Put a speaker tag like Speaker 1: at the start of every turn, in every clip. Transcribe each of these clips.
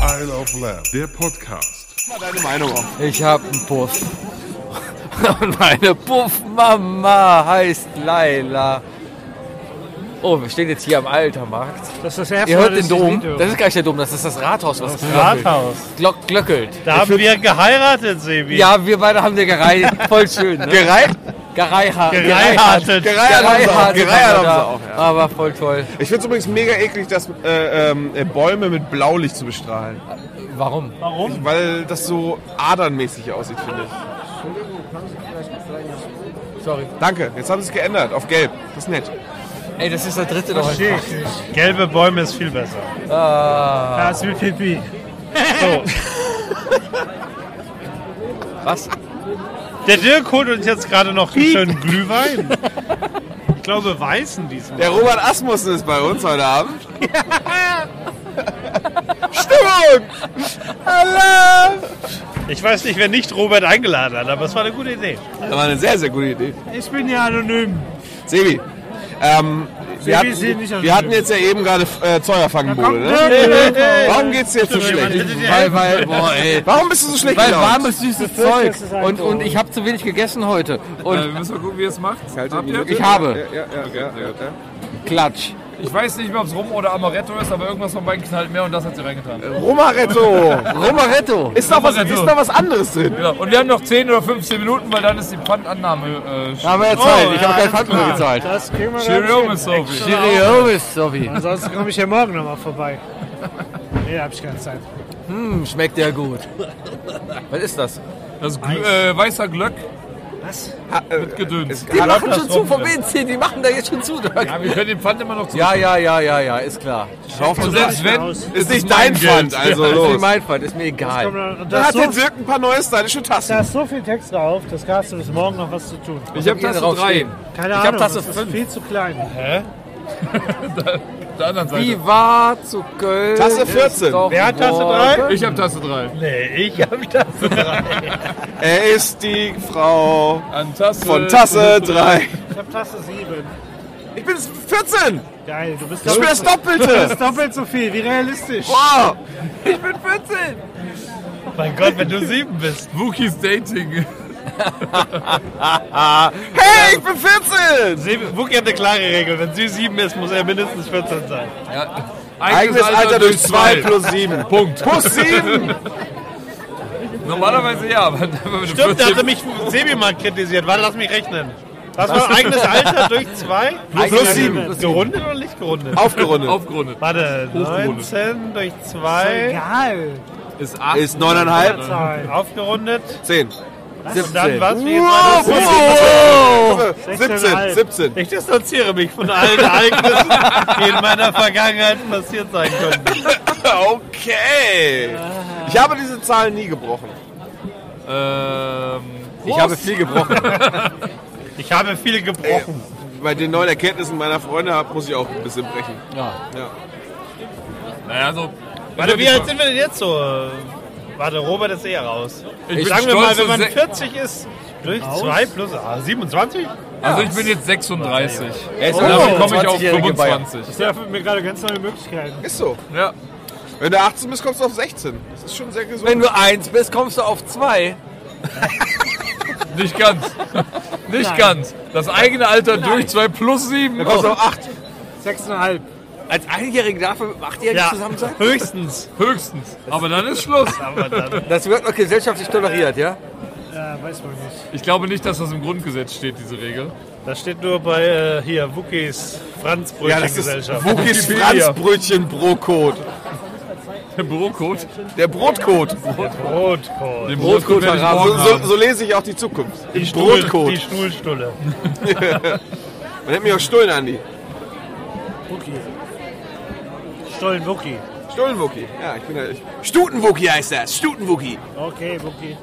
Speaker 1: Drive Lab, der Podcast.
Speaker 2: Mal deine Meinung auf.
Speaker 3: Ich hab einen Puff. Und meine Puffmama heißt Laila. Oh, wir stehen jetzt hier am Altermarkt.
Speaker 4: Das ist das erste
Speaker 3: Ihr
Speaker 4: Mal,
Speaker 3: hört
Speaker 4: dass
Speaker 3: den
Speaker 4: ich das
Speaker 3: Dom.
Speaker 4: Video-
Speaker 3: Das ist gar nicht der Dom, das ist das Rathaus, was
Speaker 4: Das Rathaus.
Speaker 3: glock glöckelt.
Speaker 4: Da haben wir geheiratet, Sebi.
Speaker 3: Ja, wir beide haben den gerei. Voll schön. Ne?
Speaker 2: Gereiht?
Speaker 3: Gereihart.
Speaker 4: Gereihhartet.
Speaker 2: Gereiht haben sie auch. Gereiht haben sie auch, ja.
Speaker 3: Aber voll toll.
Speaker 2: Ich finde es übrigens mega eklig, dass äh, ähm, äh, Bäume mit Blaulicht zu bestrahlen.
Speaker 3: Warum?
Speaker 4: Warum?
Speaker 2: Weil das so adernmäßig aussieht, finde ich.
Speaker 3: Sorry.
Speaker 2: Danke, jetzt haben sie es geändert auf gelb. Das ist nett.
Speaker 3: Ey, das ist der dritte noch.
Speaker 4: Verstehe ich nicht. Gelbe Bäume ist viel besser. Ah. Das ist wie Pipi. So,
Speaker 3: Was?
Speaker 4: der Dirk holt uns jetzt gerade noch einen schönen Glühwein. Ich glaube, weißen diesmal.
Speaker 2: Der Robert Asmussen ist bei uns heute Abend. Stimmung! Hallo!
Speaker 4: Ich weiß nicht, wer nicht Robert eingeladen hat, aber es war eine gute Idee.
Speaker 2: Das war eine sehr, sehr gute Idee.
Speaker 4: Ich bin ja anonym.
Speaker 2: Sebi, ähm, wir,
Speaker 4: ist hier nicht
Speaker 2: hatten,
Speaker 4: am
Speaker 2: wir hatten
Speaker 4: Glück.
Speaker 2: jetzt ja eben gerade äh, Zeuerfangbude, ne? Warum geht's dir jetzt so schlecht?
Speaker 3: Weil, weil, boah, ey.
Speaker 2: Warum bist du so schlecht
Speaker 3: Weil
Speaker 2: gelaunt?
Speaker 3: warmes, süßes Zeug. Und, und ich habe zu wenig gegessen heute.
Speaker 5: Äh,
Speaker 3: Und
Speaker 5: wir müssen mal gucken, wie ihr es macht.
Speaker 2: halt
Speaker 5: Habt ihr?
Speaker 3: ich habe
Speaker 2: Ja, ja, ja, ja, ja.
Speaker 3: Klatsch.
Speaker 5: Ich weiß nicht mehr, ob es Rum oder Amaretto ist, aber irgendwas von beiden knallt mehr und das hat sie reingetan.
Speaker 2: Romaretto!
Speaker 3: Romaretto.
Speaker 2: Ist noch was, ist
Speaker 5: Romaretto.
Speaker 2: noch was anderes drin?
Speaker 5: Genau. Und wir haben noch 10 oder 15 Minuten, weil dann ist die Pfandannahme. Äh,
Speaker 3: Haben wir jetzt Zeit. Ich habe kein Pfand mehr gezahlt.
Speaker 6: Das kriegen wir
Speaker 5: Cheerio,
Speaker 6: hin.
Speaker 5: Miss Sophie.
Speaker 3: Seriös, Sophie.
Speaker 6: Ansonsten komme ich ja morgen nochmal vorbei. Nee, da habe ich keine Zeit.
Speaker 3: Hm, schmeckt ja gut. Was ist das?
Speaker 5: Das ist Glö- äh, weißer Glöck
Speaker 2: Ha, äh,
Speaker 5: mit Gedöns.
Speaker 3: Die machen
Speaker 5: das
Speaker 3: schon zu
Speaker 5: offen,
Speaker 3: vom
Speaker 5: ja.
Speaker 3: WC. Die machen da jetzt schon zu.
Speaker 5: Ja, wir können den Pfand immer noch zu.
Speaker 3: Ja, ja, ja, ja, ja, ist klar.
Speaker 5: und selbst wenn,
Speaker 6: Raus.
Speaker 2: ist nicht dein Pfand, also
Speaker 3: Das ist
Speaker 2: los.
Speaker 3: mein Fall, ist mir
Speaker 6: Komm,
Speaker 3: egal.
Speaker 6: da-
Speaker 2: Da
Speaker 6: Da
Speaker 2: hat
Speaker 6: ist so,
Speaker 2: der Dirk ein paar neue stylische Tassen.
Speaker 6: da ist so viel Text drauf, das hast du bis morgen noch was zu tun.
Speaker 5: ich habe Tasse
Speaker 3: drauf
Speaker 5: 3.
Speaker 3: stehen.
Speaker 6: Keine
Speaker 3: hab
Speaker 6: Ahnung,
Speaker 3: Tasse
Speaker 6: das ist
Speaker 3: fünf.
Speaker 6: viel zu klein.
Speaker 5: Auf der anderen Seite.
Speaker 3: Wie war zu Köln?
Speaker 2: Tasse 14.
Speaker 3: ist doch
Speaker 4: Wer hat Tasse
Speaker 3: morgen.
Speaker 4: drei?
Speaker 5: Ich habe Tasse 3.
Speaker 4: Nee, ich habe das.
Speaker 2: Er ist die Frau
Speaker 5: An Tasse.
Speaker 2: von Tasse 3.
Speaker 6: Ich habe Tasse 7.
Speaker 2: Ich bin 14!
Speaker 6: Geil, du bist
Speaker 2: Ich bin das
Speaker 6: doppelt, du
Speaker 2: Doppelte!
Speaker 6: bist doppelt so viel. Wie realistisch.
Speaker 2: Wow!
Speaker 4: Oh Mein Gott, wenn du sieben bist.
Speaker 5: Wookies Dating.
Speaker 2: Hey, ich bin 14!
Speaker 4: Sebi- Wookie hat eine klare Regel. Wenn sie sieben ist, muss er mindestens 14 sein.
Speaker 5: Ja.
Speaker 2: Eigenes Alter durch 2
Speaker 5: zwei.
Speaker 2: plus 7. Punkt. Plus 7!
Speaker 5: Normalerweise ja, aber wenn du
Speaker 4: Stimmt, da
Speaker 5: 14
Speaker 4: hatte mich Sebi mal kritisiert. Warte, lass mich rechnen. Was war eigenes Alter durch 2?
Speaker 2: Plus 7.
Speaker 4: Gerundet oder nicht gerundet?
Speaker 2: Aufgerundet.
Speaker 5: aufgerundet.
Speaker 4: Warte, 19 durch 2
Speaker 6: Egal.
Speaker 5: Ist 8.
Speaker 2: Ist 9,5.
Speaker 6: Zahl.
Speaker 4: aufgerundet.
Speaker 2: 10.
Speaker 4: Und dann
Speaker 3: 17.
Speaker 4: was? Wie jetzt war das?
Speaker 2: Wow! 17,
Speaker 6: 16,5.
Speaker 2: 17.
Speaker 4: Ich distanziere mich von allen Ereignissen, die in meiner Vergangenheit passiert sein könnten.
Speaker 2: Okay. Ich habe diese Zahl nie gebrochen.
Speaker 5: Ähm,
Speaker 3: Ich habe viel gebrochen.
Speaker 4: Ich habe viele gebrochen.
Speaker 2: Bei den neuen Erkenntnissen meiner Freunde hab- muss ich auch ein bisschen brechen.
Speaker 5: naja, also, so.
Speaker 4: Warte, wie alt sind wir denn jetzt so? Warte, Robert ist eher raus.
Speaker 5: Ich
Speaker 4: Sagen
Speaker 5: bin
Speaker 4: wir mal,
Speaker 5: stolz
Speaker 4: wenn man
Speaker 5: und se-
Speaker 4: 40 ist, durch 2 plus ah, 27?
Speaker 5: Also ich bin jetzt 36.
Speaker 2: Er ist,
Speaker 5: Und damit
Speaker 2: oh,
Speaker 5: komme ich auf
Speaker 3: 20-jährige Bayern.
Speaker 5: 25.
Speaker 6: Das eröffnet mir gerade ganz neue Möglichkeiten.
Speaker 2: ist so.
Speaker 5: Ja.
Speaker 2: Wenn du 18 bist, kommst du auf 16. Das ist schon sehr gesund.
Speaker 3: Wenn du eins bist, kommst du auf zwei.
Speaker 5: Nicht ganz. Nicht ganz. Das eigene Alter durch 2 plus Oh. 7.
Speaker 2: Dann kommst du auf 8.
Speaker 6: 6,5.
Speaker 3: Als Einjährigen dafür Achtjährige
Speaker 4: Ja,
Speaker 3: zusammen sein?
Speaker 4: höchstens.
Speaker 5: Höchstens. Aber dann ist Schluss.
Speaker 4: Aber dann,
Speaker 3: Das wird noch gesellschaftlich toleriert, ja?
Speaker 6: Ja, weiß man nicht.
Speaker 5: Ich glaube nicht, dass das im Grundgesetz steht, diese Regel.
Speaker 4: das steht nur bei äh, hier Wookies Franzbrötchengesellschaft.
Speaker 2: Wookies
Speaker 5: Wikipedia.
Speaker 2: Franzbrötchen Brotcode.
Speaker 5: Der Bürocode.
Speaker 2: Der Brotcode.
Speaker 4: Brotkorb.
Speaker 5: Den Brotcode werde ich
Speaker 2: So,
Speaker 5: morgen
Speaker 2: so,
Speaker 5: haben.
Speaker 2: so lese ich auch die Zukunft.
Speaker 4: Die
Speaker 2: Den
Speaker 4: Stuhl- Die
Speaker 2: Brotcode.
Speaker 4: Stuhlstulle.
Speaker 2: Man nennt mich auch Stullen, Andi.
Speaker 6: Wookie. Stollen Wookie.
Speaker 2: Stullenwookie. Ja, ich bin ja. ich- Stutenwookie heißt das. Stutenwookie.
Speaker 6: Okay, Wookie.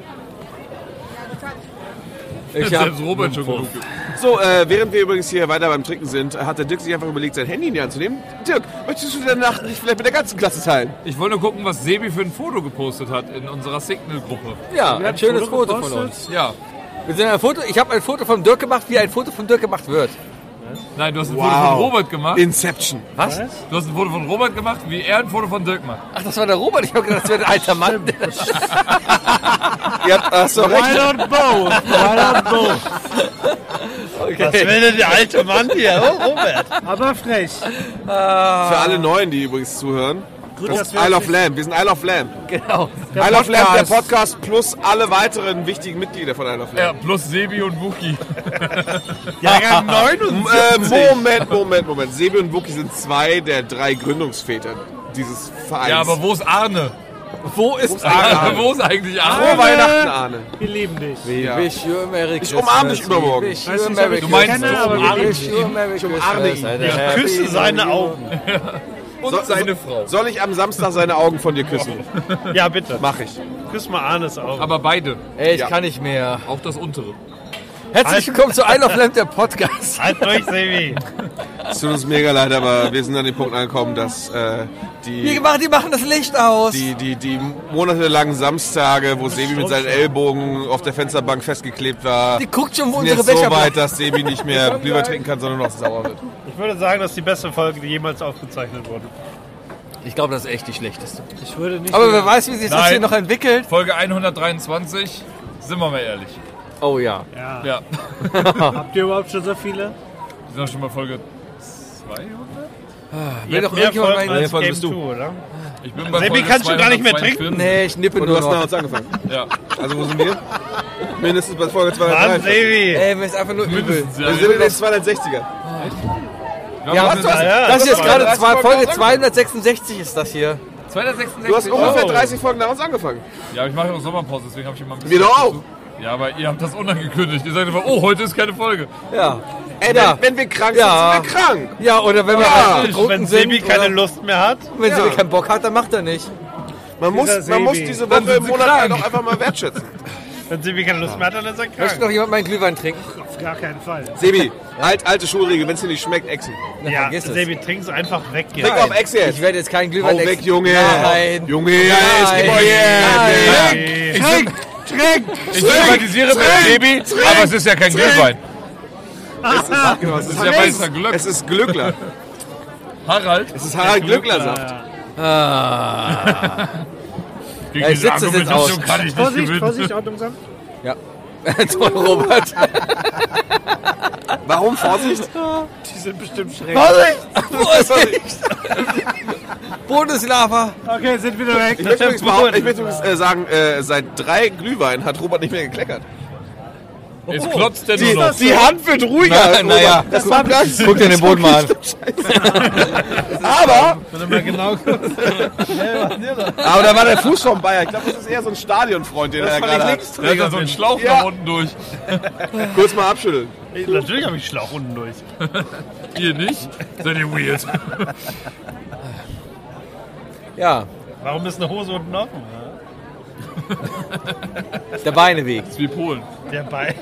Speaker 3: Ich
Speaker 5: Selbst Robert schon genug.
Speaker 2: So, äh, während wir übrigens hier weiter beim Trinken sind, hat der Dirk sich einfach überlegt, sein Handy in die Hand zu nehmen. Dirk, möchtest du deine Nacht nicht vielleicht mit der ganzen Klasse teilen?
Speaker 5: Ich wollte nur gucken, was Sebi für ein Foto gepostet hat in unserer Signal-Gruppe.
Speaker 3: Ja, ein schönes
Speaker 6: Foto
Speaker 3: Foto von
Speaker 6: gepostet.
Speaker 3: uns.
Speaker 5: Ja.
Speaker 3: Wir sind ein Foto, ich habe ein Foto von Dirk gemacht, wie ein Foto von Dirk gemacht wird.
Speaker 5: Nein, du hast ein Foto von Robert gemacht.
Speaker 2: Inception.
Speaker 3: Was?
Speaker 5: Du hast ein Foto von Robert gemacht, wie er ein Foto von Dirk macht.
Speaker 3: Ach, das war der Robert. Ich habe gedacht, das wäre ein alter Mann.
Speaker 2: Ihr habt, hast du recht.
Speaker 4: not both? Why not both? Was will denn der alte Mann hier? Oh, Robert.
Speaker 6: Aber frech.
Speaker 2: Für alle Neuen, die übrigens zuhören. Das ist Isle of Lamb. Wir sind Isle of Lamb.
Speaker 3: genau.
Speaker 2: Isle of Lamb, der Podcast plus alle weiteren wichtigen Mitglieder von Isle of Lamb.
Speaker 5: Ja, plus Sebi und Buki.
Speaker 4: Jahrgang 79.
Speaker 2: Äh, Moment, Moment, Moment. Sebi und Wookie sind zwei der drei Gründungsväter dieses Vereins.
Speaker 5: Ja, aber wo ist Arne?
Speaker 3: Wo ist
Speaker 2: Arne?
Speaker 5: wo ist eigentlich
Speaker 2: Frohe
Speaker 5: Arne?
Speaker 2: Weihnachten, Arne.
Speaker 6: Wir lieben dich.
Speaker 2: Ja.
Speaker 3: Wish you a Merry Christmas.
Speaker 2: umarm dich übermorgen.
Speaker 3: Wish
Speaker 6: Weißt
Speaker 3: you
Speaker 6: du
Speaker 3: a
Speaker 6: nicht, ob
Speaker 3: Merry
Speaker 6: ich
Speaker 5: Du meinst,
Speaker 6: kenne,
Speaker 5: ich
Speaker 3: Christmas.
Speaker 6: aber wir
Speaker 5: umarme
Speaker 6: lieben
Speaker 3: Wish
Speaker 6: dich.
Speaker 3: you a Merry
Speaker 2: umarme
Speaker 3: Christmas.
Speaker 2: ihn.
Speaker 3: and a
Speaker 4: Ich
Speaker 3: happy
Speaker 4: küsse seine Augen.
Speaker 5: Und seine Frau.
Speaker 2: Soll ich am Samstag seine Augen von dir küssen?
Speaker 4: Ja, bitte.
Speaker 2: Mach ich.
Speaker 4: Küss mal Arnes Augen.
Speaker 5: Aber beide.
Speaker 3: Ey, ich
Speaker 2: Ja.
Speaker 3: kann nicht mehr.
Speaker 5: Auch das untere.
Speaker 3: Herzlich willkommen zu Isle of Lamb, der Podcast.
Speaker 4: Halt durch, Sebi.
Speaker 2: Es tut uns mega leid, aber wir sind an dem Punkt angekommen, dass äh,
Speaker 3: Die
Speaker 2: die,
Speaker 3: machen, die machen das Licht aus.
Speaker 2: die, die, die monatelangen Samstage, wo Sebi mit seinen Ellbogen auf der Fensterbank festgeklebt war,
Speaker 3: Die guckt schon, wo
Speaker 2: sind
Speaker 3: unsere
Speaker 2: jetzt so
Speaker 3: Becher
Speaker 2: weit, dass Sebi nicht mehr Glühwein trinken kann, sondern noch sauer wird.
Speaker 4: Ich würde sagen, das ist die beste Folge, die jemals aufgezeichnet wurde.
Speaker 3: Ich glaube, das ist echt die schlechteste.
Speaker 6: Ich würde nicht.
Speaker 3: Aber wer weiß, wie sich das
Speaker 5: Nein.
Speaker 3: hier noch entwickelt.
Speaker 5: Folge 123. Sind wir mal ehrlich.
Speaker 3: Oh ja.
Speaker 6: ja.
Speaker 5: Ja.
Speaker 6: Habt ihr überhaupt schon so viele?
Speaker 5: Wir sind doch schon mal Folge 200?
Speaker 3: Will doch
Speaker 4: Mehr
Speaker 3: irgendjemand
Speaker 4: Folgen
Speaker 3: meinen.
Speaker 4: als
Speaker 2: Folge
Speaker 4: Game
Speaker 2: bist du.
Speaker 4: 2, oder?
Speaker 5: Ich bin bei
Speaker 4: Sebi,
Speaker 5: Folge
Speaker 4: kannst du gar nicht mehr trinken?
Speaker 5: 242.
Speaker 3: Nee, ich nippe
Speaker 2: Und du
Speaker 3: nur
Speaker 2: hast nach
Speaker 3: noch.
Speaker 2: uns angefangen.
Speaker 5: Ja.
Speaker 2: Also wo sind wir? Mindestens bei Folge
Speaker 4: Mann,
Speaker 2: 230.
Speaker 4: Sebi.
Speaker 3: Ey, mir ist einfach nur übel.
Speaker 5: Mindestens,
Speaker 2: Wir
Speaker 5: ja.
Speaker 2: sind in den 260er.
Speaker 3: Ja,
Speaker 5: wir
Speaker 3: was, was,
Speaker 5: sind-
Speaker 4: ja,
Speaker 3: das ist jetzt
Speaker 4: das
Speaker 3: gerade
Speaker 2: war- das
Speaker 3: zwei,
Speaker 2: war-
Speaker 3: Folge 266 ist das hier.
Speaker 5: 266.
Speaker 2: Du hast ungefähr
Speaker 4: Oh.
Speaker 2: 30 Folgen nach uns angefangen.
Speaker 5: Ja, aber ich mache ja auch Sommerpause, deswegen habe ich immer ein bisschen.
Speaker 2: Wir doch auch.
Speaker 5: Ja, aber ihr habt das unangekündigt. Ihr sagt einfach, oh, heute ist keine Folge.
Speaker 3: Ja.
Speaker 2: Ey,
Speaker 3: Ja.
Speaker 2: wenn, wenn wir krank
Speaker 3: Ja.
Speaker 2: sind, sind wir krank.
Speaker 3: Ja, oder wenn wir
Speaker 2: Ja,
Speaker 3: halt
Speaker 4: Wenn
Speaker 3: betrunken sind.
Speaker 4: Sebi keine
Speaker 3: oder,
Speaker 4: Lust mehr hat,
Speaker 3: wenn
Speaker 2: Ja.
Speaker 3: Sebi keinen Bock hat, dann macht er nicht.
Speaker 2: Man
Speaker 6: Dieser
Speaker 2: muss, man muss
Speaker 6: Sebi.
Speaker 2: diese
Speaker 5: Dann
Speaker 2: Woche
Speaker 5: sind
Speaker 2: im
Speaker 5: sie
Speaker 2: Monat
Speaker 5: krank.
Speaker 2: halt auch einfach mal wertschätzen.
Speaker 4: wenn Sebi keine Lust mehr hat, dann ist er
Speaker 3: Möchte
Speaker 4: krank.
Speaker 3: noch jemand meinen Glühwein trinken?
Speaker 6: Auf gar keinen Fall.
Speaker 2: Sebi, alt, alte Schulregel, wenn es dir nicht schmeckt, Exen.
Speaker 3: Na,
Speaker 4: Ja,
Speaker 3: vergiss es.
Speaker 4: Sebi, trink's einfach weg jetzt.
Speaker 2: Trink auf Exe
Speaker 3: Ich
Speaker 2: jetzt.
Speaker 3: werde jetzt keinen Glühwein
Speaker 2: Hau weg,
Speaker 3: essen.
Speaker 2: Junge.
Speaker 3: Nein.
Speaker 2: Junge, ja, es gibt
Speaker 3: Nein.
Speaker 2: euch jetzt.
Speaker 3: Nein.
Speaker 4: Sebi.
Speaker 5: Ich sympathisiere mit Sebi, aber es ist ja kein Glühwein.
Speaker 2: Genau, Es ist,
Speaker 5: ist ja
Speaker 2: Harald-
Speaker 5: weißer Glück.
Speaker 2: es ist Glückler.
Speaker 5: Harald,
Speaker 2: Es ist Harald Glücklersaft.
Speaker 5: gegen
Speaker 3: Ja, ich
Speaker 5: diese
Speaker 3: sitze es jetzt
Speaker 5: Argumentation kann ich nicht
Speaker 6: Vorsicht,
Speaker 5: gewinnen.
Speaker 6: Vorsicht, Ordnungsamt.
Speaker 3: Toll, Robert.
Speaker 2: Warum Vorsicht?
Speaker 6: Die sind bestimmt schräg.
Speaker 3: Vorsicht! Vorsicht! Bundeslava!
Speaker 6: Okay, sind wieder
Speaker 2: Ich
Speaker 6: weg.
Speaker 2: möchte übrigens, behaupten- ich möchte übrigens äh, sagen, äh, seit drei Glühwein hat Robert nicht mehr gekleckert.
Speaker 5: Es klotzt denn nur noch.
Speaker 2: die Hand wird ruhiger.
Speaker 3: Na- naja.
Speaker 2: das war gar nicht.
Speaker 3: Guck dir den Boden mal an.
Speaker 2: Aber.
Speaker 4: genau
Speaker 2: Aber da war der Fuß vom Bayer. Ich glaube, das ist eher so ein Stadionfreund, den er gerade hat.
Speaker 5: Der hat da so einen Schlauch
Speaker 2: Ja.
Speaker 5: nach unten durch.
Speaker 2: Kurz mal abschütteln.
Speaker 4: Natürlich habe ich Schlauch unten durch.
Speaker 5: Ihr nicht? Seid ihr weird?
Speaker 3: Ja,
Speaker 4: Warum ist eine Hose unten offen?
Speaker 3: der Beineweg.
Speaker 5: Ist wie Polen.
Speaker 4: Der Ball.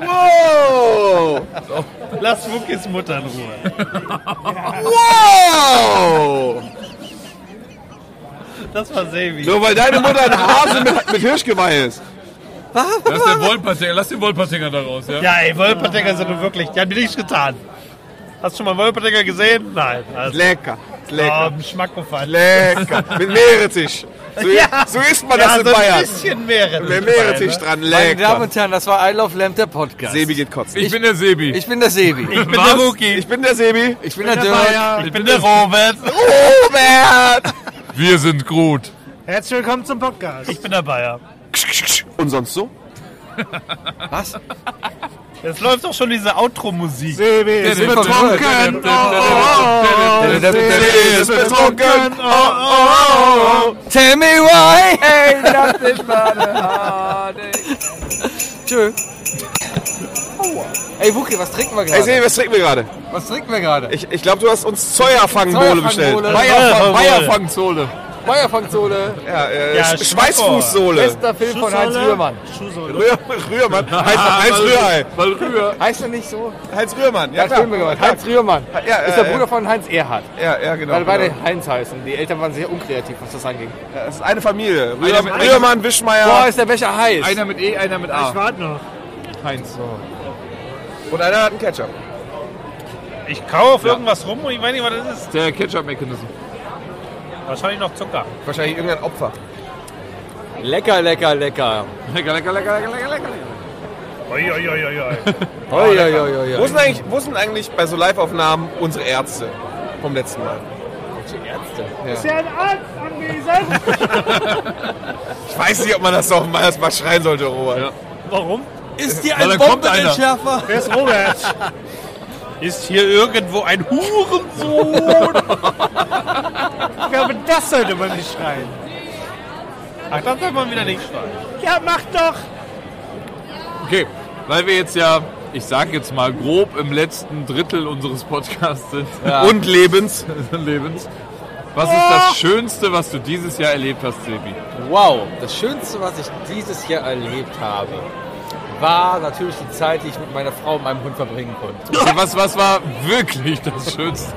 Speaker 2: Wow!
Speaker 4: Lass Wookies Mutter in Ruhe.
Speaker 2: Wow!
Speaker 4: Das war Sebi.
Speaker 2: Nur weil deine Mutter ein Hase mit, mit Hirschgeweih ist.
Speaker 5: Lass den Wollpartinger, lass den Wollpartinger da raus, ja?
Speaker 4: Ja, ey, Wolpertinger sind nun wirklich. Die haben dir nichts getan. Hast du schon mal Wolpertinger gesehen? Neim. Also,
Speaker 2: Lecker.
Speaker 4: oh,
Speaker 2: Lecker.
Speaker 4: im Schmack gefallen.
Speaker 2: Lecker. Mit Meerrettich. So,
Speaker 4: Ja.
Speaker 2: so isst man das
Speaker 4: ja,
Speaker 2: in
Speaker 4: so ein
Speaker 2: Bayern.
Speaker 4: bisschen mehr.
Speaker 2: Mit Meerrettich dran.
Speaker 3: Meine Damen
Speaker 2: Lecker.
Speaker 3: und Herren, das war I Love Lamb, der Podcast.
Speaker 2: Sebi geht kotzen.
Speaker 5: Ich bin der Sebi.
Speaker 3: Ich bin der Sebi.
Speaker 4: Ich bin
Speaker 5: Was?
Speaker 4: der Wookie.
Speaker 2: Ich bin der Sebi.
Speaker 3: Ich bin der Dirk.
Speaker 4: Ich bin der Robert.
Speaker 2: Robert!
Speaker 5: Wir sind gut.
Speaker 6: Herzlich willkommen zum Podcast.
Speaker 4: Ich bin der Bayer.
Speaker 2: Und sonst so?
Speaker 3: Was?
Speaker 4: Jetzt läuft doch schon diese Outro-Musik.
Speaker 6: Sebi ist
Speaker 5: bin
Speaker 6: betrunken.
Speaker 2: Sebi ist betrunken. Oh, oh, oh.
Speaker 3: Tell me why. Hey, das ist meine Hade. Tschö. Ey, Wuki, was trinken wir
Speaker 2: Ey
Speaker 3: gerade?
Speaker 2: Sebi, was trinken wir gerade?
Speaker 3: Was trinken wir gerade?
Speaker 2: Ich, ich glaube, du hast uns Zeuerfangbowle bestellt.
Speaker 3: Zeuerfangbowle.
Speaker 2: Bayerfang-
Speaker 4: Zeuerfangbowle.
Speaker 2: Bayerfangsohle.
Speaker 3: Feuerfangsohle.
Speaker 2: Ja, äh,
Speaker 4: Ja,
Speaker 2: Sch-
Speaker 4: Schmacker.
Speaker 2: Schweißfußsohle.
Speaker 3: Bester Film von Heinz Rührmann.
Speaker 6: Schuhsohle.
Speaker 2: Rühr, Rührmann. Heinz, Heinz Rührei.
Speaker 5: Weil Rühr.
Speaker 3: Heißt er nicht so?
Speaker 2: Heinz Rührmann. Ja,
Speaker 3: Ja,
Speaker 2: klar.
Speaker 3: Film gemacht. Heinz Rührmann.
Speaker 2: Ja,
Speaker 3: ist der
Speaker 2: äh,
Speaker 3: Bruder von Heinz Erhard.
Speaker 2: Ja, ja, genau.
Speaker 3: Weil
Speaker 2: genau.
Speaker 3: beide Heinz heißen. Die Eltern waren sehr unkreativ, was das anging.
Speaker 2: Das ist eine Familie. Rühr,
Speaker 5: Einer-
Speaker 2: Rührmann, Wischmeier.
Speaker 3: Boah, ist der Becher heiß.
Speaker 5: Einer mit E, einer mit
Speaker 6: Ich
Speaker 5: A.
Speaker 6: warte noch.
Speaker 5: Heinz.
Speaker 2: Und einer hat einen Ketchup.
Speaker 4: Ich kaue auf
Speaker 5: Ja.
Speaker 4: irgendwas rum und ich weiß nicht, was das ist.
Speaker 5: Der Ketchup-Mechanismus.
Speaker 4: Wahrscheinlich noch Zucker.
Speaker 2: Wahrscheinlich irgendein Opfer.
Speaker 3: Lecker, lecker, lecker.
Speaker 5: Lecker, lecker, lecker, lecker, lecker, lecker.
Speaker 4: Oi, oi, oi, oi, oi.
Speaker 3: Oi, oi, oi, oi,
Speaker 2: Wo,
Speaker 3: oi.
Speaker 2: sind eigentlich, wo sind eigentlich bei so Live-Aufnahmen unsere Ärzte vom letzten Mal?
Speaker 6: Ist ja ein Arzt anwesend?
Speaker 2: Ich weiß nicht, ob man das so auf dem Weihnachtsmarkt schreien sollte, Robert.
Speaker 4: Warum?
Speaker 3: Ist dir
Speaker 5: Weil
Speaker 3: ein
Speaker 5: da kommt
Speaker 3: Bombenentschärfer?
Speaker 4: Wer ist Robert? ist hier irgendwo ein Hurensohn?
Speaker 6: Ich glaube, das sollte man nicht schreien.
Speaker 4: Ach, das darf man wieder nicht schreien.
Speaker 6: Ja, mach doch!
Speaker 5: Okay, weil wir jetzt ja, ich sag jetzt mal grob im letzten Drittel unseres Podcasts sind
Speaker 2: Und Lebens.
Speaker 5: und Lebens. Was ist das Schönste, was du dieses Jahr erlebt hast, Sebi?
Speaker 3: Wow, das Schönste, was ich dieses Jahr erlebt habe, war natürlich die Zeit, die ich mit meiner Frau und meinem Hund verbringen konnte.
Speaker 5: Also was, was war wirklich das Schönste?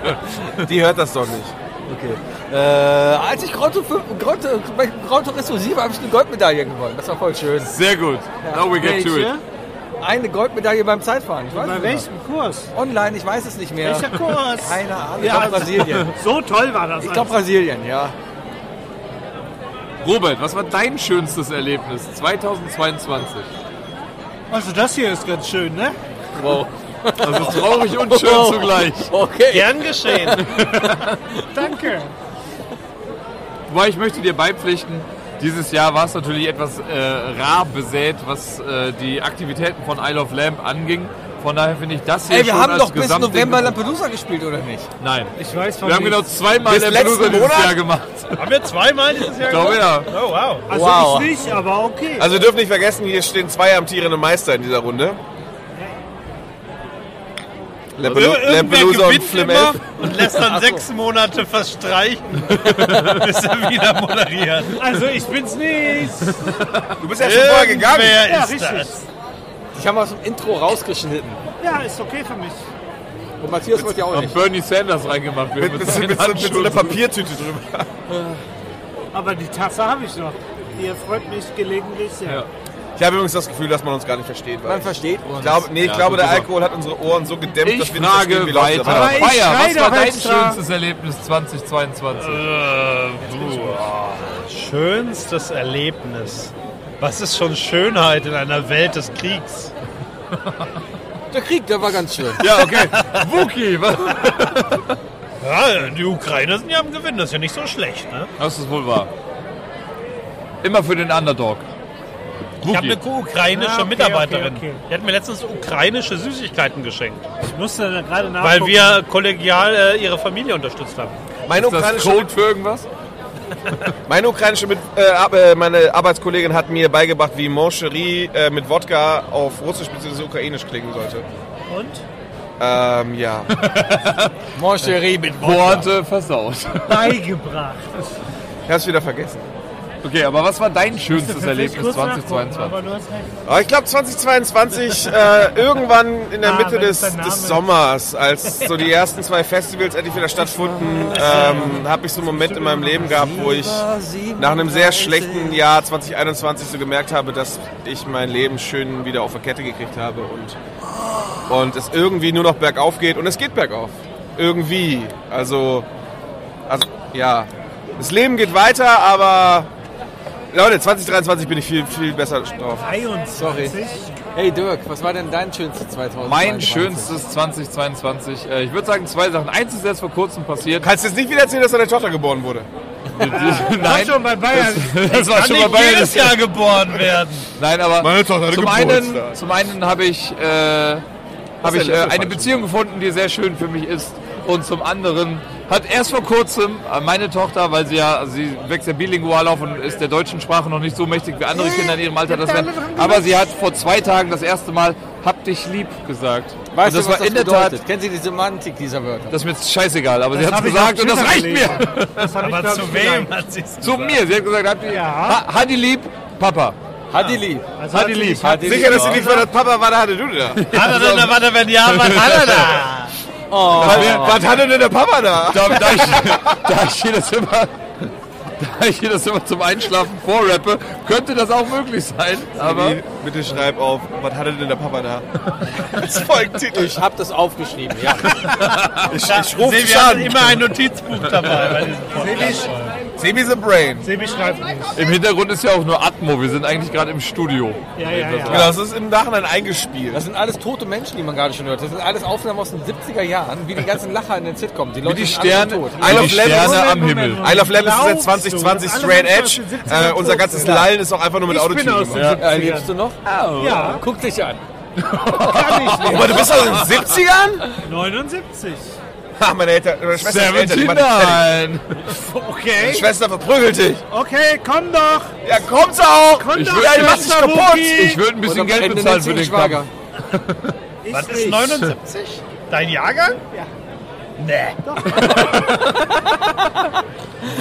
Speaker 2: Die hört das doch nicht.
Speaker 3: Okay. Äh, als ich Grotto, für- Grotto, bei Grotto Reskursive habe ich eine Goldmedaille gewonnen. Das war voll schön.
Speaker 5: Sehr gut. Now we get to it.
Speaker 3: Eine Goldmedaille beim Zeitfahren. Ich weiß
Speaker 6: Bei
Speaker 3: es nicht
Speaker 6: welchem Kurs?
Speaker 3: mehr. Online, ich weiß es nicht mehr.
Speaker 6: Welcher Kurs?
Speaker 3: Keine Ahnung. Ich
Speaker 6: Ja, also-
Speaker 3: glaube Brasilien.
Speaker 6: So toll war das.
Speaker 3: Ich glaube
Speaker 6: alles.
Speaker 3: Brasilien, ja.
Speaker 5: Robert, was war dein schönstes Erlebnis 2022?
Speaker 6: also das hier ist ganz schön, ne?
Speaker 3: Wow.
Speaker 5: Das ist traurig und schön zugleich.
Speaker 3: Okay.
Speaker 4: Gern geschehen.
Speaker 6: Danke.
Speaker 5: Wobei ich möchte dir beipflichten, dieses Jahr war es natürlich etwas äh, rar besät, was äh, die Aktivitäten von Isle of Lamp anging. Von daher finde ich das hier
Speaker 3: Ey, wir
Speaker 5: schon
Speaker 3: haben
Speaker 6: also
Speaker 5: als
Speaker 3: doch bis
Speaker 5: Gesamtding-
Speaker 3: November Lampedusa gespielt, oder nicht?
Speaker 5: Nein.
Speaker 6: Ich weiß von
Speaker 5: Wir haben genau
Speaker 6: nichts.
Speaker 5: zweimal
Speaker 2: Bis
Speaker 5: Lampedusa
Speaker 2: letzten
Speaker 5: dieses
Speaker 2: Monat?
Speaker 5: Jahr gemacht.
Speaker 4: Haben wir zweimal dieses Jahr
Speaker 5: Ich glaube
Speaker 4: gemacht?
Speaker 5: ja.
Speaker 4: Oh, wow.
Speaker 6: Also
Speaker 3: Wow.
Speaker 6: ich nicht, aber okay.
Speaker 2: Also wir dürfen nicht vergessen, hier stehen zwei amtierende Meister in dieser Runde. Lampelu-
Speaker 4: Ir- Irgendwer
Speaker 2: Lampelusa und
Speaker 4: gewinnt
Speaker 2: Flim
Speaker 4: immer
Speaker 2: 11.
Speaker 4: und lässt dann sechs Monate verstreichen, bis er wieder moderiert.
Speaker 6: Also ich bin's nicht.
Speaker 2: Du bist ja schon vorher gegangen.
Speaker 4: Irgendwer
Speaker 6: Ja,
Speaker 4: ist
Speaker 6: richtig.
Speaker 4: das.
Speaker 3: Ich habe aus dem Intro rausgeschnitten.
Speaker 6: Ja, ist okay für mich.
Speaker 3: Und Matthias wollte ja auch
Speaker 5: Haben
Speaker 3: nicht.
Speaker 5: Bernie Sanders reingemacht. Wir
Speaker 2: Mit, mit, mit, mit, mit so einer Papiertüte drüber.
Speaker 6: Aber die Tasse habe ich noch. Ihr freut mich gelegentlich sehr.
Speaker 5: Ja.
Speaker 2: Ich habe übrigens das Gefühl, dass man uns gar nicht versteht. Weil
Speaker 3: Man versteht uns.
Speaker 2: ich glaube, nee, ich
Speaker 5: Ja,
Speaker 2: glaube, der
Speaker 5: super.
Speaker 2: Alkohol hat unsere Ohren so gedämpft,
Speaker 5: Ich
Speaker 2: dass wir nicht verstehen, wie
Speaker 5: frage
Speaker 2: laut der
Speaker 5: weiter.
Speaker 2: war.
Speaker 6: Aber
Speaker 5: Feier,
Speaker 6: ich
Speaker 5: was
Speaker 6: schreie
Speaker 5: war
Speaker 6: doch
Speaker 5: dein
Speaker 6: extra.
Speaker 5: schönstes Erlebnis 2022?
Speaker 4: Äh, ah, Schönstes Erlebnis. Was ist schon Schönheit in einer Welt des Kriegs?
Speaker 3: Der Krieg, der war ganz schön.
Speaker 5: Ja, okay. Wookie, was?
Speaker 4: Ja, die Ukrainer sind ja am Gewinn, das ist ja nicht so schlecht. Ne?
Speaker 5: Das ist wohl wahr. Immer für den Underdog.
Speaker 4: Ich habe
Speaker 5: Wookie.
Speaker 4: eine ukrainische
Speaker 6: Ah, okay,
Speaker 4: Mitarbeiterin.
Speaker 6: okay, okay.
Speaker 4: Die hat mir letztens ukrainische Süßigkeiten geschenkt,
Speaker 6: Ich musste da gerade
Speaker 4: weil
Speaker 6: nachgucken.
Speaker 4: wir kollegial äh, ihre Familie unterstützt haben.
Speaker 2: Meine
Speaker 5: Ist das
Speaker 2: ukrainische,
Speaker 5: Code für irgendwas?
Speaker 2: meine ukrainische mit, äh, Ar- äh, meine Arbeitskollegin hat mir beigebracht, wie Moncherie äh, mit Wodka auf Russisch bzw. Ukrainisch klingen sollte.
Speaker 4: Und?
Speaker 2: Ähm, ja.
Speaker 3: Mon chéri mit
Speaker 5: Worte versaut.
Speaker 6: beigebracht.
Speaker 2: Ich hab's wieder vergessen.
Speaker 5: Okay, aber was war dein schönstes Erlebnis
Speaker 6: Kurz nachgucken,
Speaker 5: 2022?
Speaker 6: Aber du hast recht.
Speaker 2: Aber ich glaube 2022, äh, irgendwann in der
Speaker 6: Ah,
Speaker 2: Mitte
Speaker 6: wenn
Speaker 2: des,
Speaker 6: es dein Name
Speaker 2: des
Speaker 6: ist.
Speaker 2: Sommers, als so die ersten zwei Festivals endlich wieder stattfanden, ähm, habe ich so einen Moment in meinem Leben gehabt, wo ich nach einem sehr schlechten Jahr 2021 so gemerkt habe, dass ich mein Leben schön wieder auf der Kette gekriegt habe und, und es irgendwie nur noch bergauf geht. Und es geht bergauf. Irgendwie. Also, also ja. Das Leben geht weiter, aber Leute, 2023 bin ich viel, viel besser drauf.
Speaker 6: 23.
Speaker 3: Hey Dirk, was war denn dein schönstes 2022?
Speaker 5: Mein schönstes 2022. Äh, ich würde sagen zwei Sachen. Eins ist erst vor kurzem passiert.
Speaker 2: Kannst jetzt nicht wieder erzählen, dass deine Tochter geboren wurde?
Speaker 5: Nein,
Speaker 6: Schon bei Bayern.
Speaker 5: das war schon mal
Speaker 4: Nicht
Speaker 5: Bayern.
Speaker 4: jedes Jahr geboren werden.
Speaker 5: Nein, aber
Speaker 2: Meine Tochter hatte
Speaker 5: zum,
Speaker 2: Geburtstag.
Speaker 5: einen, zum einen habe ich, äh, hab
Speaker 2: ist
Speaker 5: ich äh,
Speaker 2: der letzte
Speaker 5: eine
Speaker 2: Fall
Speaker 5: Beziehung gefunden, die sehr schön für mich ist. Und zum anderen hat erst vor kurzem äh, meine Tochter, weil sie ja, also sie wächst ja bilingual auf und ist der deutschen Sprache noch nicht so mächtig wie andere Kinder in ihrem Alter das werden. Aber sie hat vor zwei Tagen das erste Mal Hab dich lieb gesagt.
Speaker 3: Weißt
Speaker 5: und
Speaker 3: du,
Speaker 5: das
Speaker 3: was
Speaker 5: war
Speaker 3: das
Speaker 5: in der
Speaker 3: bedeutet?
Speaker 5: Tat,
Speaker 3: Kennen Sie die Semantik dieser Wörter?
Speaker 5: das ist mir jetzt scheißegal, aber sie hat
Speaker 6: hab
Speaker 5: es
Speaker 6: ich auf
Speaker 5: gesagt und das
Speaker 6: Twitter
Speaker 5: reicht mir.
Speaker 6: gelesen. Das hab ich,
Speaker 4: Aber
Speaker 6: glaub
Speaker 4: zu
Speaker 6: ich,
Speaker 4: wem
Speaker 6: gelernt.
Speaker 4: hat sie es
Speaker 5: Zu mir. Sie hat gesagt, hab die,
Speaker 6: Ja.
Speaker 5: ha, Hadi lieb, Papa.
Speaker 3: Hadi lieb.
Speaker 6: Also hat
Speaker 5: Hadi
Speaker 6: sie
Speaker 5: lieb.
Speaker 6: dich- hat
Speaker 5: Hadi
Speaker 6: sie
Speaker 2: Sicher,
Speaker 6: dich-
Speaker 2: dass sie nicht von der Papa war, da hatte du da.
Speaker 4: Hat
Speaker 6: also-
Speaker 4: er denn da, war der, wenn ja, wann hat er da?
Speaker 5: Oh.
Speaker 2: Was hatte denn der Papa da?
Speaker 5: Da, da, ich, da ich hier das immer da ich hier das immer zum Einschlafen vorrappe, könnte das auch möglich sein. Aber
Speaker 2: Nee, Bitte schreib auf, was hatte denn der Papa da? Das folgt Titel.
Speaker 3: Ich habe das aufgeschrieben, ja.
Speaker 2: Ich, ich rufe
Speaker 4: Sebi
Speaker 2: dich
Speaker 4: hat
Speaker 2: an.
Speaker 4: immer ein Notizbuch dabei bei diesem Podcast.
Speaker 2: Sebi the Brain.
Speaker 4: Sebi schreibt nicht.
Speaker 5: im Hintergrund ist ja auch nur Atmo. Wir sind eigentlich gerade im Studio. Also
Speaker 6: Ja, ja, ja.
Speaker 2: Genau, das ist im Nachhinein eingespielt.
Speaker 3: Das sind alles tote Menschen, die man gerade schon hört. Das sind alles Aufnahmen aus den 70er Jahren, wie die ganzen Lacher in den Sitcoms. Die Leute
Speaker 5: die
Speaker 3: sind alle
Speaker 5: Sterne- Ah,
Speaker 3: tot.
Speaker 5: Wie
Speaker 2: Isle
Speaker 5: die
Speaker 2: of Lamb
Speaker 5: Sterne
Speaker 2: ist,
Speaker 5: am Himmel.
Speaker 2: Isle of Lamb ist seit
Speaker 6: Glaubst du,
Speaker 2: 2020
Speaker 6: dass alle
Speaker 2: straight
Speaker 6: Menschen
Speaker 2: edge.
Speaker 6: aus den 70ern
Speaker 2: Äh, unser
Speaker 6: tot
Speaker 2: ganzes
Speaker 6: sind?
Speaker 2: Lallen ist auch einfach nur mit
Speaker 6: Ich bin
Speaker 2: Autotune
Speaker 6: aus
Speaker 2: gemacht.
Speaker 6: den
Speaker 3: Äh,
Speaker 6: 70ern.
Speaker 3: lebst du noch?
Speaker 6: Ja,
Speaker 3: Guck dich an.
Speaker 6: kann ich nicht.
Speaker 2: Aber du bist aus den 70ern?
Speaker 6: 79.
Speaker 2: Ha, meine Eltern, meine Schwester ist älter. Die
Speaker 5: 79!
Speaker 2: war nicht fertig. Die
Speaker 6: Okay,
Speaker 2: Schwester verprügelt dich.
Speaker 6: okay, komm doch.
Speaker 2: Ja, kommt's auch.
Speaker 6: Komm
Speaker 5: Ich
Speaker 6: doch,
Speaker 5: würd-
Speaker 2: Ja, ich mach dich
Speaker 6: Schwester
Speaker 2: kaputt.
Speaker 6: Wookie.
Speaker 5: Ich würde ein bisschen
Speaker 3: Und am
Speaker 5: Geld
Speaker 3: Ende
Speaker 5: bezahlen
Speaker 3: nennt sie
Speaker 5: für
Speaker 3: ihn
Speaker 5: den
Speaker 3: Schwager.
Speaker 5: Kampf.
Speaker 6: Ich
Speaker 4: Was ist
Speaker 6: nicht.
Speaker 4: 79? Dein Jahrgang?
Speaker 6: Ja.
Speaker 4: Nee.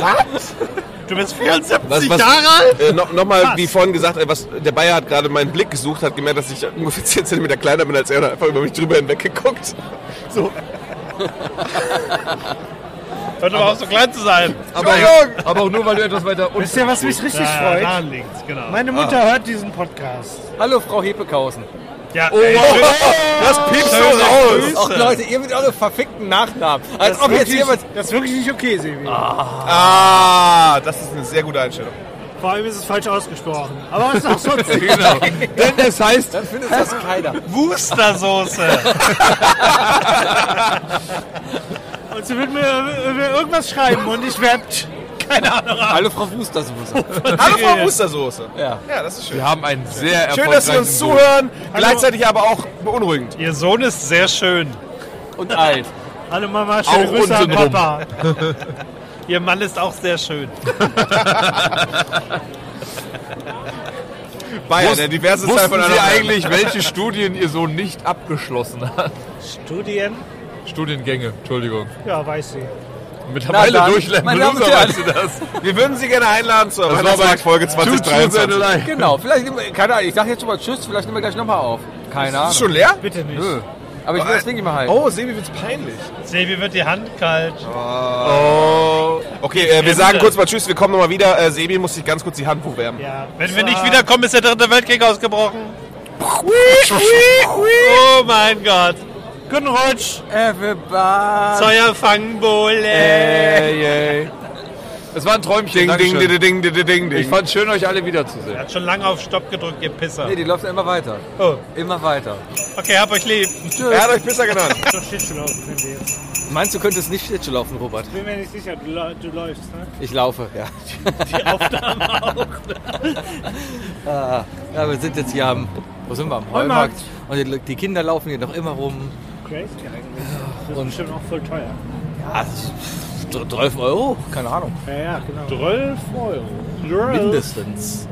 Speaker 4: Was? Du bist 74
Speaker 5: Was- was-
Speaker 4: Jahre alt?
Speaker 2: Äh, noch, noch mal,
Speaker 4: Krass.
Speaker 2: wie vorhin gesagt, äh, was, der Bayer hat gerade meinen Blick gesucht, hat gemerkt, dass ich ungefähr 10 cm kleiner bin als er und hat einfach über mich drüber hinweg geguckt. So,
Speaker 4: Hört aber auch so klein zu sein.
Speaker 5: Aber,
Speaker 2: Entschuldigung.
Speaker 5: aber auch nur, weil du etwas weiter unten
Speaker 6: Wisst ihr, was mich richtig freut?
Speaker 4: daran liegt's, genau.
Speaker 6: Meine Mutter hört diesen Podcast.
Speaker 3: Hallo, Frau Hepekausen.
Speaker 4: Ja,
Speaker 5: Oh,
Speaker 4: ey,
Speaker 5: wow.
Speaker 2: das piepst so
Speaker 4: Schöne
Speaker 2: raus.
Speaker 4: Grüße.
Speaker 3: Ach Leute, ihr mit eurem verfickten Nachnamen. Als ob jetzt jemand...
Speaker 6: das ist wirklich nicht okay, Sebi.
Speaker 2: Ah, das ist eine sehr gute Einstellung.
Speaker 6: Vor allem ist es falsch ausgesprochen. Aber was ist auch sonst?
Speaker 5: genau. Denn es heißt
Speaker 3: Dann findet das keiner.
Speaker 4: Wustersoße.
Speaker 6: Und sie wird mir äh, will irgendwas schreiben und ich werde.
Speaker 4: Keine Ahnung.
Speaker 3: Hallo, Frau Wustersoße.
Speaker 2: Hallo Frau Wustersoße.
Speaker 3: Ja.
Speaker 2: ja, das ist schön.
Speaker 5: Wir haben einen sehr erfolgreichen
Speaker 2: Schön, dass Sie uns
Speaker 5: Sohn.
Speaker 2: zuhören, gleichzeitig aber auch beunruhigend.
Speaker 4: Ihr Sohn ist sehr schön.
Speaker 3: Und alt.
Speaker 6: Hallo Mama, schöne
Speaker 5: Auch
Speaker 6: Grüße an
Speaker 5: untenrum.
Speaker 6: Papa.
Speaker 4: Ihr Mann ist auch sehr schön.
Speaker 2: Bayer,
Speaker 5: Wussten,
Speaker 2: der diverse Teil von
Speaker 5: wussten Sie
Speaker 2: einer
Speaker 5: eigentlich, welche Studien Ihr Sohn nicht abgeschlossen hat?
Speaker 6: Studien?
Speaker 5: Studiengänge, Entschuldigung.
Speaker 6: Ja, weiß sie.
Speaker 5: Mittlerweile
Speaker 3: Na dann,
Speaker 5: durchlernen,
Speaker 3: meine Damen und
Speaker 5: Loser,
Speaker 3: Herren.
Speaker 5: weißt du das?
Speaker 2: Wir würden Sie gerne einladen zur
Speaker 5: Das war bei
Speaker 2: Weihnachtsmarktfolge
Speaker 5: Two Truths and a
Speaker 2: 2023.
Speaker 5: Lie.
Speaker 3: Genau, vielleicht... nehmen wir- Keine Ahnung, ich sag jetzt schon mal Tschüss, vielleicht nehmen wir gleich nochmal auf. Keine
Speaker 2: Ist
Speaker 3: Ahnung.
Speaker 2: schon leer?
Speaker 6: Bitte nicht.
Speaker 3: Nö. Aber ich will das Ding immer halten.
Speaker 2: Oh, Sebi wird's peinlich.
Speaker 4: Sebi wird die Hand kalt.
Speaker 5: Oh,
Speaker 2: Okay, äh, wir
Speaker 4: bitte.
Speaker 2: sagen kurz mal Tschüss, wir kommen nochmal wieder. Äh, Sebi muss sich ganz kurz die Hand hochwärmen.
Speaker 6: Ja,
Speaker 4: Wenn wir nicht wiederkommen, ist der dritte Weltkrieg ausgebrochen. Oh mein Gott. Guten Rutsch.
Speaker 3: Everybody. Äh.
Speaker 4: Zeuer Fangbowle.
Speaker 5: ey, ey. Es war ein Träumchen.
Speaker 2: Ding, ding,
Speaker 5: Dankeschön.
Speaker 2: ding, ding, ding, ding,
Speaker 5: Ich
Speaker 2: ding.
Speaker 5: fand es schön, euch alle wiederzusehen.
Speaker 4: Er hat schon lange auf Stopp gedrückt, ihr Pisser.
Speaker 3: Nee, die läuft ja immer weiter.
Speaker 4: Oh,
Speaker 3: Immer weiter.
Speaker 4: okay, hab euch lieb.
Speaker 2: Er hat euch Pisser genannt.
Speaker 6: doch Schlittschuh laufen, wenn wir jetzt.
Speaker 3: Meinst du, könntest nicht Schlittschuh laufen, Robert?
Speaker 6: Bin mir nicht sicher, du, lau- du läufst, ne?
Speaker 3: Ich laufe, ja. Ah, ja, wir sind jetzt hier am, wo sind wir, am Heumarkt. Und die, die Kinder laufen hier noch immer rum.
Speaker 6: Crazy eigentlich. Das ist
Speaker 3: Und-
Speaker 6: bestimmt auch voll teuer.
Speaker 3: Ja, das ist 12 Euro? Keine Ahnung.
Speaker 6: Ja, ja, genau. 12 Euro.
Speaker 3: Mindestens.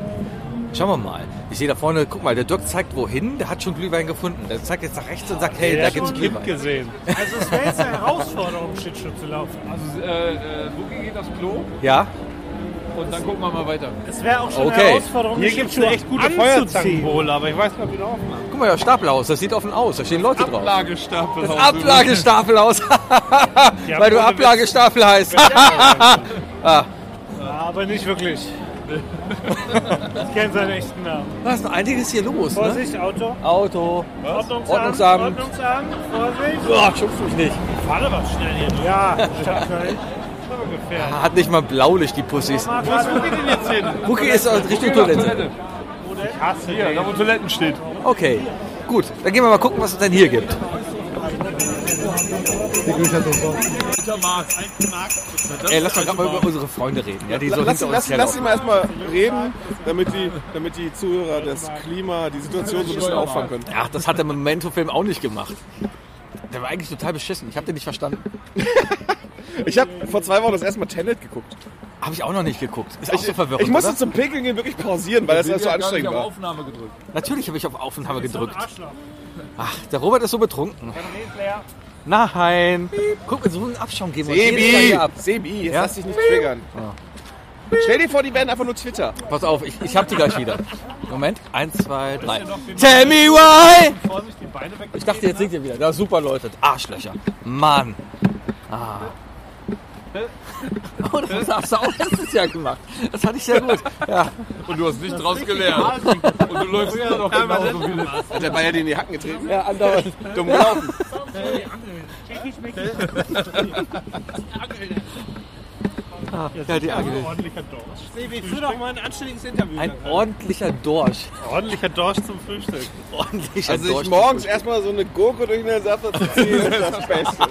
Speaker 3: Schauen wir mal. Ich sehe da vorne, guck mal, der Dirk zeigt wohin, der hat schon Glühwein gefunden. Der zeigt jetzt nach rechts und sagt, hey,
Speaker 4: Der
Speaker 3: da
Speaker 4: hat
Speaker 3: gibt's
Speaker 4: schon Kind
Speaker 3: Glühwein.
Speaker 4: gesehen.
Speaker 6: Also es wäre jetzt eine Herausforderung, Schlittschuh zu laufen.
Speaker 5: Also, äh, Wookie geht aufs Klo
Speaker 3: Ja?
Speaker 5: und dann gucken wir mal weiter.
Speaker 6: Es wäre auch schon
Speaker 3: Okay.
Speaker 6: eine Herausforderung,
Speaker 4: Hier gibt's eine echt gute Feuerzangenbowle, aber ich weiß nicht, ob die da aufmachen.
Speaker 3: Guck mal, das Stapelhaus, das sieht offen aus, da stehen Leute drauf.
Speaker 5: Ablagestapel.
Speaker 3: Das Ablagestapelhaus. Weil du
Speaker 4: ohne Witz.
Speaker 3: Ablagestapel heißt.
Speaker 6: Aber nicht wirklich. Ich kenne seinen echten Namen.
Speaker 3: Da ist noch einiges hier los, ne?
Speaker 6: Vorsicht, Auto.
Speaker 3: Auto.
Speaker 6: Ordnungsamt.
Speaker 3: Ordnungsamt.
Speaker 6: Ordnungsamt. Vorsicht.
Speaker 3: Boah, schubst mich nicht.
Speaker 4: Fahr doch mal schnell hier. durch.
Speaker 6: Ja, Stadt Köln.
Speaker 3: Ah, Hat nicht mal Blaulicht, die Pussys.
Speaker 4: Was, wo geht denn jetzt hin?
Speaker 3: Cookie ist aus Richtung Toilette.
Speaker 4: Ich hasse
Speaker 5: Ja, da wo Toiletten steht.
Speaker 3: Okay, gut. Dann gehen wir mal gucken, was es denn hier gibt. Ey, lass doch gerade mal über unsere Freunde reden, ja, die so
Speaker 2: Lass,
Speaker 3: hinter
Speaker 2: lass,
Speaker 3: uns
Speaker 2: lass sie
Speaker 3: herlaufen.
Speaker 2: mal erstmal reden, damit die, damit die Zuhörer das Klima, die Situation so ein bisschen auffangen können.
Speaker 3: Ach, das hat der Memento-Film auch nicht gemacht. Der war eigentlich total beschissen. Ich habe den nicht verstanden.
Speaker 2: Ich habe vor zwei Wochen das erste Mal Tenet geguckt.
Speaker 3: Habe ich auch noch nicht geguckt. Ist auch so verwirrend.
Speaker 2: Ich musste
Speaker 3: oder?
Speaker 2: zum Pinkeln gehen wirklich pausieren, weil das so anstrengend war.
Speaker 5: Aufnahme gedrückt.
Speaker 3: Natürlich habe ich auf Aufnahme gedrückt.
Speaker 6: Arschloch.
Speaker 3: Ach, der Robert ist so betrunken. Nein. Guck mal, so einen Abschaum geben wir uns jedes Mal
Speaker 2: Sebi!
Speaker 3: hier ab.
Speaker 2: Sebi, jetzt
Speaker 3: Ja?
Speaker 2: lass dich nicht triggern. Stell dir vor, die werden einfach nur Twitter.
Speaker 3: Pass auf, ich, ich hab die gleich wieder. Moment, eins, zwei, drei. Tell me why!
Speaker 2: Ah.
Speaker 3: Ich dachte, jetzt singt ihr wieder. Da super Leute. Arschlöcher. Mann. Oh, das hast du auch letztes Jahr gemacht. Das hatte ich sehr gut. Ja.
Speaker 5: Und du hast nicht draus gelernt. Und du läufst immer noch genauso wie letztes
Speaker 2: Hat der Bayer den in die Hacken getreten?
Speaker 3: Ja, andauernd.
Speaker 2: Dumm gelaufen.
Speaker 3: Ja, die Angel.
Speaker 4: Ordentlicher Dorsch.
Speaker 6: Sebi, führ doch mal ein anständiges Interview.
Speaker 3: Ein ordentlicher Dorsch.
Speaker 4: Ordentlicher Dorsch zum Frühstück.
Speaker 3: Ordentlicher
Speaker 2: Also ich
Speaker 3: Dorsch.
Speaker 2: morgens erstmal so eine Gurke durch den Saft zu ziehen, ist das Beste.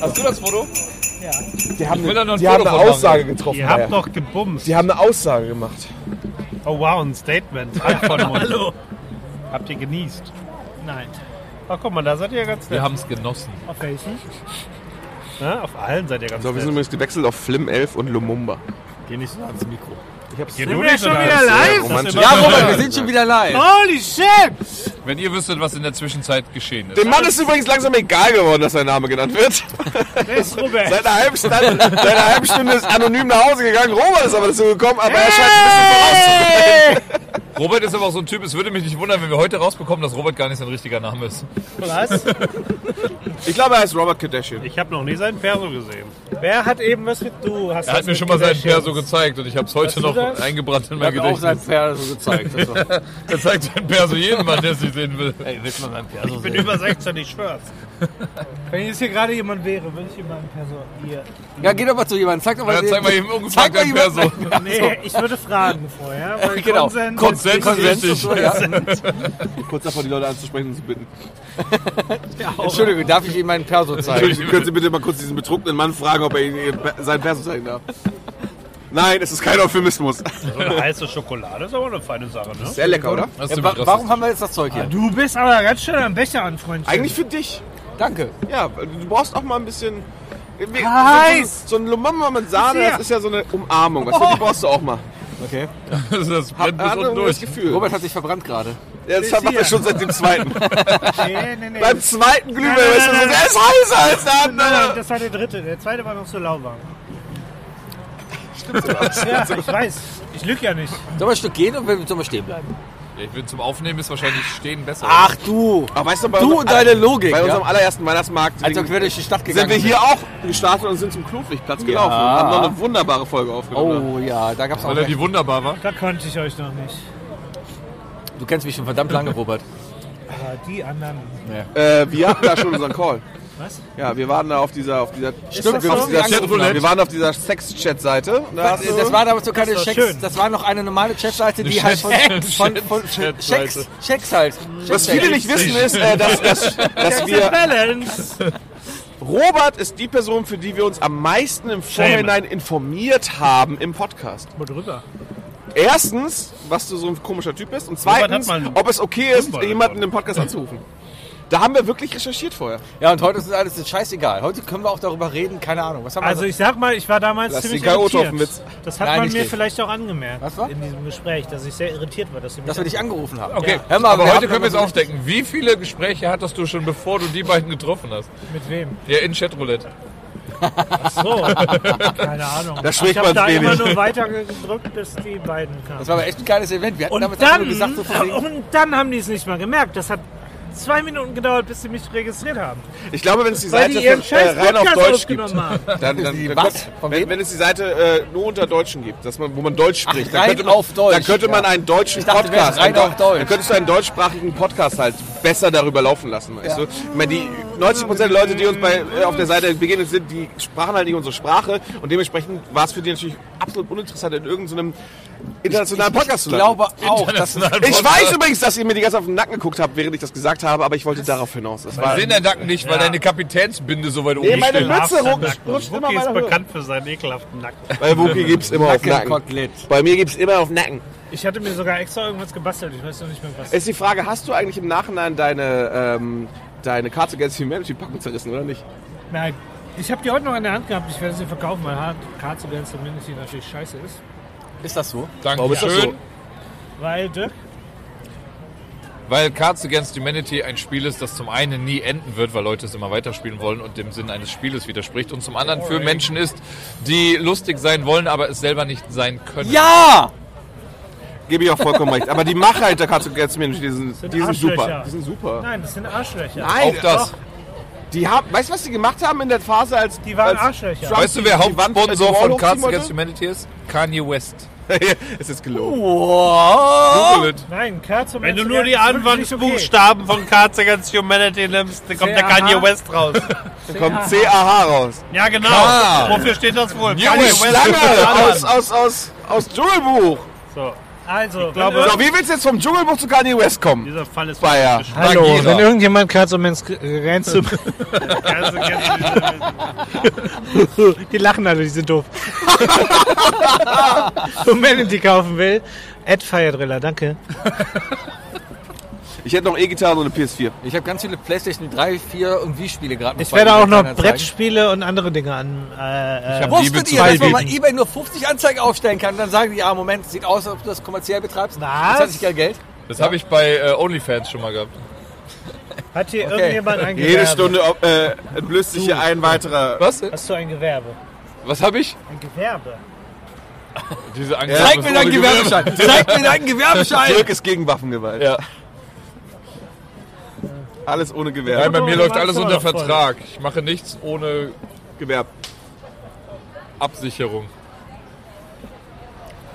Speaker 2: Hast du das Foto?
Speaker 7: Die haben,
Speaker 5: will da noch ein
Speaker 7: die haben
Speaker 5: Foto
Speaker 7: eine
Speaker 5: von machen.
Speaker 7: Aussage
Speaker 2: Oh,
Speaker 7: getroffen.
Speaker 4: Ihr
Speaker 7: Bayer.
Speaker 4: habt doch gebumst.
Speaker 7: Die haben eine Aussage gemacht.
Speaker 4: Oh wow, ein Statement. Halt von Hallo. Habt ihr genießt?
Speaker 6: Nein.
Speaker 4: Ach guck mal, da seid ihr ja ganz
Speaker 5: Wir
Speaker 4: nett.
Speaker 5: haben es genossen.
Speaker 6: Auf welchen?
Speaker 4: Ne? Auf allen seid ihr ganz
Speaker 2: So, wir sind
Speaker 4: nett.
Speaker 2: übrigens gewechselt auf Flim 11 und Lumumba.
Speaker 4: Geh nicht so ans Mikro. Ich hab's
Speaker 6: Sind wir schon wieder
Speaker 2: Ja,
Speaker 6: live?
Speaker 2: romantisch.
Speaker 3: Ja, Robert, wir sind schon wieder live.
Speaker 6: Holy shit!
Speaker 5: Wenn ihr wüsstet, was in der Zwischenzeit geschehen ist.
Speaker 2: Dem Mann ist übrigens langsam egal geworden, dass sein Name genannt wird.
Speaker 6: Wer ist Robert?
Speaker 2: Seit einer halben Stunde, seit einer halben Stunde ist anonym nach Hause gegangen. Robert ist aber dazu gekommen, aber er scheint ein bisschen voraus zu sein.
Speaker 5: Robert ist aber auch so ein Typ, es würde mich nicht wundern, wenn wir heute rausbekommen, dass Robert gar nicht sein richtiger Name ist.
Speaker 4: Was?
Speaker 2: Ich glaube, er heißt Robert Kardashian.
Speaker 4: Ich habe noch nie seinen Perso gesehen.
Speaker 6: Wer hat eben was mit du? Hast
Speaker 5: Er hat
Speaker 6: was
Speaker 5: mir
Speaker 6: mit
Speaker 5: schon mal seinen
Speaker 6: Kardashians?
Speaker 5: Perso gezeigt und ich habe es heute
Speaker 6: du
Speaker 5: noch
Speaker 6: das?
Speaker 5: eingebrannt in
Speaker 3: Ich
Speaker 5: mein
Speaker 3: habe auch sein
Speaker 5: Gedächtnis.
Speaker 3: Pferd so gezeigt. Das war-
Speaker 5: Er zeigt seinen Perso jedem Mann, der es nicht sehen will.
Speaker 3: Ey, willst du mal mein Pferd so
Speaker 4: Ich bin
Speaker 3: sehen?
Speaker 4: über 16, ich schwör's.
Speaker 6: Wenn jetzt hier gerade jemand wäre, würde ich ihm mal einen Person hier.
Speaker 3: Ja, geh doch mal zu jemandem. Zeig doch mal
Speaker 5: Ja, zeig mal jedem ungefragt dein Perso.
Speaker 6: Nee, ich würde fragen vorher. Weil
Speaker 3: Genau.
Speaker 6: Konsens
Speaker 5: Konsens
Speaker 6: ist wichtig.
Speaker 5: ist wichtig.
Speaker 3: So, ja.
Speaker 2: Kurz davor, die Leute anzusprechen und zu bitten.
Speaker 3: Entschuldigung, darf ich Ihnen meinen Perso zeigen?
Speaker 2: Entschuldigung, können Sie bitte mal kurz diesen betrunkenen Mann fragen, ob er Ihnen Ihr Pe- sein Perso zeigen darf? Nein, es ist kein Euphemismus.
Speaker 4: So eine heiße Schokolade ist aber eine feine Sache, ne?
Speaker 2: Sehr lecker, oder?
Speaker 5: Das ist
Speaker 3: Ja,
Speaker 5: ziemlich
Speaker 3: wa
Speaker 5: krass.
Speaker 3: warum haben wir jetzt das Zeug hier?
Speaker 6: Du bist aber ganz schön am Becher an, Freundchen.
Speaker 2: Eigentlich für dich.
Speaker 3: Danke.
Speaker 2: Ja, du brauchst auch mal ein bisschen. äh,
Speaker 6: Heiß!
Speaker 2: So ein Lumumba mit Sahne, das ist ja so eine Umarmung. Weißt du, die brauchst Oh. du auch mal.
Speaker 5: Das ist das
Speaker 2: Hab ein
Speaker 5: brennt bis unten
Speaker 2: anderes
Speaker 5: durch.
Speaker 2: Gefühl.
Speaker 3: Robert hat sich verbrannt gerade.
Speaker 2: ja, das macht er schon seit dem zweiten.
Speaker 6: Nee, nee, nee.
Speaker 2: Beim zweiten Glühwein
Speaker 6: Nein, nein,
Speaker 2: ist
Speaker 6: nein,
Speaker 2: es der ist heißer als der
Speaker 6: Nein, nein,
Speaker 2: andere.
Speaker 6: das war der dritte. Der zweite war noch so lauwarm. Stimmt. Ja, ich weiß. Ich lüge ja nicht.
Speaker 3: Sollen wir ein Stück gehen und wir- sollen wir stehen bleiben?
Speaker 5: Ja, ich will zum Aufnehmen ist wahrscheinlich stehen besser.
Speaker 3: Ach du!
Speaker 2: Aber weißt du, bei
Speaker 3: Du
Speaker 2: unserem
Speaker 3: und deine
Speaker 2: aller-
Speaker 3: Logik,
Speaker 2: Bei
Speaker 3: ja?
Speaker 2: unserem allerersten Weihnachtsmarkt
Speaker 3: Als ob
Speaker 2: sind
Speaker 3: wir durch die Stadt gegangen
Speaker 2: wir
Speaker 3: sind.
Speaker 2: hier auch gestartet und sind zum Klonflichtplatz gelaufen. Und haben noch eine wunderbare Folge aufgenommen.
Speaker 3: Oh ja, da gab's auch.
Speaker 5: Weil er die
Speaker 3: recht.
Speaker 5: wunderbar war.
Speaker 6: Da konnte ich euch noch nicht.
Speaker 3: Du kennst mich schon verdammt lange, Robert.
Speaker 6: Aber die anderen.
Speaker 2: Äh, wir hatten da schon unseren Call.
Speaker 6: Was?
Speaker 2: Ja, wir waren da auf dieser, auf dieser,
Speaker 6: das so?
Speaker 2: auf dieser
Speaker 5: Die Chatroulette?
Speaker 2: Wir waren auf dieser Sex-Chat-Seite. Da hast du-
Speaker 3: Das war damals so keine
Speaker 6: doch
Speaker 3: Checks.
Speaker 6: schön.
Speaker 3: Das war noch eine normale Chatseite, die
Speaker 5: Eine
Speaker 3: halt von,
Speaker 5: Chat-
Speaker 3: von, von, von
Speaker 5: Chat-
Speaker 3: Checks,
Speaker 5: Chatseite.
Speaker 3: Checks halt.
Speaker 2: Was viele nicht wissen ist, äh, dass, dass, dass wir
Speaker 6: Balance!
Speaker 2: Robert ist die Person, für die wir uns am meisten im Vorhinein informiert haben im Podcast.
Speaker 6: Wo drüber?
Speaker 2: Erstens, was du so ein komischer Typ bist und
Speaker 4: Robert hat
Speaker 2: zweitens,
Speaker 4: mal einen
Speaker 2: ob es okay ist,
Speaker 4: Fußball
Speaker 2: jemanden im Podcast anzurufen. Da haben wir wirklich recherchiert vorher.
Speaker 3: halt. Ja, und heute ist uns alles das scheißegal. Heute können wir auch darüber reden, keine Ahnung. Was haben wir
Speaker 6: Also ich sag mal, ich war damals
Speaker 2: Lass
Speaker 6: ziemlich
Speaker 2: den K.O.
Speaker 6: irritiert.
Speaker 2: tropfen, Witz.
Speaker 6: Das hat
Speaker 3: Nein,
Speaker 6: man
Speaker 3: nicht
Speaker 6: mir
Speaker 3: den.
Speaker 6: vielleicht auch angemerkt.
Speaker 3: Was war?
Speaker 6: In diesem Gespräch, dass ich sehr irritiert war, dass sie mich
Speaker 3: dass wir dich angerufen haben.
Speaker 5: Okay,
Speaker 3: Hör mal,
Speaker 5: aber
Speaker 3: wir
Speaker 5: heute
Speaker 3: haben
Speaker 5: können wir es
Speaker 3: noch-
Speaker 5: aufdecken. Wie viele Gespräche hattest du schon, bevor du die beiden getroffen hast?
Speaker 6: Mit wem?
Speaker 5: Ja, in Chatroulette.
Speaker 6: So. Keine Ahnung.
Speaker 2: Da schlägt
Speaker 6: ich habe
Speaker 2: man's
Speaker 6: da immer
Speaker 2: wenig.
Speaker 6: nur weiter gedrückt, bis die beiden kamen.
Speaker 3: Das war aber echt ein geiles Event. Wir hatten
Speaker 6: Und
Speaker 3: damals einfach
Speaker 6: dann,
Speaker 3: nur gesagt, so von wegen,
Speaker 6: und dann haben die es nicht mal gemerkt. Das hat zwei Minuten gedauert, bis sie mich registriert haben.
Speaker 2: Ich glaube, wenn es die
Speaker 6: Weil
Speaker 2: Seite
Speaker 6: die ihren
Speaker 2: von, äh,
Speaker 6: scheiß
Speaker 2: rein auf
Speaker 6: Podcast
Speaker 2: Deutsch gibt,
Speaker 6: aufgenommen haben.
Speaker 2: dann, dann,
Speaker 3: Die
Speaker 2: dann
Speaker 3: was? Von wem?
Speaker 2: wenn, wenn es die Seite äh, nur unter Deutschen gibt, dass man, wo man Deutsch spricht,
Speaker 3: rein
Speaker 2: dann könnte man,
Speaker 3: auf Deutsch,
Speaker 2: dann könnte man
Speaker 3: ja.
Speaker 2: einen deutschen
Speaker 3: Ich dachte, wir
Speaker 2: Podcast,
Speaker 3: wären
Speaker 2: einen
Speaker 3: rein
Speaker 2: Deu-
Speaker 3: auf Deutsch.
Speaker 2: dann könntest du einen deutschsprachigen Podcast halt besser darüber laufen lassen. Weißt du? Ich meine, die 90 der Leute, die uns bei, äh, auf der Seite begegnet sind, die sprachen halt nicht unsere Sprache und dementsprechend war es für die natürlich absolut uninteressant, in irgendeinem internationalen Podcast zu
Speaker 3: ich
Speaker 2: landen.
Speaker 3: glaube auch, dass es
Speaker 2: Ich weiß übrigens, dass ihr mir die ganze Zeit auf den Nacken geguckt habt, während ich das gesagt habe, aber ich wollte darauf hinaus. Das war
Speaker 5: Sehen deinen Nacken nicht, weil deine Kapitänsbinde so weit oben
Speaker 2: Nee,
Speaker 5: steht.
Speaker 2: meine Mütze rutscht, rutscht immer
Speaker 4: Wookie ist
Speaker 2: weiter höher.
Speaker 4: bekannt für seinen ekelhaften Nacken.
Speaker 2: Bei Wookie gibt's immer auf
Speaker 3: Nacken,
Speaker 2: Nacken.
Speaker 3: Kotelett.
Speaker 2: Bei mir gibt's immer auf Nacken.
Speaker 6: Ich hatte mir sogar extra irgendwas gebastelt. Ich weiß noch nicht mehr was.
Speaker 2: Ist die Frage, hast du eigentlich im Nachhinein deine, ähm, deine Cards Against Humanity Packung zerrissen oder nicht?
Speaker 6: Nein. Ich habe die heute noch in der Hand gehabt. Ich werde sie verkaufen, weil Hard Cards Against Humanity natürlich scheiße ist.
Speaker 3: Ist das so?
Speaker 2: Warum ist das so?
Speaker 5: Dankeschön.
Speaker 6: Weil Dirk
Speaker 5: Weil Cards Against Humanity ein Spiel ist, das zum einen nie enden wird, weil Leute es immer weiterspielen wollen und dem Sinn eines Spieles widerspricht und zum anderen für Menschen ist, die lustig sein wollen, aber es selber nicht sein können.
Speaker 3: Ja!
Speaker 2: Gebe ich auch vollkommen recht. Aber die Macher der Cards Against Humanity, die sind,
Speaker 6: Sind
Speaker 2: die sind super.
Speaker 6: Arschlöcher.
Speaker 2: Die sind super.
Speaker 6: Nein, das sind Arschlöcher.
Speaker 5: Auch das.
Speaker 2: Die haben, weißt du, was die gemacht haben in der Phase, als
Speaker 6: Die waren
Speaker 2: als
Speaker 6: Arschlöcher.
Speaker 2: Trump
Speaker 5: Weißt du, wer
Speaker 2: die Wand- äh, die
Speaker 5: Hauptsponsor
Speaker 2: Wall
Speaker 5: von Cards
Speaker 2: hochziehen
Speaker 5: Against Humanity ist? Kanye West.
Speaker 2: wollte? es ist gelogen. Oh!
Speaker 5: Google it.
Speaker 6: Nein, Kerze
Speaker 4: Wenn du nur die Anfangsbuchstaben von Cards Against Humanity nimmst, dann kommt der
Speaker 6: CAH.
Speaker 4: Kanye West raus.
Speaker 2: Kommt CAH raus.
Speaker 4: Ja, genau.
Speaker 5: Klar.
Speaker 4: Wofür steht das wohl?
Speaker 5: Ja,
Speaker 4: Kanye
Speaker 5: die
Speaker 4: West
Speaker 2: Schlange
Speaker 4: und
Speaker 2: aus,
Speaker 4: anderen.
Speaker 2: aus, aus, aus Dschungelbuch.
Speaker 4: So,
Speaker 6: Also, ich
Speaker 4: glaube-
Speaker 2: So, wie willst du jetzt vom Dschungelbuch zu Kanye West kommen?
Speaker 4: dieser Fall ist
Speaker 2: Bayer.
Speaker 6: Hallo,
Speaker 5: Bagheera.
Speaker 6: wenn irgendjemand Kerze Grenze.
Speaker 4: Cards Against Humanity.
Speaker 6: die lachen alle, die sind doof. Und wenn ihr die kaufen will, Ad Fire Driller, danke.
Speaker 2: Ich hätte noch E-Gitarre und eine PS4.
Speaker 3: Ich habe ganz viele Playstation 3, 4 und Wii-Spiele gerade.
Speaker 6: Ich werde auch noch
Speaker 3: Brettspiele.
Speaker 6: Brettspiele und andere Dinge an. Äh, äh,
Speaker 3: Wusstet ihr, dass man bei
Speaker 6: Zwei
Speaker 3: eBay nur 50 Anzeigen aufstellen kann? Dann sagen die, ja, Moment, sieht aus, als ob du das kommerziell betreibst.
Speaker 6: Was?
Speaker 3: Das hat sich ja Geld.
Speaker 5: Das habe ich bei äh, OnlyFans schon mal gehabt.
Speaker 6: Hat hier irgendjemand ein Gewerbe?
Speaker 2: Jede Stunde äh, entblößt sich hier ein weiterer.
Speaker 5: Was?
Speaker 6: Hast du ein Gewerbe?
Speaker 5: Was habe ich?
Speaker 6: Ein Gewerbe?
Speaker 5: Diese Angst.
Speaker 2: Ja.
Speaker 5: haben
Speaker 3: Zeig
Speaker 5: wir
Speaker 3: mir deinen
Speaker 5: ohne
Speaker 3: Gewerbeschein. Zeig mir deinen Gewerbeschein.
Speaker 2: Dirk ist gegen Waffengewalt.
Speaker 5: Ja.
Speaker 2: Alles ohne Gewehr.
Speaker 5: Nein, bei mir
Speaker 6: Oder
Speaker 5: läuft
Speaker 6: machst
Speaker 5: alles
Speaker 6: du
Speaker 5: unter
Speaker 6: noch voll?
Speaker 5: Vertrag. Ich mache nichts ohne
Speaker 2: Gewerb.
Speaker 5: Absicherung.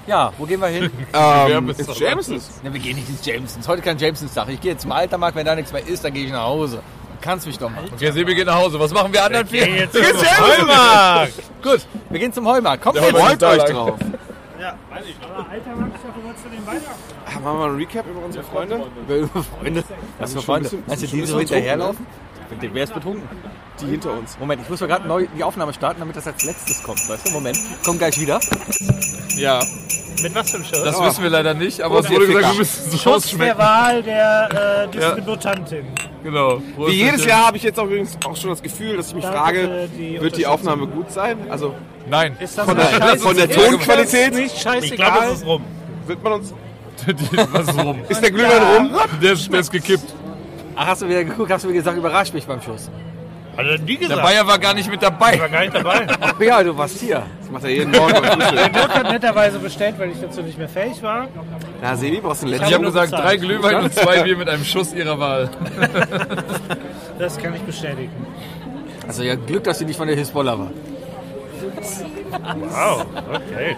Speaker 3: Ja, wo gehen wir hin?
Speaker 5: Gewerbe
Speaker 2: Ähm,
Speaker 5: ist
Speaker 2: ist
Speaker 5: doch-
Speaker 2: Jamesons.
Speaker 3: Ne, wir gehen nicht ins Jamesons. Heute kein Jamesons-Tag. Ich gehe jetzt zum Altermarkt. Wenn da nichts mehr ist, dann gehe ich nach Hause. Du kannst mich doch mal.
Speaker 5: Okay, Sebi geht nach Hause. Was machen wir anderen vier?
Speaker 4: Jetzt
Speaker 2: Ist
Speaker 4: ist
Speaker 2: Jamesons.
Speaker 3: Gut, wir gehen zum Heumarkt. Kommt
Speaker 5: Der
Speaker 3: jetzt.
Speaker 5: Heumarkt.
Speaker 2: Freut euch drauf.
Speaker 6: Aber alter Mann, ich hoffe, wolltest du den Weihnachten.
Speaker 2: Machen wir mal einen Recap über unsere Freunde?
Speaker 3: Freunde, was für Freunde. Als die so hinterherlaufen, wer ist betrunken?
Speaker 2: Die hinter uns.
Speaker 3: Moment, ich muss mal gerade neu die Aufnahme starten, damit das als letztes kommt. Weißt du, Moment, komm gleich wieder.
Speaker 5: Ja,
Speaker 4: Mit was für einem Shirt?
Speaker 5: das wissen wir leider nicht, aber es wurde gesagt, wir müssen so
Speaker 6: Schutz der
Speaker 5: rausschmecken.
Speaker 6: Wahl der äh, Distributantin.
Speaker 5: Genau. Wo
Speaker 2: Wie
Speaker 5: ist
Speaker 2: jedes
Speaker 5: das
Speaker 2: Jahr habe ich jetzt auch übrigens auch schon das Gefühl, dass ich mich
Speaker 6: Da
Speaker 2: frage,
Speaker 6: bitte
Speaker 2: wird
Speaker 6: die
Speaker 2: die
Speaker 6: Unterstützung.
Speaker 2: Aufnahme gut sein? Also
Speaker 5: denn? Nein.
Speaker 6: Ist das
Speaker 2: von
Speaker 6: eine
Speaker 2: der,
Speaker 6: Scheiße?
Speaker 2: von der
Speaker 6: Ist das
Speaker 2: Tonqualität
Speaker 6: nicht
Speaker 4: Ich glaube,
Speaker 6: scheißegal.
Speaker 4: es ist rum.
Speaker 2: wird man uns.
Speaker 5: Die- Was ist rum?
Speaker 2: Ist der Glühwein rum?
Speaker 5: Der ist, der ist gekippt.
Speaker 3: Ach, hast du wieder geguckt, hast du mir gesagt, überrasch mich beim Schuss.
Speaker 4: Hat er nie
Speaker 5: Der
Speaker 4: gesagt.
Speaker 5: Bayer war gar nicht mit
Speaker 4: Ich war
Speaker 5: dabei.
Speaker 4: gar nicht dabei.
Speaker 3: Ach ja, du warst hier.
Speaker 2: Das macht er jeden Morgen. beim Frühstück.
Speaker 6: Dirk hat netterweise bestellt, weil ich dazu nicht mehr fähig war.
Speaker 2: Na, Sebi, brauchst du ein
Speaker 5: Ich
Speaker 2: Lätzchen?
Speaker 5: habe gesagt, drei Glühwein und zwei Bier mit einem Schuss ihrer Wahl.
Speaker 6: Das kann ich bestätigen.
Speaker 3: Also ja, Glück, dass sie nicht von der Hisbollah war.
Speaker 4: Wow, okay.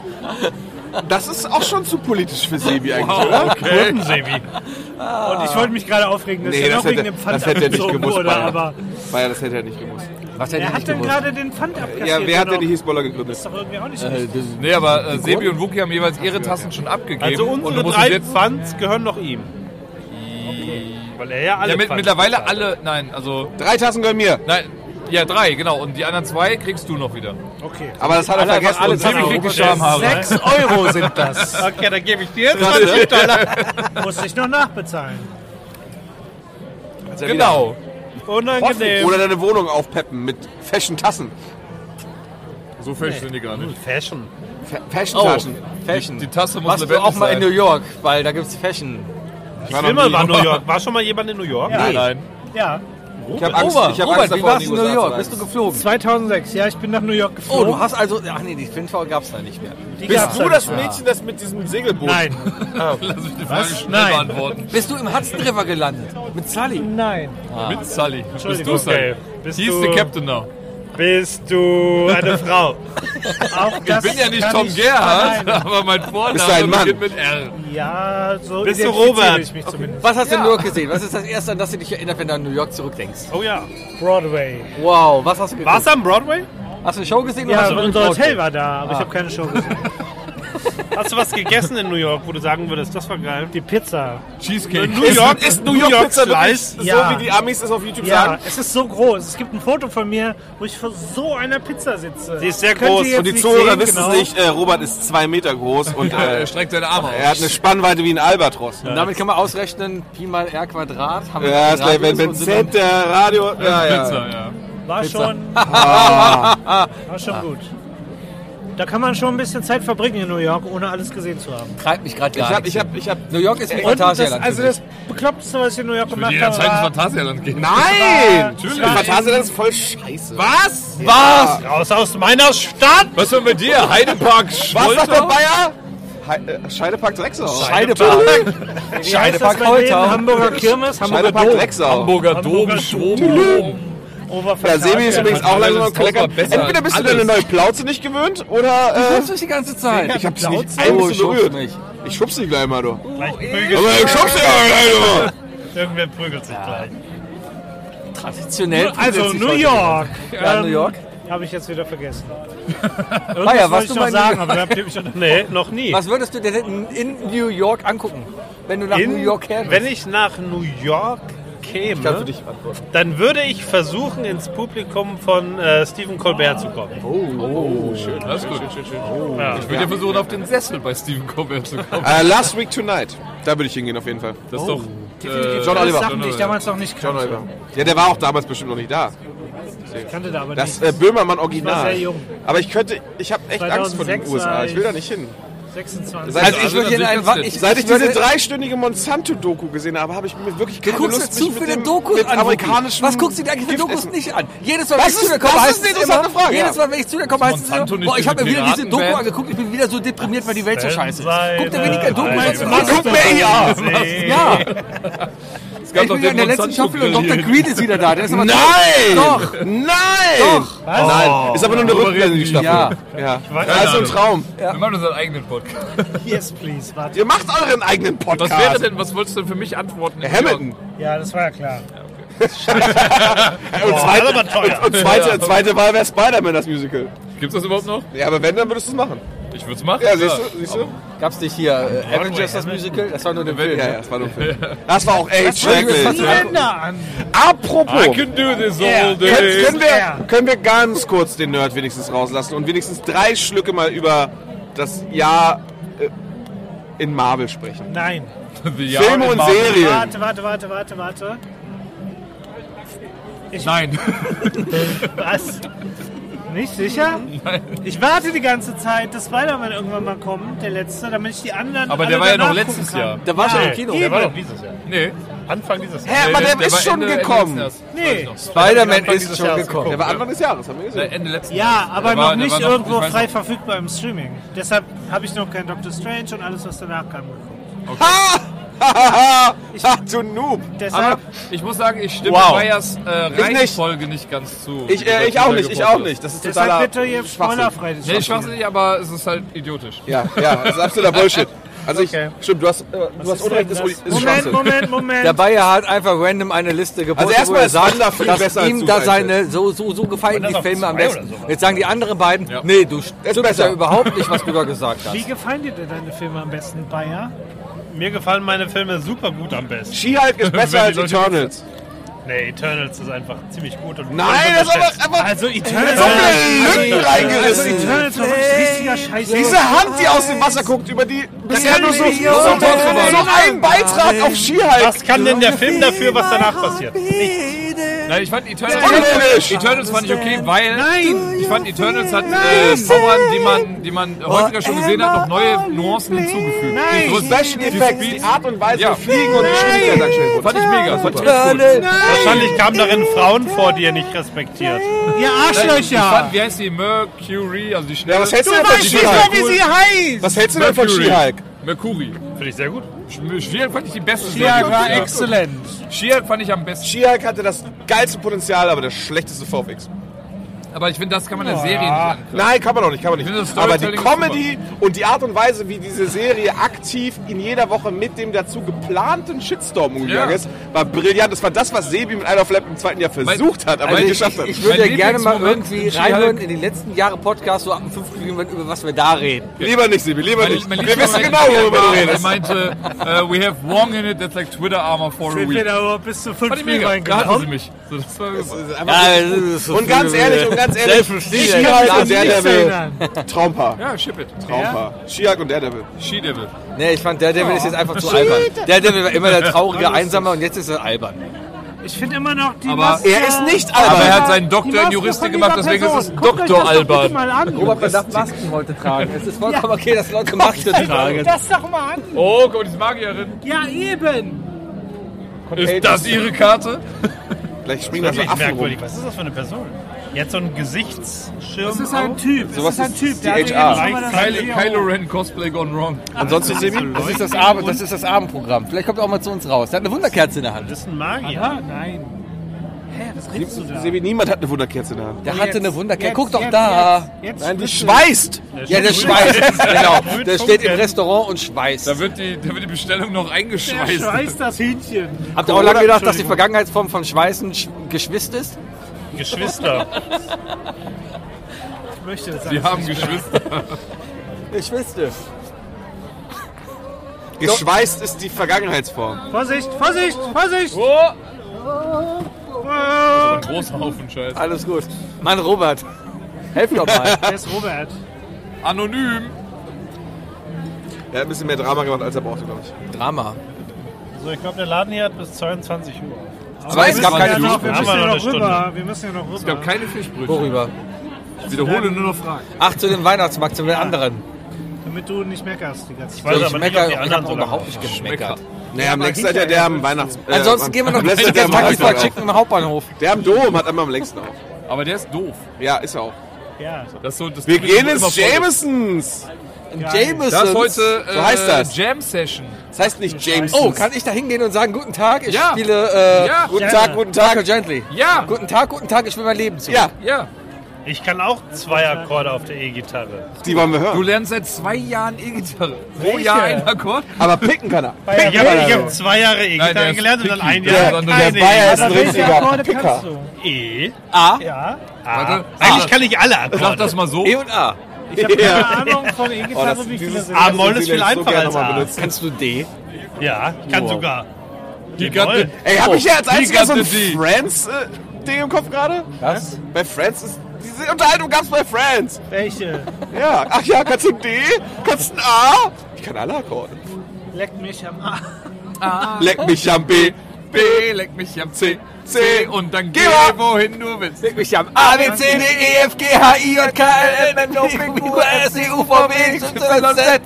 Speaker 2: Das ist auch schon zu politisch für Sebi eigentlich, oder?
Speaker 4: Kurden, Sebi.
Speaker 6: Und ich wollte mich gerade aufregen, dass
Speaker 2: Ah. Nee,
Speaker 6: er
Speaker 2: das
Speaker 6: noch wegen
Speaker 2: hätte-
Speaker 6: dem Pfand
Speaker 2: das hätte er nicht
Speaker 6: abgezogen
Speaker 2: gewusst,
Speaker 6: wurde,
Speaker 2: Bayer.
Speaker 6: aber
Speaker 2: Bayer, das hätte er nicht gewusst.
Speaker 3: Was hätte
Speaker 6: wer
Speaker 3: ich
Speaker 6: hat
Speaker 3: nicht
Speaker 6: denn
Speaker 3: gewusst?
Speaker 6: gerade den Pfand abkassiert?
Speaker 2: Ja, wer hat denn die
Speaker 6: Genau.
Speaker 2: Hisbollah
Speaker 6: Ist
Speaker 2: gegründet?
Speaker 6: doch irgendwie auch nicht
Speaker 3: Äh,
Speaker 6: richtig.
Speaker 3: das-
Speaker 5: Nee, aber äh, Sebi und Wuki haben jeweils ihre Tassen schon abgegeben.
Speaker 4: Also
Speaker 5: und du
Speaker 4: unsere
Speaker 5: musst
Speaker 4: drei
Speaker 5: jetzt
Speaker 4: Pfands gehören noch ihm. Weil er ja alle
Speaker 5: ja, mit,
Speaker 4: Pfands
Speaker 5: mittlerweile
Speaker 4: bezahlt.
Speaker 5: alle, nein, also,
Speaker 2: Drei Tassen gehören mir.
Speaker 5: nein, ja, drei, genau. Und die anderen zwei kriegst du noch wieder.
Speaker 6: Okay.
Speaker 2: Aber das hat er vergessen.
Speaker 5: Und
Speaker 2: Alle
Speaker 5: Sebi kriegt die
Speaker 4: Schamhaare.
Speaker 5: Schamhaare.
Speaker 6: Sechs Euro sind das.
Speaker 4: Okay, dann gebe ich dir jetzt
Speaker 2: Krass, ne?
Speaker 4: 20 Dollar.
Speaker 6: Muss ich noch nachbezahlen.
Speaker 5: Genau.
Speaker 4: Unangenehm.
Speaker 2: Oder deine Wohnung aufpeppen mit fashion Tassen.
Speaker 5: So völlig sind die gar nicht.
Speaker 4: Fashion.
Speaker 2: Fa- Fashion Taschen.
Speaker 3: Fashion.
Speaker 5: Die Tasse muss
Speaker 3: Machst du
Speaker 5: lebendig
Speaker 3: auch mal in
Speaker 5: sein.
Speaker 3: New York, weil da gibt's Fashion.
Speaker 2: Ich
Speaker 4: War, mal war, New York. war schon mal jemand in New York?
Speaker 6: Ja.
Speaker 5: Nein, nein.
Speaker 6: Ja,
Speaker 2: Ich habe Angst, ich hab Angst
Speaker 3: Robert, wie
Speaker 2: davor,
Speaker 3: warst
Speaker 2: in
Speaker 3: du
Speaker 2: die
Speaker 3: in New
Speaker 2: USA
Speaker 3: York?
Speaker 2: zu
Speaker 3: Bist du
Speaker 2: reisen.
Speaker 3: geflogen?
Speaker 6: 2006. Ja, ich bin nach New York
Speaker 3: Oh,
Speaker 6: geflogen.
Speaker 3: du hast also... Ach nee, die Flintower gab's da nicht mehr.
Speaker 6: die
Speaker 2: Bist
Speaker 6: gab's
Speaker 2: du
Speaker 6: da
Speaker 2: das
Speaker 6: nicht mehr.
Speaker 2: Mädchen, das mit diesem Segelboot?
Speaker 6: Nein,
Speaker 5: Lass mich die Frage
Speaker 6: Was?
Speaker 5: schnell
Speaker 6: Nein.
Speaker 5: beantworten.
Speaker 3: Bist du im Hudson River gelandet? Mit Sully?
Speaker 6: nein.
Speaker 5: Mit Sully. Bist
Speaker 6: Entschuldigung.
Speaker 5: du Sully?
Speaker 4: Okay. Bist
Speaker 5: He's
Speaker 4: du-
Speaker 5: the captain now.
Speaker 4: Bist du eine Frau?
Speaker 6: Auch das
Speaker 5: Ich bin ja nicht
Speaker 6: kann
Speaker 5: Tom
Speaker 6: ich
Speaker 5: Gerhardt,
Speaker 6: verneinen.
Speaker 5: aber mein
Speaker 2: Bist du
Speaker 5: Vorname
Speaker 2: ein Mann?
Speaker 5: beginnt mit R.
Speaker 6: Ja, so
Speaker 4: Bist du
Speaker 6: identifiziere
Speaker 4: Robert?
Speaker 6: ich mich zumindest.
Speaker 3: Was hast du in New York gesehen? Was ist das Erste, an das du dich erinnerst, wenn du an New York zurückdenkst?
Speaker 4: Oh ja.
Speaker 6: Broadway.
Speaker 3: Wow, was hast du gesehen?
Speaker 4: Warst du am Broadway?
Speaker 3: Hast du eine Show gesehen? oder
Speaker 6: Ja,
Speaker 3: hast du
Speaker 6: unser
Speaker 3: wirklich
Speaker 6: Hotel war da, aber ich habe keine Show gesehen.
Speaker 4: Hast du was gegessen in New York, wo du sagen würdest, das war geil?
Speaker 6: Die Pizza.
Speaker 5: Cheesecake.
Speaker 4: New York
Speaker 2: Ist New York Pizza
Speaker 4: Slice.
Speaker 2: wirklich
Speaker 6: Ja.
Speaker 2: so, wie die Amis es auf YouTube
Speaker 6: Ja,
Speaker 2: sagen?
Speaker 6: es ist so groß. Es gibt ein Foto von mir, wo ich vor so einer Pizza sitze.
Speaker 4: Sie ist sehr
Speaker 6: Könnt ihr
Speaker 4: groß
Speaker 6: jetzt
Speaker 2: Und die
Speaker 6: nicht
Speaker 2: Zuhörer
Speaker 6: sehen,
Speaker 2: wissen
Speaker 6: genau.
Speaker 2: es nicht, äh, Robert ist zwei Meter groß und äh,
Speaker 5: Er streckt seine Arme
Speaker 2: er hat
Speaker 5: aus.
Speaker 2: eine Spannweite wie ein Albatros.
Speaker 3: Und damit kann man ausrechnen, Pi mal R Quadrat. Haben wir
Speaker 2: Äh, Ja, ist gleich, wenn
Speaker 3: Radius und sind
Speaker 2: Benzett, der Radio... Ja, ja.
Speaker 5: Pizza, ja.
Speaker 6: War schon, Ah. war schon gut. Da kann man schon ein bisschen Zeit verbringen in New York, ohne alles gesehen zu haben.
Speaker 3: dann- Treibt mich gerade gar
Speaker 2: Ich hab,
Speaker 3: nichts
Speaker 2: ich hab, ich hab...
Speaker 3: hin. New York ist wie
Speaker 6: Und das,
Speaker 3: Phantasialand.
Speaker 6: also
Speaker 3: für
Speaker 6: das
Speaker 3: mich.
Speaker 6: Bekloppteste, was ich in New York
Speaker 5: Würde
Speaker 6: gemacht
Speaker 5: jederzeit ins
Speaker 6: habe, war,
Speaker 5: Phantasialand gehen.
Speaker 2: Nein!
Speaker 5: Natürlich.
Speaker 2: Phantasialand ist voll scheiße.
Speaker 5: Was?
Speaker 3: Was?
Speaker 4: Raus aus meiner Stadt!
Speaker 5: Was war mit dir? Heidepark,
Speaker 2: Was sagt der
Speaker 5: Schmolter?
Speaker 2: Bayer? He äh, Scheidepark Drecksau.
Speaker 3: Scheidepark.
Speaker 6: wie heißt das
Speaker 3: Scheidepark
Speaker 6: bei denen?
Speaker 3: Holter.
Speaker 6: Hamburger Kirmes, Hamburger
Speaker 2: Scheidepark
Speaker 6: Dom.
Speaker 2: Drecksau.
Speaker 5: Hamburger Dom, Schwom.
Speaker 2: Der
Speaker 6: Oberfläche.
Speaker 2: Semi ist übrigens auch langsam am Kleckern.
Speaker 5: Auswahl besser
Speaker 2: Entweder bist du
Speaker 5: als
Speaker 2: deine neue
Speaker 5: alles.
Speaker 2: Plauze nicht gewöhnt oder äh,
Speaker 3: Das ist die ganze Zeit.
Speaker 2: ich hab dich nicht ein
Speaker 3: Oh,
Speaker 2: bisschen
Speaker 3: schubst
Speaker 2: berührt.
Speaker 3: mich.
Speaker 2: Ich schubse dich gleich mal, du.
Speaker 4: Gleich prügelt-
Speaker 2: Aber ich schubse dich ja gleich,
Speaker 4: Irgendwer prügelt sich gleich.
Speaker 3: Traditionell.
Speaker 6: Also
Speaker 3: prügelt sich
Speaker 6: New
Speaker 3: heute
Speaker 6: York.
Speaker 2: ähm,
Speaker 3: Ja,
Speaker 4: Ähm,
Speaker 3: New York.
Speaker 6: Habe ich jetzt wieder vergessen.
Speaker 3: Ah ja,
Speaker 6: Das
Speaker 3: warst du
Speaker 6: wollte
Speaker 3: mal
Speaker 6: ich noch
Speaker 3: in New
Speaker 6: sagen,
Speaker 3: York?
Speaker 6: aber habt ihr mich schon... Nee, noch nie.
Speaker 3: Was würdest du dir denn in New York angucken, wenn du nach
Speaker 4: In,
Speaker 3: New York herkommst?
Speaker 4: wenn ich nach New York
Speaker 2: du.
Speaker 4: käme, dann würde ich versuchen, ins Publikum von äh, Stephen Colbert zu kommen.
Speaker 5: Das ist gut. Ich
Speaker 4: Ja.
Speaker 5: würde ja versuchen, auf den Sessel bei Stephen Colbert zu kommen.
Speaker 2: Äh, last Week Tonight. Da würde ich hingehen auf jeden Fall.
Speaker 5: Das ist doch. Äh,
Speaker 2: John
Speaker 6: das
Speaker 2: Oliver.
Speaker 6: Sachen, die ich damals noch nicht
Speaker 2: John
Speaker 6: kannte.
Speaker 2: Oliver. Ja, der war auch damals bestimmt noch nicht da.
Speaker 6: Ich kannte da aber
Speaker 2: Das
Speaker 6: nicht.
Speaker 2: äh, Böhmermann
Speaker 6: Ich war
Speaker 2: Original.
Speaker 6: sehr jung.
Speaker 2: Aber ich könnte, ich habe echt Angst vor den
Speaker 6: 2006
Speaker 2: USA. Ich will da nicht hin.
Speaker 6: 26.
Speaker 2: Seit,
Speaker 3: also ich
Speaker 5: also
Speaker 3: würde
Speaker 5: dann
Speaker 3: in
Speaker 5: sind
Speaker 3: einen
Speaker 5: wir
Speaker 3: Wa-
Speaker 5: uns
Speaker 3: ich,
Speaker 2: seit ich
Speaker 3: ich würde,
Speaker 2: diese dreistündige Monsanto-Doku gesehen habe, habe ich mir wirklich keine
Speaker 3: guckst
Speaker 2: Lust,
Speaker 3: du zu
Speaker 2: mich mit
Speaker 3: viele
Speaker 2: dem,
Speaker 3: Dokus
Speaker 2: mit
Speaker 3: an.
Speaker 2: amerikanischen
Speaker 3: Was guckst du dir eigentlich für
Speaker 2: Gift
Speaker 3: Dokus
Speaker 2: essen.
Speaker 3: nicht an? Jedes Mal, wenn
Speaker 2: Das
Speaker 3: ich zu dir
Speaker 2: ist-
Speaker 3: komme,
Speaker 2: das
Speaker 3: heißt
Speaker 2: ist
Speaker 3: es
Speaker 2: eine interessante
Speaker 3: immer,
Speaker 2: Frage,
Speaker 3: jedes
Speaker 2: ja.
Speaker 3: Mal, wenn ich zu dir komme, heißt es
Speaker 5: Monsanto
Speaker 3: immer,
Speaker 5: nicht
Speaker 3: boah, ich
Speaker 5: diese
Speaker 3: habe mir wieder diese Doku
Speaker 5: Piratenband?
Speaker 3: angeguckt, ich bin wieder so deprimiert, weil die Welt so
Speaker 6: Also,
Speaker 3: scheiße ist. Guck dir weniger Dokus an. als du
Speaker 4: Seine
Speaker 3: machst.
Speaker 2: Guck mir eh an.
Speaker 3: Ja,
Speaker 5: Es
Speaker 3: ich bin ja in der letzten Staffel und Dr. Creed ist wieder da. Der ist aber
Speaker 2: Nein!
Speaker 3: Doch.
Speaker 2: Nein!
Speaker 3: Doch.
Speaker 2: Nein! Ist aber nur eine
Speaker 5: Oh, Darüber
Speaker 2: Rückblende, die
Speaker 5: reden wir
Speaker 2: Staffel.
Speaker 3: Ja.
Speaker 2: ja. Das ist so ein Traum.
Speaker 5: Wir machen unseren eigenen Podcast.
Speaker 6: Yes, please. Warte.
Speaker 2: Ihr macht euren eigenen
Speaker 5: Was
Speaker 2: Podcast.
Speaker 5: wäre denn, was wolltest du denn für mich antworten? in New
Speaker 2: Hamilton.
Speaker 5: York?
Speaker 6: Ja, das war ja klar.
Speaker 2: Und zweite,
Speaker 4: aber
Speaker 5: Oh,
Speaker 4: teuer.
Speaker 2: und, und zweite, zweite Wahl wäre Spider-Man, das Musical.
Speaker 5: Gibt's das überhaupt noch?
Speaker 2: Ja, aber wenn, dann würdest du es machen.
Speaker 5: Ich würde es machen.
Speaker 2: Ja, siehst du? Siehst du?
Speaker 3: Gab's nicht hier äh, Avengers, das Musical? Das war nur der Film.
Speaker 2: Ja, ja, das war nur ein Film. Das war auch echt
Speaker 3: Das
Speaker 2: schrecklich.
Speaker 3: war-
Speaker 6: Länder an.
Speaker 2: Apropos.
Speaker 5: I can do this all
Speaker 2: Können,
Speaker 5: day.
Speaker 2: können, wir, können wir ganz kurz den Nerd wenigstens rauslassen und wenigstens drei Schlücke mal über das Jahr äh, in Marvel sprechen?
Speaker 6: Nein.
Speaker 5: The Yard
Speaker 2: Filme und
Speaker 5: Marvel.
Speaker 2: Serien.
Speaker 6: Warte, warte, warte, warte, warte.
Speaker 5: Nein.
Speaker 6: Was? Nicht sicher? Ich warte die ganze Zeit, dass Spider-Man irgendwann mal kommt, der letzte, damit ich die anderen.
Speaker 5: Aber der
Speaker 6: alle
Speaker 5: war ja
Speaker 6: danach
Speaker 5: noch letztes
Speaker 6: gucken kann.
Speaker 5: Jahr.
Speaker 3: Da war schon im
Speaker 6: Nein,
Speaker 3: Kino.
Speaker 6: eben.
Speaker 4: Der war doch dieses Jahr.
Speaker 5: Nee.
Speaker 4: Anfang dieses Jahr.
Speaker 2: Hä, aber der, ist
Speaker 5: war
Speaker 2: schon
Speaker 5: Ende- Ende
Speaker 2: gekommen.
Speaker 5: letzten Jahres.
Speaker 6: Nee.
Speaker 5: Weiß ich noch. äh,
Speaker 3: Spider-Man
Speaker 4: Anfang
Speaker 3: ist
Speaker 4: dieses
Speaker 3: schon
Speaker 4: Jahres
Speaker 3: gekommen.
Speaker 2: Der war Anfang des Jahres, haben wir gesehen.
Speaker 5: Ende letzten
Speaker 6: Ja,
Speaker 5: Jahres.
Speaker 6: aber
Speaker 5: Der
Speaker 6: noch
Speaker 5: war- der
Speaker 6: nicht
Speaker 5: war noch-
Speaker 6: irgendwo
Speaker 5: ich weiß
Speaker 6: frei
Speaker 5: noch.
Speaker 6: verfügbar im Streaming. Deshalb habe ich noch keinen Doctor Strange und alles, was danach kam, geguckt.
Speaker 2: Hahaha, ha, du Noob. äh,
Speaker 6: Deshalb,
Speaker 5: Ich muss sagen, ich stimme
Speaker 2: Wow.
Speaker 5: Bayers äh,
Speaker 2: nicht.
Speaker 5: Reihenfolge nicht ganz zu.
Speaker 2: Ich,
Speaker 5: wie
Speaker 2: äh,
Speaker 5: das
Speaker 2: ich auch
Speaker 5: wieder
Speaker 2: nicht, ich
Speaker 5: geboten
Speaker 2: auch
Speaker 5: ist.
Speaker 2: nicht. Das ist
Speaker 6: deshalb
Speaker 2: totaler
Speaker 6: bitte hier
Speaker 2: Schwachsinn.
Speaker 6: spoilerfrei. das
Speaker 5: Nee,
Speaker 6: Schwachsinn.
Speaker 5: schwachsinnig, aber es ist halt idiotisch.
Speaker 2: Ja, ja, das ist absoluter Bullshit. Also ich,
Speaker 6: Okay.
Speaker 2: stimmt, du hast, äh, du hast
Speaker 6: Was
Speaker 2: Unrecht, das
Speaker 6: denn
Speaker 2: ist, ist
Speaker 6: das? Moment,
Speaker 2: Schwachsinn.
Speaker 6: Moment, Moment.
Speaker 3: Der Bayer hat einfach random eine Liste geboten,
Speaker 2: Also erstmal
Speaker 3: wo er
Speaker 2: ist Wanda viel besser
Speaker 3: dass
Speaker 2: als
Speaker 3: ihm
Speaker 2: du
Speaker 3: da
Speaker 2: eigentlich.
Speaker 3: seine, so, so, so gefallen
Speaker 4: Wanda
Speaker 3: die
Speaker 4: ist auf
Speaker 3: Filme am
Speaker 4: zwei
Speaker 3: besten.
Speaker 4: oder sowas.
Speaker 3: Jetzt sagen die anderen beiden,
Speaker 5: Ja.
Speaker 3: nee, du stimmst
Speaker 2: besser.
Speaker 3: ja überhaupt nicht, was du da gesagt hast.
Speaker 6: Wie gefallen dir denn deine Filme am besten, Bayer?
Speaker 4: Mir gefallen meine Filme super gut am besten.
Speaker 2: She-Hulk ist besser
Speaker 5: Wenn
Speaker 2: als
Speaker 5: die Leute-
Speaker 2: Eternals.
Speaker 4: Nee, Eternals ist einfach ziemlich gut. Und
Speaker 2: Nein, das ist aber, aber
Speaker 6: Also Eternals.
Speaker 2: so viele Lücken
Speaker 6: Also
Speaker 5: Äh,
Speaker 2: reingerissen.
Speaker 6: Eternals war wirklich richtiger Scheiß.
Speaker 2: Diese Hand, die aus dem Wasser guckt, über die bisher nur so, so, so, so ein Beitrag auf She-Hulk.
Speaker 4: Was kann denn der Film dafür, was danach passiert?
Speaker 5: Nein, ich fand Eternals,
Speaker 2: Unlogisch.
Speaker 5: Eternals fand ich okay, weil ich fand Eternals hat äh, Powern, die man, die man häufiger schon gesehen hat, noch neue Nuancen hinzugefügt.
Speaker 6: Nein.
Speaker 5: Die
Speaker 2: Special Effects, die Art und Weise,
Speaker 5: Ja.
Speaker 2: wie Fliegen und die Schwierigkeit dargestellt
Speaker 5: fand
Speaker 2: wurde.
Speaker 5: ich mega, fand ich echt
Speaker 3: Eternals.
Speaker 5: gut.
Speaker 4: Wahrscheinlich kamen darin Frauen vor, die er nicht respektiert.
Speaker 6: Ihr
Speaker 5: Ich fand,
Speaker 6: Arschlöcher!
Speaker 5: wie heißt die? Mercury, also die schnelle.
Speaker 2: Ja, was hältst du denn von
Speaker 5: She-Hulk?
Speaker 2: She-Hulk? Was hältst du denn von
Speaker 5: Mercury.
Speaker 2: She-Hulk?
Speaker 5: Mercury.
Speaker 4: Finde ich sehr gut.
Speaker 5: She-Hulk fand ich die beste
Speaker 6: Ja, war
Speaker 5: Ja.
Speaker 6: exzellent.
Speaker 5: She-Hulk fand ich am besten.
Speaker 2: She-Hulk hatte das geilste Potenzial, aber das schlechteste Vorwix.
Speaker 5: Aber ich finde, das kann man der Serie nicht an.
Speaker 2: Nein, kann man doch nicht, kann man nicht.
Speaker 5: Ich finde, das
Speaker 2: Aber die
Speaker 5: Storytelling
Speaker 2: Comedy und die Art und Weise, wie diese Serie aktiv in jeder Woche mit dem dazu geplanten Shitstorm umgegangen
Speaker 5: Ja.
Speaker 2: ist, war brillant. Das war das, was Sebi mit Einer Flap im zweiten Jahr versucht hat, aber
Speaker 5: mein- also
Speaker 2: nicht geschafft hat.
Speaker 3: Ich würde
Speaker 5: Mein
Speaker 3: ja gerne mal
Speaker 5: Lieblingsmoment
Speaker 3: irgendwie
Speaker 5: in She-Hulk.
Speaker 3: reinhören in die letzten Jahre Podcast, so ab dem fünften Juni, über was wir da reden.
Speaker 2: lieber nicht, Sebi, lieber
Speaker 5: Mein-
Speaker 2: nicht.
Speaker 5: mein
Speaker 2: Wir
Speaker 5: Lieblings-
Speaker 2: wissen genau, worüber du
Speaker 5: Er
Speaker 2: redest.
Speaker 5: meinte, äh, we have Wong in it, that's like Twitter armor for a week.
Speaker 6: aber Genau, bis zu
Speaker 5: Fand
Speaker 6: 5
Speaker 5: ich mega. Da hatten sie mich. So, das war
Speaker 2: Und ganz ehrlich, und ganz ehrlich,
Speaker 3: Selbstverständlich.
Speaker 2: She-Hulk und
Speaker 6: Kann mich nicht
Speaker 2: Daredevil, Traumpaar.
Speaker 5: ja, ship it.
Speaker 2: Traumpaar. She-Hulk und Daredevil.
Speaker 5: She-Devil.
Speaker 3: Nee, ich fand, der Devil ist jetzt einfach zu albern. Der Devil war immer der traurige Einsame und jetzt ist er albern.
Speaker 6: Ich finde immer noch die
Speaker 5: Aber
Speaker 6: Maske.
Speaker 2: Er ist nicht
Speaker 5: Aber er
Speaker 2: albern.
Speaker 5: hat seinen
Speaker 6: die
Speaker 5: Doktor in
Speaker 6: Maske
Speaker 5: Juristik
Speaker 6: von
Speaker 5: gemacht,
Speaker 6: dieser
Speaker 5: deswegen ist es
Speaker 6: Person. Guckt
Speaker 5: Dr.
Speaker 6: euch das doch bitte
Speaker 5: Albert.
Speaker 6: Mal an.
Speaker 3: Robert, man darf Masken heute tragen. Es ist vollkommen okay, dass Leute Masken tragen.
Speaker 6: Das doch mal an.
Speaker 5: Oh, guck mal, diese Magierin.
Speaker 6: Ja, eben.
Speaker 5: Ist das ihre Karte?
Speaker 2: Vielleicht springen da so
Speaker 4: Wirklich
Speaker 2: Affen rum.
Speaker 4: merkwürdig. Was ist das für eine Person? Jetzt so ein Gesichtsschirm.
Speaker 6: Das ist ein Typ. Das
Speaker 2: Sowas
Speaker 6: ist ein
Speaker 2: ist
Speaker 6: Typ.
Speaker 2: die
Speaker 6: Der hat
Speaker 2: HR.
Speaker 6: eben schon mal das
Speaker 5: Kylo,
Speaker 6: Video.
Speaker 5: Kylo Ren Cosplay gone wrong.
Speaker 2: Ansonsten, Sebi?
Speaker 3: Das ist das, Abend, das ist das Abendprogramm. Vielleicht kommt er auch mal zu uns raus. Der hat eine Wunderkerze in der Hand.
Speaker 4: Das ist ein Magier.
Speaker 6: Ah, nein. Hä, was redest du da?
Speaker 2: Sebi, niemand hat eine Wunderkerze in der Hand.
Speaker 3: Der hatte
Speaker 6: Jetzt,
Speaker 3: eine Wunderkerze.
Speaker 6: jetzt,
Speaker 3: Guck doch
Speaker 6: jetzt,
Speaker 3: da.
Speaker 6: Jetzt, jetzt
Speaker 2: Nein, die
Speaker 6: bist du-
Speaker 2: schweißt!
Speaker 3: Ja, der schweißt. genau. Der steht im
Speaker 4: Funken.
Speaker 3: Restaurant und schweißt.
Speaker 5: Da wird die, da wird die Bestellung noch
Speaker 6: Der
Speaker 5: eingeschweißt.
Speaker 6: schweißt das Hühnchen.
Speaker 3: Habt ihr auch lange gedacht, dass die Vergangenheitsform von Schweißen Sch Geschwist ist?
Speaker 4: Geschwister.
Speaker 6: Ich möchte das
Speaker 5: Die
Speaker 6: alles
Speaker 5: haben
Speaker 6: nicht.
Speaker 5: Geschwister.
Speaker 3: Geschwiste.
Speaker 2: Geschweißt ist die Vergangenheitsform.
Speaker 6: Vorsicht, Vorsicht, Vorsicht!
Speaker 5: Ein großer Haufen Scheiße.
Speaker 3: Alles gut. Mann, Robert, helf doch mal.
Speaker 6: Der ist Robert.
Speaker 5: Anonym.
Speaker 2: Er hat ein bisschen mehr Drama gemacht, als er brauchte, glaube ich.
Speaker 3: Drama.
Speaker 4: So, ich glaube, der Laden hier hat bis 22 Uhr. auf.
Speaker 3: Aber es
Speaker 5: es
Speaker 3: gab
Speaker 5: war
Speaker 3: keine
Speaker 5: ja
Speaker 6: Wir
Speaker 3: Jugend.
Speaker 4: Haben
Speaker 6: müssen
Speaker 4: wir
Speaker 6: ja
Speaker 4: noch
Speaker 6: noch
Speaker 4: eine
Speaker 6: rüber. Wir müssen ja noch rüber.
Speaker 5: Es gab keine Fischbrötchen.
Speaker 3: Worüber?
Speaker 5: Ich wiederhole nur noch Fragen.
Speaker 3: Ach, zu dem Weihnachtsmarkt, zu den anderen.
Speaker 6: Damit du nicht meckerst die
Speaker 4: Weiß
Speaker 6: ganze Zeit.
Speaker 3: So, ich
Speaker 4: aber nicht,
Speaker 3: mecker,
Speaker 4: ob die
Speaker 3: ich
Speaker 4: anderen
Speaker 3: habe
Speaker 4: so
Speaker 3: überhaupt
Speaker 4: lange
Speaker 3: nicht geschmeckert.
Speaker 2: Naja, am längsten hat ja der am Weihnachts... äh,
Speaker 3: Ansonsten
Speaker 2: am-
Speaker 3: gehen wir noch
Speaker 2: am längsten
Speaker 3: zu
Speaker 2: hat der
Speaker 3: den
Speaker 2: am
Speaker 3: Kentucky Fried
Speaker 2: Weihnachts-
Speaker 3: Chicken im Hauptbahnhof.
Speaker 2: Der am Dom hat einmal am längsten auf.
Speaker 5: Aber der ist doof.
Speaker 2: Ja, ist er auch.
Speaker 6: Ja,
Speaker 5: Das ist so, das
Speaker 2: Wir
Speaker 5: kriegt
Speaker 2: gehen
Speaker 5: man immer
Speaker 2: ins
Speaker 5: vor.
Speaker 2: Jamesons!
Speaker 3: Jameson.
Speaker 5: Das ist heute äh,
Speaker 2: So heißt das.
Speaker 5: Jam Session.
Speaker 2: Das heißt nicht Jamesons.
Speaker 3: Oh, kann ich da hingehen und sagen, guten Tag, ich
Speaker 5: Ja.
Speaker 3: spiele äh,
Speaker 5: Ja.
Speaker 2: Guten
Speaker 6: Ja.
Speaker 2: Tag, guten
Speaker 3: Taco
Speaker 2: Tag.
Speaker 3: Gently.
Speaker 5: Ja.
Speaker 3: Guten Tag, guten Tag, ich will mein Leben zurück.
Speaker 2: Ja,
Speaker 5: Ja.
Speaker 4: Ich kann auch zwei Akkorde auf der E-Gitarre.
Speaker 2: die wollen wir hören.
Speaker 5: Du lernst seit zwei Jahren E-Gitarre. Pro Jahr ein Akkord.
Speaker 2: Aber picken kann er.
Speaker 6: Bayer,
Speaker 4: Ich habe hab zwei Jahre
Speaker 5: Nein, der
Speaker 4: E-Gitarre
Speaker 5: ist
Speaker 4: gelernt und dann
Speaker 5: picky.
Speaker 4: ein Jahr
Speaker 5: Der- der
Speaker 4: keine
Speaker 2: Bayer ist ein
Speaker 4: E-Gitarre.
Speaker 6: welche
Speaker 2: richtiger
Speaker 6: Akkorde
Speaker 2: Picker.
Speaker 6: kannst du?
Speaker 4: E.
Speaker 3: A,
Speaker 6: Ja,
Speaker 5: Warte.
Speaker 4: Eigentlich
Speaker 5: Eigentlich
Speaker 4: kann ich alle
Speaker 5: Sag
Speaker 4: Akkorde.
Speaker 5: das mal so.
Speaker 3: E und A.
Speaker 6: ich habe keine
Speaker 2: Ja.
Speaker 6: Ahnung
Speaker 2: Oh,
Speaker 6: von
Speaker 2: das-
Speaker 6: E-Gitarre, wie viele
Speaker 2: dieses
Speaker 6: sind.
Speaker 4: A-Moll
Speaker 2: Das
Speaker 4: ist
Speaker 2: will ich
Speaker 4: viel
Speaker 2: so
Speaker 4: einfacher
Speaker 2: gerne
Speaker 4: als
Speaker 2: mal
Speaker 4: A.
Speaker 2: benutzen.
Speaker 3: Kannst du D?
Speaker 4: Ja, kann
Speaker 3: Wow.
Speaker 4: sogar.
Speaker 5: Die
Speaker 4: Jawohl.
Speaker 5: ganze-
Speaker 2: Ey, hab ich ja als
Speaker 5: Die
Speaker 2: einziger so ein
Speaker 5: ganze D.
Speaker 2: Friends-Ding im Kopf gerade?
Speaker 3: Was?
Speaker 2: Bei Friends ist. Diese Unterhaltung gab's bei Friends.
Speaker 6: Welche?
Speaker 2: Ja. Ach ja, kannst du ein D? Kannst du ein A? Ich kann alle Akkorde.
Speaker 6: Leckt mich am A.
Speaker 2: Leck mich am B.
Speaker 5: B, leck mich am C. C und dann geh,
Speaker 2: Geh mal.
Speaker 5: wohin du willst.
Speaker 3: Leg mich am A, B, C, D, E, F, G, H, I, J, K, L, M, N, O, P, Q, R, S, E, U, V, W, X, Y, Z.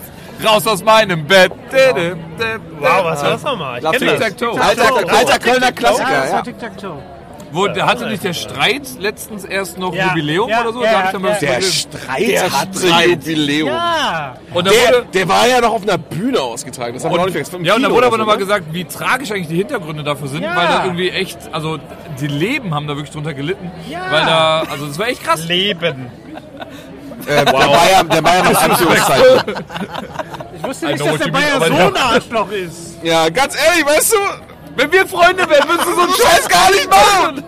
Speaker 5: Raus aus meinem Bett. Wow,
Speaker 4: Wow, was war das nochmal? Ich
Speaker 3: Lass
Speaker 4: kenne das.
Speaker 5: Tic-Tac-Toe.
Speaker 2: Alter, alter Kölner
Speaker 6: Ja,
Speaker 2: Klassiker,
Speaker 6: das war
Speaker 2: ja.
Speaker 6: Tic-Tac-Toe.
Speaker 5: Wo, der hatte nicht der Streit letztens erst noch
Speaker 6: Ja,
Speaker 5: Jubiläum
Speaker 6: ja,
Speaker 5: oder so?
Speaker 6: ja,
Speaker 5: da hab ich dann mal
Speaker 6: ja.
Speaker 5: was
Speaker 2: Der
Speaker 5: gesehen.
Speaker 2: Streit um
Speaker 3: Der
Speaker 2: hatte
Speaker 3: Streit.
Speaker 2: Jubiläum.
Speaker 6: Ah,
Speaker 5: und da
Speaker 2: Der,
Speaker 5: wurde,
Speaker 2: der war ja noch auf einer Bühne ausgetragen. Das haben wir auch nicht vergessen. Vom
Speaker 5: ja, und da
Speaker 2: Kino
Speaker 5: wurde aber
Speaker 2: oder so,
Speaker 5: nochmal
Speaker 2: ne?
Speaker 5: gesagt, wie tragisch eigentlich die Hintergründe dafür sind,
Speaker 6: Ja.
Speaker 5: weil da irgendwie echt, also die Leben haben da wirklich drunter gelitten.
Speaker 6: Ja.
Speaker 5: Weil da, also das war echt krass.
Speaker 4: Leben.
Speaker 2: Äh, der Bayer, der Bayer macht Anführungszeichen.
Speaker 6: ich wusste
Speaker 5: I
Speaker 6: nicht,
Speaker 5: know
Speaker 6: dass
Speaker 5: what
Speaker 6: der
Speaker 5: you mean,
Speaker 6: Bayer
Speaker 5: aber
Speaker 6: so
Speaker 5: ja.
Speaker 6: ein Arschloch ist.
Speaker 2: Ja, ganz ehrlich, weißt du,
Speaker 5: Wenn wir Freunde wären, würdest du so einen Scheiß gar nicht machen.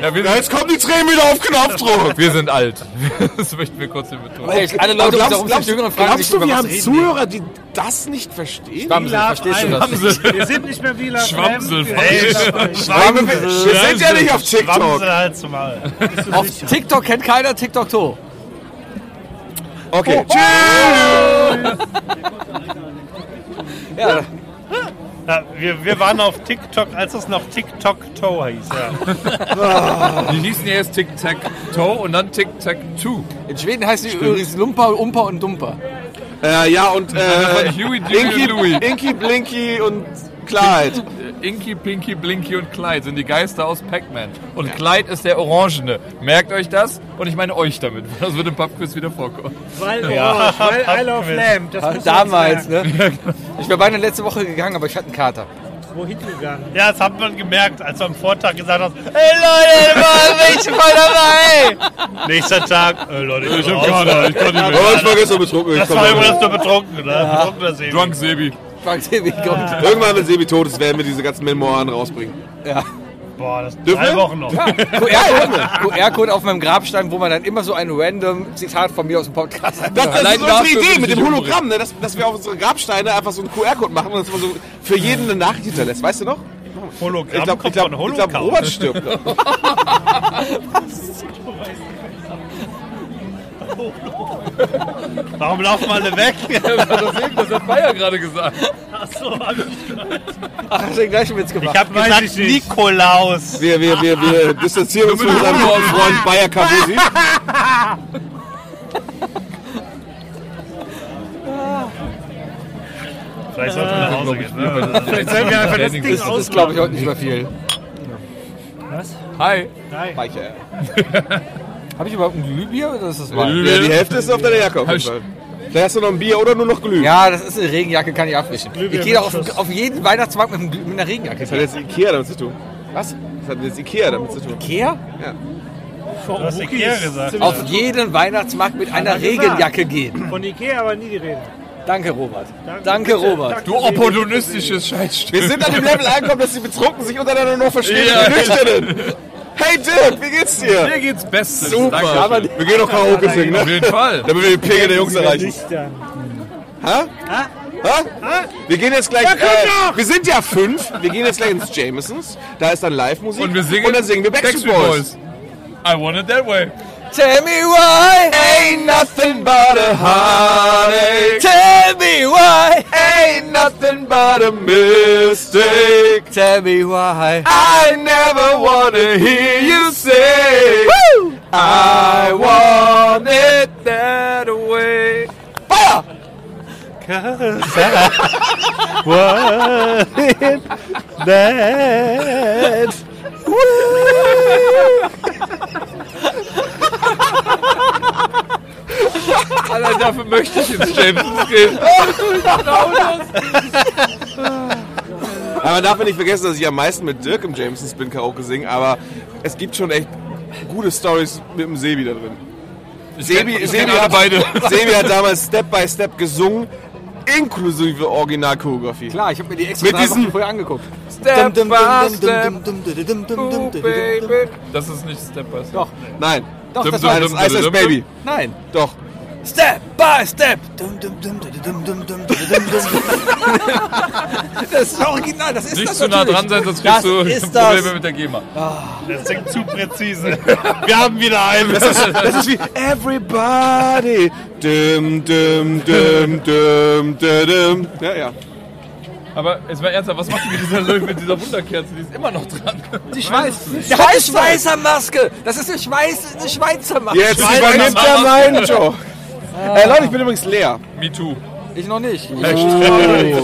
Speaker 5: Ja, wir
Speaker 2: ja,
Speaker 5: sind,
Speaker 2: jetzt kommen die Tränen wieder auf Knopfdruck.
Speaker 5: wir sind alt. Das möchten wir kurz hier betonen.
Speaker 3: Ey, alle Leute um uns herum sind jünger und fragen sich,
Speaker 2: glaubst du,
Speaker 3: über
Speaker 2: wir
Speaker 3: was
Speaker 2: haben
Speaker 3: reden
Speaker 2: Zuhörer, die das nicht verstehen?
Speaker 3: Schwammsel,
Speaker 6: Also,
Speaker 3: verstehst du das?
Speaker 6: Wir sind nicht mehr Wieler
Speaker 5: Schwamsel.
Speaker 2: Aber wir, wir sind ja nicht auf TikTok.
Speaker 4: Schwamse halt zumal.
Speaker 3: Auf TikTok kennt keiner TikTok-To.
Speaker 2: Okay, tschüss.
Speaker 3: Ja,
Speaker 4: Ja, wir, wir waren auf TikTok, als es noch TikTok-Toe hieß. Ja.
Speaker 5: Die hießen ja erst Tic-Tac-Toe und dann Tic-Tac-Two.
Speaker 3: in Schweden heißt sie übrigens Lumpa, Umpa und Dumper.
Speaker 2: Äh, ja, und äh,
Speaker 5: Huey, Dewey
Speaker 2: Inky,
Speaker 5: und Louie. Äh,
Speaker 2: Inky, Blinky und Clyde.
Speaker 5: Inky, Pinky, Blinky und Clyde sind die Geister aus Pac-Man. Und Clyde ist der Orangene. Merkt euch das? Und ich meine euch damit. Das wird im Pubquiz wieder vorkommen.
Speaker 6: Weil, Orange, weil I love Lamb. Das muss
Speaker 3: Damals,
Speaker 6: man
Speaker 3: ne? Ich wäre beinahe letzte Woche gegangen, aber ich hatte einen Kater.
Speaker 6: sagen. Wohin gegangen?
Speaker 4: ja, das hat man gemerkt, als du am Vortag gesagt hast,
Speaker 3: Hey Leute, Mann, ich voll dabei!
Speaker 4: nächster Tag, äh, Leute, ich, ich
Speaker 5: ich kann nicht
Speaker 2: Oh, ich war gestern betrunken. Ich
Speaker 4: Das
Speaker 2: komm
Speaker 4: war
Speaker 2: mal wieder.
Speaker 4: übrigens nur betrunken, ne? Betrunken das eben.
Speaker 5: Drunk Sebi.
Speaker 3: Fragt ihr, wie kommt.
Speaker 2: Irgendwann, wenn Sebi tot ist, werden wir diese ganzen Memoiren rausbringen.
Speaker 3: Ja.
Speaker 4: Boah, das
Speaker 2: Dürfen
Speaker 4: drei
Speaker 2: wir?
Speaker 4: Wochen noch.
Speaker 3: QR-Code QR-Code auf meinem Grabstein, wo man dann immer so ein random Zitat von mir aus dem Podcast hat.
Speaker 2: Das, das
Speaker 5: Allein
Speaker 2: ist unsere
Speaker 5: dafür
Speaker 2: Idee
Speaker 5: würde
Speaker 2: mit
Speaker 5: ich
Speaker 2: dem
Speaker 5: umbringen.
Speaker 2: Hologramm, ne? dass, dass wir auf unsere Grabsteine einfach so einen QR-Code machen und das immer so für jeden eine Nachricht hinterlässt. Weißt du noch?
Speaker 4: Hologramm
Speaker 2: Ich glaube,
Speaker 4: kommt
Speaker 2: glaub,
Speaker 4: von
Speaker 2: ich glaub,
Speaker 4: Holocaust.
Speaker 2: Robert stirbt. noch.
Speaker 4: Warum laufen alle weg?
Speaker 5: Das hat Bayer gerade gesagt.
Speaker 4: Achso,
Speaker 3: Ach, hast du den gleichen Witz gemacht.
Speaker 4: ich habe gesagt, Nikolaus.
Speaker 2: Wir, wir, wir, wir distanzieren uns von unserem neuen Freund Bayer Kabusi.
Speaker 4: Vielleicht sollten wir nach Äh, Hause gehen. ne?
Speaker 6: Vielleicht sollen wir einfach das Ding
Speaker 5: Das-
Speaker 3: das ist, glaube ich,
Speaker 6: ausmachen.
Speaker 3: heute nicht mehr viel.
Speaker 6: Was?
Speaker 5: Hi.
Speaker 6: Nein.
Speaker 2: Speicher.
Speaker 3: Habe ich überhaupt ein Glühbier oder ist das
Speaker 5: Glühbier.
Speaker 3: Wein?
Speaker 2: Ja, die Hälfte ist auf deiner Jacke auf jeden
Speaker 5: Hast-
Speaker 2: Fall. Da hast du noch ein Bier oder nur noch Glüh.
Speaker 3: Ja, das ist eine Regenjacke, kann ich abwischen. Ich
Speaker 6: Glühbirne
Speaker 3: gehe doch
Speaker 6: Schuss.
Speaker 3: auf, auf jeden Weihnachtsmarkt mit, einem Glüh- mit einer Regenjacke.
Speaker 2: Das hat jetzt Ikea damit zu tun. Was? Das hat jetzt Ikea damit zu tun.
Speaker 3: Kehr?
Speaker 4: Du hast Ikea gesagt.
Speaker 3: Auf jeden Weihnachtsmarkt mit einer
Speaker 6: er gesagt.
Speaker 3: Regenjacke gehen.
Speaker 6: Von Ikea aber nie die Rede.
Speaker 3: Danke, Robert.
Speaker 6: Danke,
Speaker 3: Danke,
Speaker 6: bitte.
Speaker 3: Robert.
Speaker 6: Danke.
Speaker 5: Du opportunistisches Scheißstück.
Speaker 2: Wir sind an dem Level angekommen, dass die Betrunken sich untereinander nur verstehen
Speaker 5: Ja.
Speaker 2: und nüchternen. Hey Dirk, wie geht's dir?
Speaker 5: Mir geht's bestens.
Speaker 2: Super. Wir gehen doch Karaoke singen,
Speaker 5: Auf
Speaker 2: ne?
Speaker 5: jeden Fall.
Speaker 2: Damit wir den Pegel der Jungs erreichen.
Speaker 6: Nüchtern.
Speaker 2: Hä? Hä? Wir gehen jetzt gleich. äh, wir sind ja fünf. Wir gehen jetzt gleich ins Jamesons. Da ist dann Live-Musik.
Speaker 5: Und wir singen,
Speaker 2: Und dann singen wir Backstreet Boys.
Speaker 5: I want it that way.
Speaker 3: Tell me why.
Speaker 2: Ain't nothing but a heartache.
Speaker 3: Tell me why.
Speaker 2: Ain't nothing but a mistake.
Speaker 3: Tell me why.
Speaker 2: I never wanna hear you sing. I want it that way. Feuer!
Speaker 5: Alter, dafür möchte ich ins Jamesons gehen.
Speaker 2: Aber man darf ja nicht vergessen, dass ich am meisten mit Dirk im Jamesons bin Karaoke singen, aber es gibt schon echt gute Stories mit dem Sebi da drin. Sebi,
Speaker 5: ich
Speaker 2: Sebi,
Speaker 5: kenn alle
Speaker 2: hat,
Speaker 5: beide.
Speaker 2: Sebi hat damals Step by Step gesungen, inklusive Originalchoreografie.
Speaker 3: Klar, ich habe mir die extra
Speaker 2: Mit
Speaker 3: drei Wochen
Speaker 2: diesem-
Speaker 3: vorher angeguckt.
Speaker 5: Step by step,
Speaker 8: Ooh,
Speaker 5: ooh, baby. Das ist nicht Step by Step.
Speaker 3: Doch,
Speaker 2: Nein,
Speaker 3: doch,
Speaker 5: Dum,
Speaker 3: das
Speaker 5: dum,
Speaker 3: war
Speaker 2: nein, das
Speaker 3: das.
Speaker 2: ist Ice Ice Baby.
Speaker 3: Nein.
Speaker 2: Doch.
Speaker 3: Step by step. Das ist original. Das ist
Speaker 5: Nicht
Speaker 3: das
Speaker 5: zu nah
Speaker 3: natürlich.
Speaker 5: dran sein, sonst
Speaker 3: Das
Speaker 5: kriegst du
Speaker 3: ist
Speaker 5: Probleme
Speaker 3: das.
Speaker 5: mit der GEMA.
Speaker 4: Das klingt zu präzise. Wir haben wieder einen.
Speaker 2: Das ist wie Everybody. Dim, dim, dim, dim, dim. Ja, ja.
Speaker 5: Aber jetzt mal ernsthaft, was macht ihr mit dieser, mit dieser Wunderkerze? Die ist immer noch dran.
Speaker 3: Die Schweiz. Der
Speaker 2: halt
Speaker 3: hat eine Schweizer Maske. Das ist eine, Schweiz, eine Schweizer Maske.
Speaker 2: Jetzt
Speaker 5: Schweizer
Speaker 2: übernimmt er
Speaker 5: Mama.
Speaker 2: meinen Job. Äh, Leute, ich bin übrigens leer.
Speaker 5: Me too.
Speaker 3: Ich noch nicht. Ich
Speaker 5: Oh.
Speaker 2: Oh.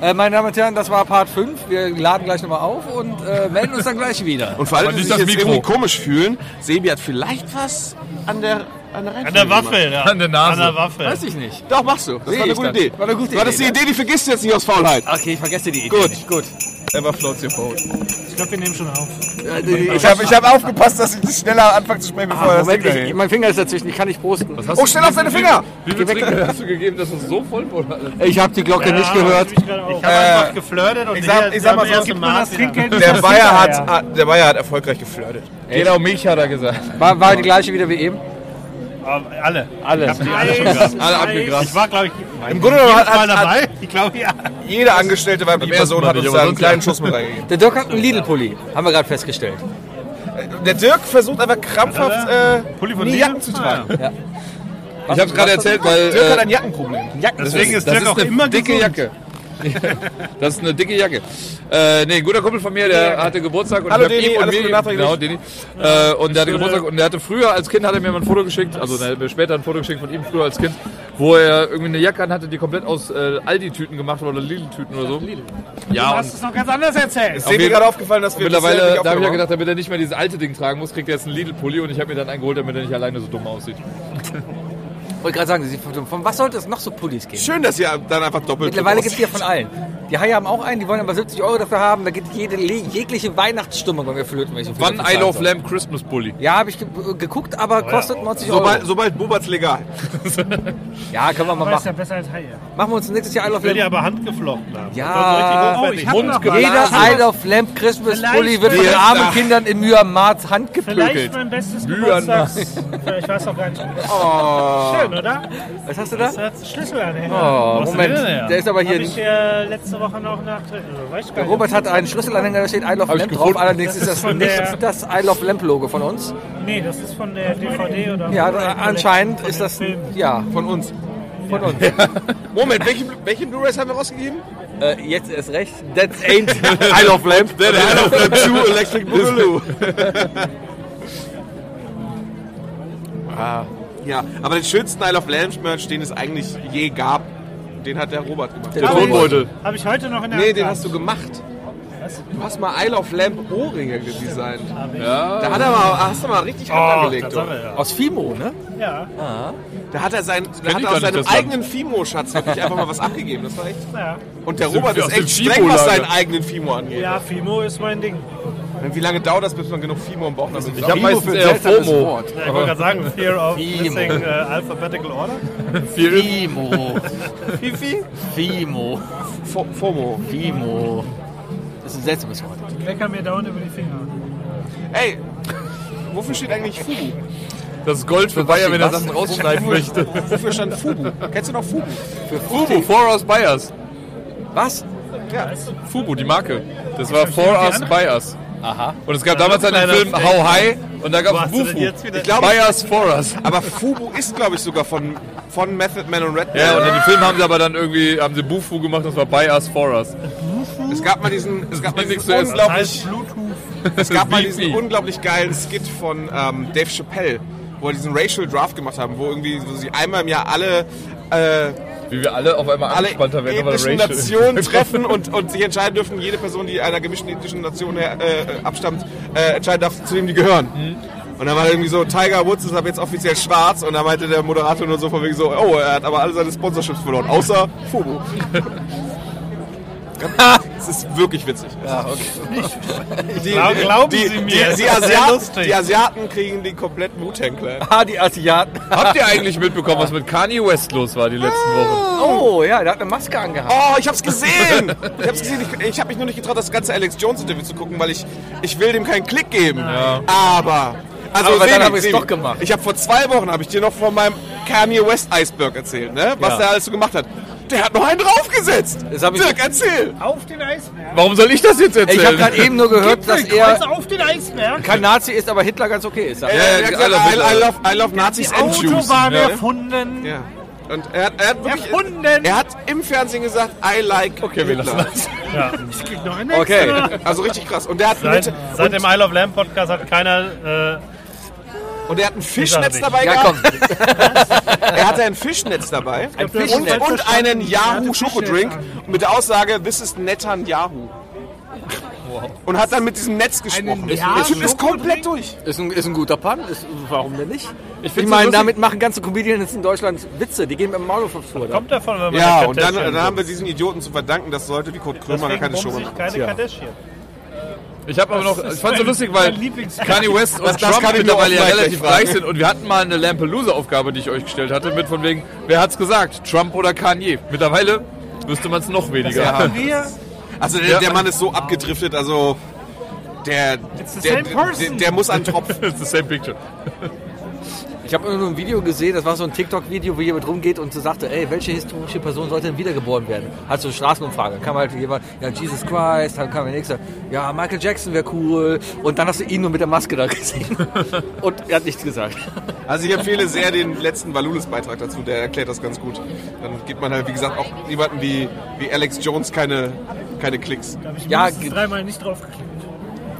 Speaker 3: Äh, meine Damen und Herren, das war Part 5. Wir laden gleich nochmal auf und äh, melden uns dann gleich wieder.
Speaker 2: Und für alle,
Speaker 5: Aber
Speaker 2: die
Speaker 5: nicht
Speaker 2: sich
Speaker 5: das
Speaker 2: jetzt
Speaker 5: Mikro.
Speaker 2: irgendwie komisch fühlen, Sebi hat vielleicht was an der an der,
Speaker 4: An der Waffel, ja.
Speaker 5: An der Nase.
Speaker 4: An der Waffel.
Speaker 3: Weiß ich nicht.
Speaker 2: Doch, machst du. Das war eine
Speaker 3: ich
Speaker 2: gute
Speaker 3: dann.
Speaker 2: Idee.
Speaker 3: War eine gute
Speaker 2: War das die
Speaker 3: Idee,
Speaker 2: Idee, ne? Ah, die vergisst du jetzt nicht aus Faulheit.
Speaker 3: Okay, ich vergesse die Idee.
Speaker 2: Gut.
Speaker 3: nicht. gut.
Speaker 5: Everfloats your boat.
Speaker 6: Ich glaube, wir nehmen schon auf.
Speaker 2: Ich habe ich hab aufgepasst, dass ich nicht schneller anfange zu sprechen, bevor er das
Speaker 3: Moment,
Speaker 2: Ding
Speaker 3: ich,
Speaker 2: dahin-
Speaker 3: mein Finger ist dazwischen, ich kann nicht prosten.
Speaker 2: Oh, schnell auf deine Finger!
Speaker 5: Wie viel Trinken hast du gegeben, dass es so voll wurde?
Speaker 3: Ich habe die Glocke nicht gehört.
Speaker 6: Ich, habe einfach geflirtet und
Speaker 2: ich sag-
Speaker 6: hier
Speaker 2: ich sag mal
Speaker 6: beim
Speaker 2: so,
Speaker 6: ersten
Speaker 2: gib mir
Speaker 6: Mal
Speaker 2: das
Speaker 6: wieder.
Speaker 2: Der Bayer hat, hat- der Bayer hat erfolgreich geflirtet.
Speaker 5: Genau, mich hat er gesagt.
Speaker 3: War, war die gleiche wieder wie eben?
Speaker 4: Aber Ähm, Alle.
Speaker 3: Alle.
Speaker 4: Ich hab die alle schon gehabt.
Speaker 5: Alle abgegrast.
Speaker 4: Ich war, glaube ich,
Speaker 2: Im Grunde genommen hat,
Speaker 4: mal
Speaker 2: hat, hat
Speaker 4: dabei. Ich glaube, ja.
Speaker 2: jede angestellte weibliche
Speaker 5: ersten
Speaker 2: Person
Speaker 5: Mal
Speaker 2: hat
Speaker 5: nicht,
Speaker 2: uns
Speaker 5: aber
Speaker 2: da einen
Speaker 5: sonst
Speaker 2: kleinen
Speaker 5: ja.
Speaker 2: Schuss mit reingegeben.
Speaker 3: Der Dirk hat einen Lidl-Pulli, haben wir gerade festgestellt.
Speaker 2: Der Dirk versucht einfach krampfhaft äh,
Speaker 4: Pulli von
Speaker 2: nie
Speaker 4: Lidl?
Speaker 2: Jacken zu tragen.
Speaker 5: Ich hab's gerade erzählt, weil.
Speaker 2: Dirk hat
Speaker 5: Äh,
Speaker 2: ein Jackenproblem.
Speaker 4: Deswegen ist
Speaker 5: das
Speaker 4: Dirk
Speaker 5: ist
Speaker 4: auch
Speaker 5: eine
Speaker 4: immer
Speaker 5: dicke
Speaker 4: gesund.
Speaker 5: Jacke. Das ist eine dicke Jacke. Äh, nee, ein guter Kumpel von mir, der hatte Geburtstag und
Speaker 2: Hallo,
Speaker 5: ich hab
Speaker 2: Deni,
Speaker 5: ihm und
Speaker 2: alles
Speaker 5: mir,
Speaker 2: Gute nachträglich.
Speaker 5: genau, Deni, äh, und der hatte Geburtstag und der hatte früher als Kind hat er mir mal ein Foto geschickt, also er hat mir später ein Foto geschickt von ihm früher als Kind, wo er irgendwie eine Jacke anhatte, die komplett aus äh, Aldi-Tüten gemacht war oder Lidl-Tüten oder so. Ja, und
Speaker 6: Das ist noch ganz anders erzählt.
Speaker 2: Ist dir
Speaker 5: jeden-
Speaker 2: gerade aufgefallen, dass wir bisher
Speaker 5: mittlerweile,
Speaker 2: nicht
Speaker 5: da habe ich ja
Speaker 2: aufgenommen
Speaker 5: gedacht, damit er nicht mehr dieses alte Ding tragen muss, kriegt er jetzt einen Lidl-Pulli und ich habe mir dann einen geholt, damit er nicht alleine so dumm aussieht.
Speaker 3: Wollte gerade sagen, Sie- von, von was sollte es noch so Pullis geben?
Speaker 2: Schön, dass ihr dann einfach doppelt
Speaker 3: Mittlerweile
Speaker 2: draus-
Speaker 3: gibt es ja von allen. Die Haie haben auch einen, die wollen aber 70 Euro dafür haben. Da geht jede, le- jegliche Weihnachtsstimmung, wenn wir flöten. Wenn ich so viel
Speaker 5: Wann
Speaker 3: dafür
Speaker 5: I
Speaker 3: zahlen
Speaker 5: Love
Speaker 3: soll.
Speaker 5: Lamb Christmas Pulli?
Speaker 3: Ja, habe ich ge geguckt, aber kostet 90 Euro.
Speaker 2: Sobald, sobald Bubert's legal.
Speaker 3: ja, können wir mal
Speaker 6: Aber ist ja
Speaker 3: machen.
Speaker 6: besser als Haie.
Speaker 3: Machen wir uns nächstes Jahr I Love
Speaker 4: Will die
Speaker 3: Lamp.
Speaker 4: aber handgeflochten haben.
Speaker 3: Ja.
Speaker 4: Das war so richtig
Speaker 6: Oh, ich hab
Speaker 4: hochwertig.
Speaker 6: noch was.
Speaker 3: Jeder
Speaker 6: Vielleicht-
Speaker 3: I Love Lamp Christmas
Speaker 6: Vielleicht-
Speaker 3: Pulli wird von
Speaker 2: Vielleicht-
Speaker 3: armen
Speaker 2: Ach.
Speaker 3: Kindern in Mührmarz Hand
Speaker 6: Vielleicht
Speaker 3: gepökelt.
Speaker 6: mein bestes
Speaker 5: Mühen.
Speaker 6: Geburtstags... Ich weiß auch gar nicht. Schön, oder?
Speaker 3: Was hast du da?
Speaker 6: Das hat Schlüssel anhängen.
Speaker 7: Ah.
Speaker 3: Oh,
Speaker 4: Was ist
Speaker 3: Moment,
Speaker 4: denn der?
Speaker 3: der ist aber
Speaker 6: Hab
Speaker 3: hier
Speaker 6: ich
Speaker 3: nicht.
Speaker 6: äh, letzte Woche noch nachträglich. Also, weiß ich gar nicht.
Speaker 3: Robert hat einen Schlüsselanhänger, da steht I Love
Speaker 5: Hab ich
Speaker 3: Lamp drauf.
Speaker 5: gefunden.
Speaker 3: Allerdings ist das
Speaker 6: von der-
Speaker 3: nicht das I Love Lamp Logo von uns.
Speaker 6: Nee, das ist von der DVD oder
Speaker 3: Ja,
Speaker 6: von der
Speaker 3: anscheinend
Speaker 6: von
Speaker 3: ist
Speaker 6: dem
Speaker 3: das
Speaker 6: Film.
Speaker 3: ja
Speaker 2: Von uns.
Speaker 3: von uns.
Speaker 2: Moment, welche, welche Blu-Rays haben wir rausgegeben?
Speaker 3: Äh, jetzt erst recht. That's ain't
Speaker 2: I Love Lamp. I Love Lamp 2 Electric Boogaloo. Ah. Ja, aber den schönsten I Love Lamp Merch, den es eigentlich je gab, den hat der Robert gemacht.
Speaker 3: Der
Speaker 6: Hab ich-
Speaker 5: Wohnbeutel.
Speaker 6: Hab ich heute noch in der
Speaker 2: Nee,
Speaker 6: Hand
Speaker 2: den
Speaker 6: gehabt.
Speaker 2: hast du gemacht. Du hast mal I Love Lamp Ohrringe gedesignt.
Speaker 5: Ja,
Speaker 2: Da hat er mal, hast du mal richtig Hand
Speaker 6: Oh,
Speaker 4: Ah.
Speaker 2: angelegt.
Speaker 6: Tatsache, ja.
Speaker 3: aus Fimo, ne?
Speaker 9: Ja,
Speaker 2: Da hat er, sein, da
Speaker 5: ich
Speaker 2: hat er aus
Speaker 5: gar nicht,
Speaker 2: seinem
Speaker 5: das Land.
Speaker 2: eigenen Fimo-Schatz wirklich einfach mal was abgegeben. Das war echt.
Speaker 9: ja.
Speaker 2: Und der
Speaker 5: Sind
Speaker 2: Robert
Speaker 5: wir
Speaker 2: ist
Speaker 5: aus dem
Speaker 2: echt streng, was
Speaker 5: Fimo-Lager?
Speaker 2: seinen eigenen Fimo angeht.
Speaker 9: Ja, Fimo ist mein Ding.
Speaker 2: Wie lange dauert das, bis man genug Fimo im Bauch hat?
Speaker 5: Ich habe meistens
Speaker 7: äh,
Speaker 5: eher FOMO.
Speaker 7: Wort.
Speaker 9: Ja, ich wollte gerade sagen, Fear of
Speaker 7: Fimo.
Speaker 9: Missing äh, Alphabetical Order.
Speaker 7: Fimo.
Speaker 2: Fifi?
Speaker 7: Fimo.
Speaker 2: Fo- FOMO.
Speaker 7: Fimo. Das ist ein seltsames Wort.
Speaker 9: Klecker mir dauernd über die Finger.
Speaker 2: Ey, wofür steht eigentlich Fubu?
Speaker 5: Das ist Gold für Bayer, wenn er Sachen rausschneiden möchte.
Speaker 2: Wofür stand Fubu? Kennst du noch Fubu?
Speaker 5: Fubu, Four Us Buyers.
Speaker 7: Was?
Speaker 5: Fubu, die Marke. Das war Four Us Buyers. Aha. Und es gab damals einen
Speaker 9: leider
Speaker 5: Film How High und da gab es
Speaker 9: Hast du
Speaker 5: Bufu.
Speaker 9: denn jetzt wieder
Speaker 2: Ich glaube,
Speaker 5: Buyers Four Us.
Speaker 2: aber Fubu ist, glaube ich, sogar von, von Method Man und Redman.
Speaker 5: Ja, und in dem Film haben sie aber dann irgendwie, haben sie Bufu gemacht, das war Buyers Four Us.
Speaker 2: es gab mal diesen, es gab mal
Speaker 5: Nichts
Speaker 2: diesen,
Speaker 5: zu essen.
Speaker 9: Das
Speaker 2: unglaublich,
Speaker 9: heißt Bluetooth.
Speaker 2: es gab mal
Speaker 5: Wie-
Speaker 2: diesen
Speaker 5: wie?
Speaker 2: unglaublich geilen Skit von ähm, Dave Chappelle, wo er diesen Racial Draft gemacht haben, wo irgendwie wo sie einmal im Jahr alle, äh,
Speaker 5: Wie wir alle auf einmal
Speaker 2: alle
Speaker 5: angespannter werden, weil
Speaker 2: ethnischen
Speaker 5: Racial.
Speaker 2: Nationen treffen und, und sich entscheiden dürfen, jede Person, die einer gemischten ethnischen Nation her, äh, abstammt, äh, entscheiden darf, zu wem die gehören. Und dann war irgendwie so, Tiger Woods ist ab jetzt offiziell schwarz und da meinte der Moderator nur so von wegen so, oh, er hat aber alle seine Sponsorships verloren, außer Fubu. Es ist wirklich witzig. Ja, okay. Die,
Speaker 4: Glaub- glauben
Speaker 2: die,
Speaker 4: Sie mir,
Speaker 2: die,
Speaker 4: das
Speaker 2: die,
Speaker 4: ist sehr
Speaker 2: Asiaten,
Speaker 4: lustig.
Speaker 2: die Asiaten kriegen den kompletten Wu-Tang-Clan.
Speaker 7: Ah, die Asiaten.
Speaker 5: Habt ihr eigentlich mitbekommen, was mit Kanye West los war die letzten Wochen?
Speaker 7: Oh, ja, der hat eine Maske angehabt.
Speaker 2: Oh, ich hab's gesehen! Ich hab's gesehen. Ich, ich hab mich nur nicht getraut, das ganze Alex Jones-Interview zu gucken, weil ich, ich will dem keinen Klick geben. Aber... Also
Speaker 7: Aber dann
Speaker 2: Sebi,
Speaker 7: hab ich's
Speaker 2: Sebi,
Speaker 7: doch gemacht.
Speaker 2: Ich habe vor zwei Wochen habe ich dir noch von meinem Kanye West Eisberg erzählt, ne? Was
Speaker 7: Ja.
Speaker 2: der alles so gemacht hat. Der hat noch einen draufgesetzt.
Speaker 7: Das hab ich-
Speaker 2: Dirk, erzähl.
Speaker 9: Auf den Eisberg.
Speaker 5: Warum soll ich das jetzt erzählen?
Speaker 7: Ich habe gerade eben nur gehört, dass
Speaker 9: Kreuz
Speaker 7: er
Speaker 9: auf den Eisberg.
Speaker 7: kein Nazi ist, aber Hitler ganz okay ist.
Speaker 2: Er,
Speaker 5: ja,
Speaker 2: er hat gesagt,
Speaker 5: I love Hitler.
Speaker 2: I, I, love, I love Nazis
Speaker 9: Die
Speaker 2: and Jews.
Speaker 9: Autobahn
Speaker 5: Ja.
Speaker 9: erfunden.
Speaker 2: Ja. Und er hat, er hat wirklich...
Speaker 9: Erfunden.
Speaker 2: Er hat im Fernsehen gesagt, I like
Speaker 5: Okay, wir lassen
Speaker 2: Hitler.
Speaker 5: das.
Speaker 9: Ja. Ich krieg noch einen
Speaker 7: Okay.
Speaker 9: extra.
Speaker 2: Also richtig krass. Und der hat einen,
Speaker 4: Seit, seit dem Isle of Lamb Podcast hat keiner. Äh,
Speaker 2: und er hat ein Fischnetz
Speaker 4: nicht.
Speaker 2: dabei
Speaker 7: Ja,
Speaker 2: gehabt.
Speaker 7: komm.
Speaker 2: Er hatte ein Fischnetz dabei.
Speaker 7: Ein
Speaker 2: und,
Speaker 7: Fischnetz.
Speaker 2: und einen Yahoo
Speaker 9: Fischnetz
Speaker 2: Schokodrink mit der Aussage, this is Nettan Yahoo. Und hat dann mit diesem Netz gesprochen. Ich finde es komplett durch.
Speaker 7: Ist ein, ist ein guter Pun. Ist, warum denn nicht? Ich,
Speaker 5: find's
Speaker 7: meine,
Speaker 5: so lustig-
Speaker 7: damit machen ganze Comedians in Deutschland Witze. Die gehen mit dem Maulwurf auf Tour.
Speaker 4: kommt davon, wenn man
Speaker 2: Ja,
Speaker 4: eine
Speaker 2: und dann,
Speaker 4: Kardashian
Speaker 2: dann haben wir diesen Idioten zu verdanken, dass Leute wie Kurt Krömer gar
Speaker 4: Deswegen
Speaker 2: keine Show
Speaker 4: bumsen
Speaker 2: machen.
Speaker 4: sich keine
Speaker 7: Ja.
Speaker 4: Kardashian.
Speaker 5: Ich habe aber noch, ich fand so
Speaker 4: mein-
Speaker 5: lustig,
Speaker 4: mein
Speaker 5: weil
Speaker 4: Lieblings-
Speaker 5: Kanye West und
Speaker 2: Das- das
Speaker 5: Trump
Speaker 2: kann ich mir
Speaker 5: mittlerweile ja
Speaker 2: auch gleich
Speaker 5: relativ
Speaker 2: fragen.
Speaker 5: gleich sind und wir hatten mal eine Lampelusa-Aufgabe, die ich euch gestellt hatte, mit von wegen, wer hat's gesagt, Trump oder Kanye? Mittlerweile wüsste man es noch weniger haben.
Speaker 9: Wir
Speaker 2: Also der, der Mann ist so abgedriftet, also der,
Speaker 9: It's the
Speaker 2: der,
Speaker 9: same person.
Speaker 2: der, der muss an den Tropf.
Speaker 5: It's the same picture.
Speaker 7: Ich habe nur ein Video gesehen, das war so ein TikTok-Video, wo jemand rumgeht und so sagte, ey, welche historische Person sollte denn wiedergeboren werden? Hat so eine Straßenumfrage. Kam halt jemand, ja, Jesus Christ, dann kam der Nächste, ja, Michael Jackson wäre cool. Und dann hast du ihn nur mit der Maske da gesehen. Und er hat nichts gesagt.
Speaker 2: Also ich empfehle sehr den letzten Valulis-Beitrag dazu, der erklärt das ganz gut. Dann gibt man halt, wie gesagt, auch jemanden wie, wie Alex Jones keine, keine Klicks.
Speaker 7: Ja,
Speaker 9: ja,
Speaker 7: ge-
Speaker 9: dreimal nicht drauf geklickt.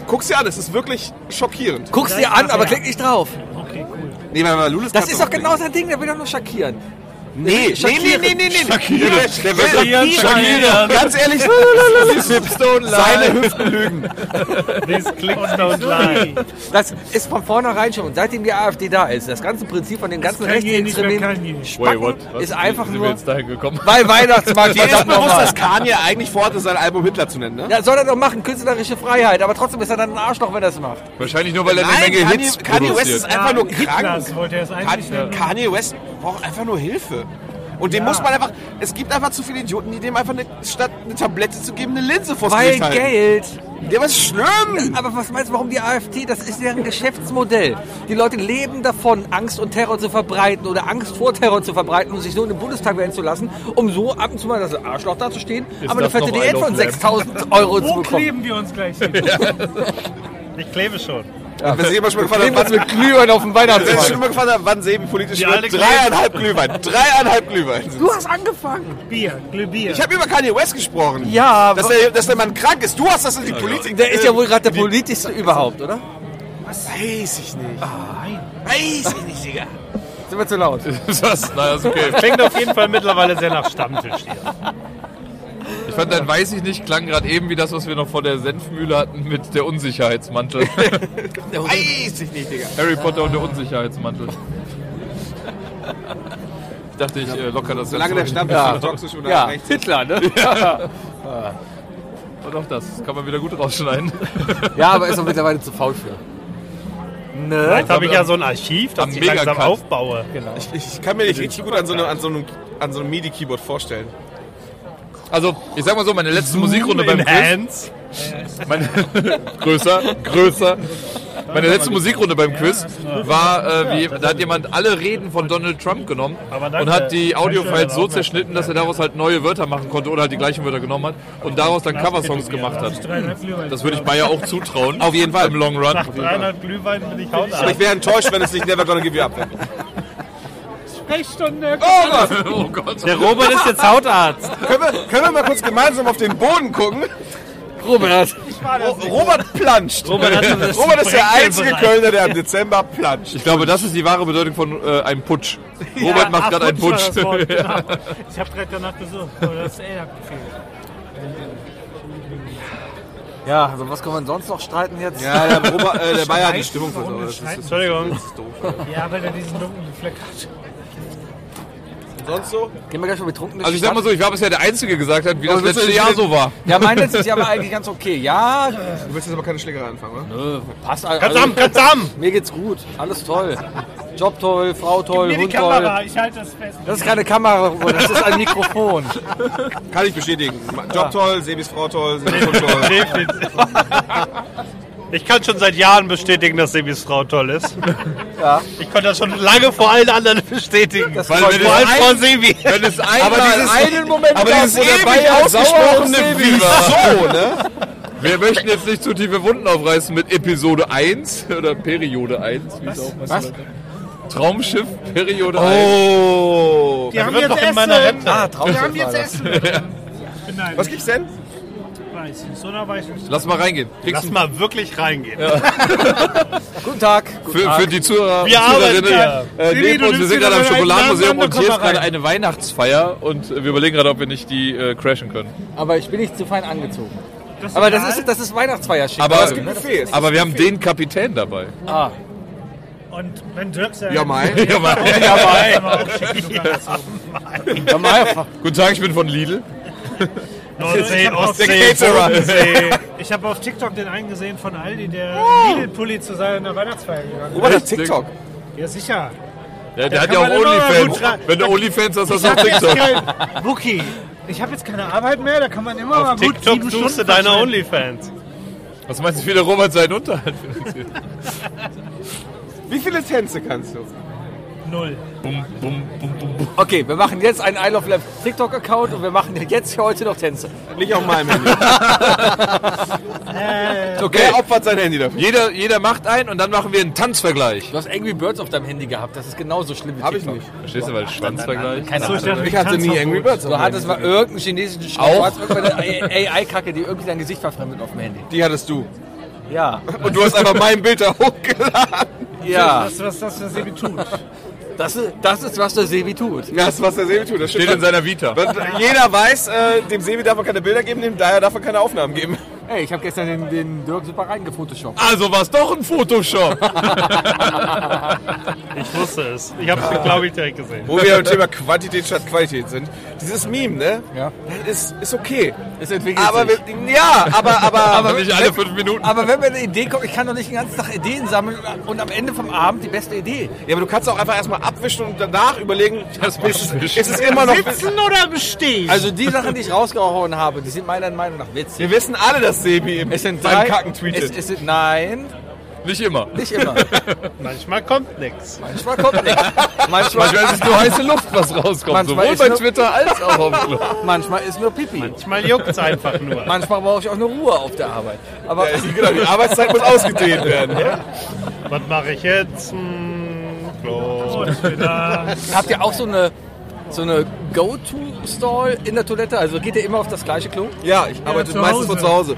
Speaker 2: Guck's dir an, es ist wirklich schockierend.
Speaker 7: Guck's dir an, aber klick nicht drauf.
Speaker 9: Okay, cool.
Speaker 2: Nee, weil Valulis
Speaker 7: Das
Speaker 2: kannst
Speaker 7: ist
Speaker 2: du
Speaker 7: doch
Speaker 2: auch
Speaker 7: genau
Speaker 2: klicken.
Speaker 7: sein Ding, der will doch nur schockieren.
Speaker 2: oh Nee, nee, nee, nee, nee, nee. Shakira. Der wird
Speaker 4: Schockieren, schockieren.
Speaker 2: Ganz ehrlich, seine Hüften lügen.
Speaker 4: Please click und don't lie.
Speaker 7: Das ist von vornherein schon. Und seitdem die AfD da ist, das ganze Prinzip von den ganzen
Speaker 9: Kanye nicht mehr
Speaker 7: Rechtsextremen,
Speaker 9: Kanye.
Speaker 5: Wait,
Speaker 7: Spacken ist einfach
Speaker 5: Wie sind
Speaker 7: nur-
Speaker 5: wir jetzt dahin gekommen?
Speaker 7: weil Weihnachtsmarkt
Speaker 2: Dir ist
Speaker 7: verdammt
Speaker 2: bewusst,
Speaker 7: nochmal.
Speaker 2: dass Kanye eigentlich vorhatte, sein Album Hitler zu nennen, ne?
Speaker 7: Ja, soll er doch machen, künstlerische Freiheit. Aber trotzdem ist er dann ein Arschloch, wenn er es macht.
Speaker 5: Wahrscheinlich nur, weil er eine
Speaker 2: Nein,
Speaker 5: Menge
Speaker 2: Kanye,
Speaker 5: Hits
Speaker 2: Kanye West ist
Speaker 5: produziert.
Speaker 2: einfach nur
Speaker 9: Hitler
Speaker 2: krank.
Speaker 9: wollte er es eigentlich
Speaker 2: Kanye,
Speaker 9: nennen.
Speaker 2: Kanye West braucht einfach nur Hilfe. Und dem
Speaker 9: Ja.
Speaker 2: muss man einfach. Es gibt einfach zu viele Idioten, die dem einfach eine, statt eine Tablette zu geben, eine Linse vors
Speaker 7: Weil
Speaker 2: Gesicht halten.
Speaker 7: Geld.
Speaker 2: Der war schlimm.
Speaker 7: Aber was meinst du, warum die AfD? Das ist deren Geschäftsmodell. Die Leute leben davon, Angst und Terror zu verbreiten oder Angst vor Terror zu verbreiten und sich so in den Bundestag wählen zu lassen, um so ab und zu mal das Arschloch dazustehen, aber eine
Speaker 5: das
Speaker 7: fette
Speaker 5: noch ein
Speaker 7: Diät von
Speaker 5: Aufleben?
Speaker 7: 6000 Euro zu
Speaker 9: Wo
Speaker 7: bekommen.
Speaker 9: kleben wir uns gleich hin?
Speaker 4: Ich klebe schon.
Speaker 2: Ja. Wenn sich jemand schon mal
Speaker 7: Kleben
Speaker 2: gefragt
Speaker 7: uns
Speaker 2: hat,
Speaker 7: mit Glühwein auf dem
Speaker 2: wann- wenn sich schon
Speaker 7: Weihnachtsmarkt.
Speaker 2: mal gefragt hat, wann Seben politisch
Speaker 4: Die
Speaker 2: wird,
Speaker 4: alle kleben.
Speaker 2: dreieinhalb Glühwein. Dreieinhalb Glühwein.
Speaker 7: Du hast angefangen.
Speaker 9: Bier, Glühbier.
Speaker 2: Ich habe über Kanye West gesprochen.
Speaker 7: Ja,
Speaker 2: Dass
Speaker 7: wa-
Speaker 2: der, dass der Mann krank ist. Du hast das in die Politik.
Speaker 7: der ist
Speaker 2: äh,
Speaker 7: ja wohl gerade der politischste überhaupt, oder?
Speaker 2: Weiß ich nicht. Weiß ich nicht, Digga.
Speaker 7: Sind wir zu laut?
Speaker 5: Was? Na, ist okay.
Speaker 4: Klingt auf jeden Fall mittlerweile sehr nach Stammtisch hier.
Speaker 5: Ich fand, dann weiß ich nicht, klang gerade eben wie das, was wir noch vor der Senfmühle hatten mit der Unsicherheitsmantel.
Speaker 2: Weiß ich nicht, Digga.
Speaker 5: Harry Potter und der Unsicherheitsmantel. Ich dachte, ich äh, locker das
Speaker 2: Solange der
Speaker 5: zurück.
Speaker 2: Stamm
Speaker 3: Ja.
Speaker 2: nicht toxisch oder
Speaker 3: Ja,
Speaker 2: rechts
Speaker 3: Hitler, ne?
Speaker 5: Und auch das kann man wieder gut rausschneiden.
Speaker 3: Ja, aber ist auch mittlerweile zu faul für. Ne?
Speaker 6: Jetzt habe ich ja so ein Archiv, das
Speaker 5: Also Am
Speaker 6: ich langsam
Speaker 5: Megacut.
Speaker 6: aufbaue.
Speaker 3: Genau.
Speaker 2: Ich kann mir nicht richtig gut an so einem, an so einem, an so einem MIDI-Keyboard vorstellen.
Speaker 5: Also, ich sag mal so, meine letzte Musikrunde beim Quiz.
Speaker 4: Hands.
Speaker 5: Meine, größer, größer. Meine letzte Musikrunde beim Quiz war, äh, wie, da hat jemand alle Reden von Donald Trump genommen
Speaker 4: Aber danke.
Speaker 5: und hat die Audiofiles
Speaker 4: Dankeschön,
Speaker 5: so
Speaker 4: aber auch
Speaker 5: zerschnitten, dass er daraus halt neue Wörter machen konnte oder halt die gleichen Wörter genommen hat und daraus dann Coversongs gemacht hat. Das würde ich Bayer auch zutrauen. Auf jeden Fall. Im Long Run.
Speaker 4: Nach 300 Glühwein bin ich
Speaker 2: Aber
Speaker 4: Hausarzt.
Speaker 2: ich wäre enttäuscht, wenn es nicht Never Gonna Give You Up wäre.
Speaker 6: Sprechstunde.
Speaker 2: Oh Gott!
Speaker 5: Oh Gott.
Speaker 6: Der Robert ist jetzt Hautarzt.
Speaker 2: Können wir, können wir mal kurz gemeinsam auf den Boden gucken?
Speaker 3: Robert.
Speaker 2: Ro Robert planscht.
Speaker 6: Robert hat das
Speaker 2: Robert ist der
Speaker 6: Brezel
Speaker 2: einzige
Speaker 6: bereit.
Speaker 2: Kölner, der im Dezember planscht.
Speaker 5: Ich glaube, das ist die wahre Bedeutung von äh, einem Putsch. Robert macht
Speaker 6: ach,
Speaker 5: gerade einen
Speaker 6: Putsch war
Speaker 5: Putsch.
Speaker 6: das Wort, genau. Ich habe gerade danach gesucht, aber das L hat gefehlt.
Speaker 3: Ja, also was kann man sonst noch streiten jetzt?
Speaker 2: Ja, der, Robert, äh, der Bayer hat die Stimmung
Speaker 6: Warum wir
Speaker 2: versaut.
Speaker 6: schneiden?
Speaker 4: Entschuldigung.
Speaker 6: Ja, weil er diesen dunklen Fleck hat.
Speaker 2: Sonst so?
Speaker 3: Gehen wir gleich mal betrunken durch
Speaker 5: Also
Speaker 3: die
Speaker 5: ich sag mal
Speaker 3: Stadt.
Speaker 5: so, ich war bisher der Einzige, der gesagt hat, wie das
Speaker 3: Aber willst
Speaker 5: letzte
Speaker 3: du-
Speaker 5: Jahr so war.
Speaker 3: Ja, mein letztes Jahr war eigentlich ganz okay. Ja,
Speaker 2: Du willst jetzt aber keine Schlägerei anfangen, oder?
Speaker 3: passt alles.
Speaker 4: Katzam, katzam!
Speaker 3: mir geht's gut. Alles toll. Job toll, Frau toll,
Speaker 6: Mir die
Speaker 3: Hund toll.
Speaker 6: Kamera, ich halte das fest.
Speaker 3: Das ist keine Kamera, Robert, das ist ein Mikrofon.
Speaker 2: Kann ich bestätigen. Job toll, Sebis Frau toll, Sebis Hund toll.
Speaker 4: Definitiv. Ich kann schon seit Jahren bestätigen, dass Sebis Frau toll ist. Ich konnte das schon lange vor allen anderen bestätigen.
Speaker 3: Das
Speaker 5: Weil
Speaker 3: freut
Speaker 5: wenn
Speaker 3: mich.
Speaker 5: es-
Speaker 4: vor allem vor Sebi.
Speaker 5: Wenn es einmal
Speaker 3: einen Moment
Speaker 5: aber
Speaker 3: gab,
Speaker 5: dieses
Speaker 3: wo der
Speaker 5: ewig
Speaker 3: Bayer sauer
Speaker 5: ausgesprochene
Speaker 3: auf Sebi
Speaker 5: Wieso, ne? Wir möchten jetzt nicht zu tiefe Wunden aufreißen mit Episode 1 oder Periode 1, wie es auch mal
Speaker 3: Was?
Speaker 5: Traumschiff Periode
Speaker 2: Oh.
Speaker 5: 1.
Speaker 6: Die haben
Speaker 4: wird
Speaker 6: jetzt äh,
Speaker 4: noch in
Speaker 6: Essen.
Speaker 4: meiner Rente.
Speaker 3: Ah, Traum-
Speaker 6: Wir haben jetzt Essen. Ich bin neidisch.
Speaker 2: Was gibt's denn?
Speaker 6: Weiß ich. So nah weiß ich nicht.
Speaker 5: Lass mal reingehen. Kriegst
Speaker 4: Lass
Speaker 5: du
Speaker 4: mal wirklich reingehen.
Speaker 3: Guten Tag. Guten
Speaker 5: für,
Speaker 3: Tag.
Speaker 5: für die Zuhörer
Speaker 4: Wir arbeiten
Speaker 5: Zuhörerinnen,
Speaker 4: hier.
Speaker 5: äh,
Speaker 4: Sebi,
Speaker 5: neben
Speaker 4: du
Speaker 5: uns, wir
Speaker 4: nimmst dir
Speaker 5: sind gerade
Speaker 4: deine
Speaker 5: am
Speaker 4: eigenen
Speaker 5: Schokoladenmuseum
Speaker 4: Namen,
Speaker 5: und
Speaker 4: komm
Speaker 5: hier ist
Speaker 4: mal
Speaker 5: gerade
Speaker 4: rein.
Speaker 5: eine Weihnachtsfeier und äh, wir überlegen gerade, ob wir nicht die äh, crashen können.
Speaker 3: Aber ich bin nicht zu fein angezogen. Aber das ist, das ist Weihnachtsfeierschick.
Speaker 5: Aber,
Speaker 3: ne? Das-
Speaker 2: Buffet ist.
Speaker 5: aber wir haben den Kapitän dabei.
Speaker 3: ah,
Speaker 6: Und wenn Dirk sagt,
Speaker 2: Ja, mein.
Speaker 5: Ja, mal.
Speaker 3: ja, mal,
Speaker 5: Guten Tag, ich bin von Lidl.
Speaker 6: Nordsee, Ostsee,
Speaker 5: Caterer.
Speaker 6: Bodensee. Ich habe auf TikTok den einen gesehen von Aldi, der
Speaker 4: Oh.
Speaker 6: Lidl-Pulli zu seiner Weihnachtsfeier gegangen
Speaker 2: Robert hat TikTok.
Speaker 6: ist. Ja, sicher.
Speaker 5: Ja, der hat
Speaker 6: kann
Speaker 5: ja auch
Speaker 6: man immer mal
Speaker 5: Onlyfans.
Speaker 6: gut rein-
Speaker 5: Wenn du Onlyfans hast, hast
Speaker 6: Ich
Speaker 5: du auch
Speaker 6: habe jetzt,
Speaker 5: TikTok.
Speaker 6: kein- Wookie, ich hab jetzt keine Arbeit mehr, da kann man immer mal
Speaker 4: Auf
Speaker 6: gut
Speaker 4: TikTok
Speaker 6: sieben
Speaker 4: suchst du
Speaker 6: Stunden
Speaker 4: deine
Speaker 6: verbringen.
Speaker 4: Onlyfans.
Speaker 5: Was meinst du, wie der Robert seinen Unterhalt finanziert?
Speaker 2: Wie viele Tänze kannst du?
Speaker 6: Null.
Speaker 5: Bum, bum, bum, bum, bum.
Speaker 3: okay, wir machen jetzt einen Isle of Lamp TikTok-Account und wir machen jetzt hier heute noch Tänze.
Speaker 2: Nicht auf meinem Handy.
Speaker 5: Okay,
Speaker 2: Wer opfert sein Handy dafür?
Speaker 5: jeder, jeder macht einen und dann machen wir einen Tanzvergleich.
Speaker 3: Du hast Angry Birds auf deinem Handy gehabt, das ist genauso schlimm wie
Speaker 2: Hab ich
Speaker 3: TikTok.
Speaker 2: nicht.
Speaker 5: Verstehst du, weil Schwanzvergleich?
Speaker 3: Keine
Speaker 6: So, ich
Speaker 3: Ahnung.
Speaker 6: dachte,
Speaker 2: Ich hatte
Speaker 6: kann's
Speaker 2: nie
Speaker 6: doch
Speaker 2: Angry
Speaker 6: gut.
Speaker 2: Birds.
Speaker 3: Du hattest mal irgendeinen chinesischen Schlag, du hast irgendeine AI-Kacke, die irgendwie dein Gesicht verfremdet auf dem Handy.
Speaker 2: Die hattest du.
Speaker 3: Ja.
Speaker 2: Und du hast einfach mein Bild da hochgeladen.
Speaker 3: Ja.
Speaker 6: Das, was das für Sebi tut.
Speaker 3: Das ist, das ist was der Sebi tut.
Speaker 2: Das, was der Sebi tut. Das
Speaker 5: Steht in seiner Vita.
Speaker 2: Jeder weiß, äh, dem Sebi darf man keine Bilder geben, dem Dyer darf man keine Aufnahmen geben.
Speaker 3: Ey, ich habe gestern den, den Dirk super reingefotoshoppt.
Speaker 5: Also war es doch ein Photoshop.
Speaker 4: Ich wusste es. Ich habe es, glaube ich, direkt gesehen.
Speaker 2: Wo wir beim Thema Quantität statt Qualität sind. Dieses Meme, ne?
Speaker 3: Ja.
Speaker 2: Das Ist, ist okay.
Speaker 3: Es entwickelt
Speaker 2: Aber
Speaker 3: sich.
Speaker 2: wir, ja, aber, aber,
Speaker 5: Aber nicht alle fünf Minuten.
Speaker 3: Aber wenn mir eine Idee kommt, ich kann doch nicht den ganzen Tag Ideen sammeln und am Ende vom Abend die beste Idee.
Speaker 2: Ja, aber du kannst auch einfach erstmal abwischen und danach überlegen,
Speaker 5: Das ist
Speaker 2: ist es immer noch.
Speaker 6: Sitzen oder bestehen?
Speaker 3: Also die Sachen, die ich rausgehauen habe, die sind meiner Meinung nach witzig.
Speaker 2: Wir wissen alle, dass Sebi im
Speaker 3: Es sind drei,
Speaker 2: beim Kacken
Speaker 3: es,
Speaker 2: tweetet.
Speaker 3: es sind, nein,
Speaker 5: nicht immer.
Speaker 3: nicht immer.
Speaker 4: Manchmal kommt nichts.
Speaker 3: Manchmal kommt nichts.
Speaker 5: Manchmal
Speaker 3: Manchmal,
Speaker 5: ist es nur heiße Luft, was rauskommt.
Speaker 3: Manchmal
Speaker 5: Sowohl
Speaker 3: ist
Speaker 5: bei
Speaker 3: nur-
Speaker 5: Twitter als auch auf dem Klo.
Speaker 3: manchmal ist nur Pipi.
Speaker 4: Manchmal juckt es einfach nur.
Speaker 3: Manchmal brauche ich auch eine Ruhe auf der Arbeit. Aber
Speaker 2: genau, die Arbeitszeit muss ausgedehnt werden.
Speaker 4: Was mache ich jetzt? Hm, Klo.
Speaker 3: habt ihr auch so eine, so eine Go-To-Stall in der Toilette? Also geht ihr immer auf das gleiche Klo?
Speaker 2: Ja, ich arbeite
Speaker 6: zu
Speaker 2: meistens
Speaker 6: Hause.
Speaker 2: von zu Hause.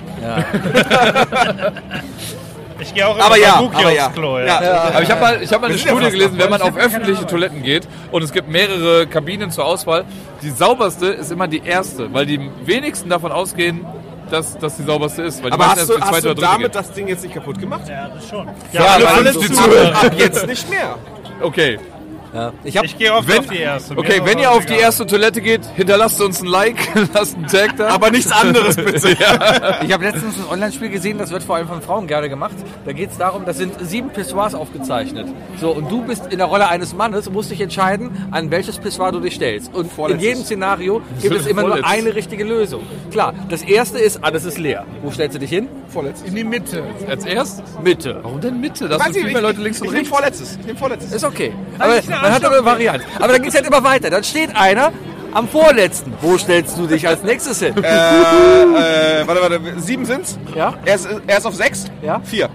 Speaker 4: Ich gehe auch
Speaker 2: Aber
Speaker 4: immer
Speaker 2: ja,
Speaker 4: bei Buki
Speaker 2: aber
Speaker 4: aufs
Speaker 2: ja.
Speaker 4: Klo. Ja.
Speaker 2: Ja.
Speaker 5: Aber ich habe mal, ich hab mal eine
Speaker 2: sind ja
Speaker 5: Studie
Speaker 2: fast
Speaker 5: gelesen, wenn man auf
Speaker 6: Keine
Speaker 5: öffentliche
Speaker 6: Ahnung.
Speaker 5: Toiletten geht und es gibt mehrere Kabinen zur Auswahl, die sauberste ist immer die erste, weil die wenigsten davon ausgehen, dass das die sauberste ist. Weil die
Speaker 2: Aber
Speaker 5: meisten
Speaker 2: hast du,
Speaker 5: erst die
Speaker 2: hast
Speaker 5: zweite
Speaker 2: du
Speaker 5: oder dritte
Speaker 2: damit
Speaker 5: gehen.
Speaker 2: das Ding jetzt nicht kaputt gemacht?
Speaker 6: Ja, das schon.
Speaker 5: Ja,
Speaker 2: alle
Speaker 5: alle
Speaker 2: zu-
Speaker 5: die Zuhörer.
Speaker 2: Ab jetzt nicht mehr.
Speaker 5: Okay.
Speaker 3: Ja. Ich habe
Speaker 4: Ich gehe oft
Speaker 5: Wenn-
Speaker 4: auf die erste. Mir
Speaker 5: Okay,
Speaker 4: ist
Speaker 5: wenn
Speaker 4: auch
Speaker 5: ihr auf die
Speaker 4: egal.
Speaker 5: erste Toilette geht, hinterlasst uns ein Like, lasst einen Tag da.
Speaker 2: Aber nichts anderes bitte.
Speaker 3: Ich habe letztens ein Online-Spiel gesehen, das wird vor allem von Frauen gerne gemacht. Da geht es darum, das sind sieben Pissoirs aufgezeichnet. So, und du bist in der Rolle eines Mannes und musst dich entscheiden, an welches Pissoir du dich stellst. Und in jedem Szenario gibt es immer nur
Speaker 5: Vorletztes.
Speaker 3: eine richtige Lösung. Klar, das erste ist, alles ist leer. Wo stellst du dich hin?
Speaker 7: Vorletztes.
Speaker 8: In die Mitte.
Speaker 5: als erstes?
Speaker 3: Mitte.
Speaker 5: Warum denn Mitte? Das sind
Speaker 7: ich-
Speaker 5: viel mehr Leute links und
Speaker 7: Ich nehme
Speaker 5: rechts.
Speaker 7: vorletztes. Ich nehme vorletztes.
Speaker 3: Ist okay. Aber man hat aber eine Variante. Aber dann geht es halt immer weiter. Dann steht einer am vorletzten. Wo stellst du dich als nächstes hin?
Speaker 2: äh, äh, warte, warte, sieben sind's?
Speaker 3: Ja?
Speaker 2: Er ist, er ist auf sechs?
Speaker 3: Ja.
Speaker 2: Vier.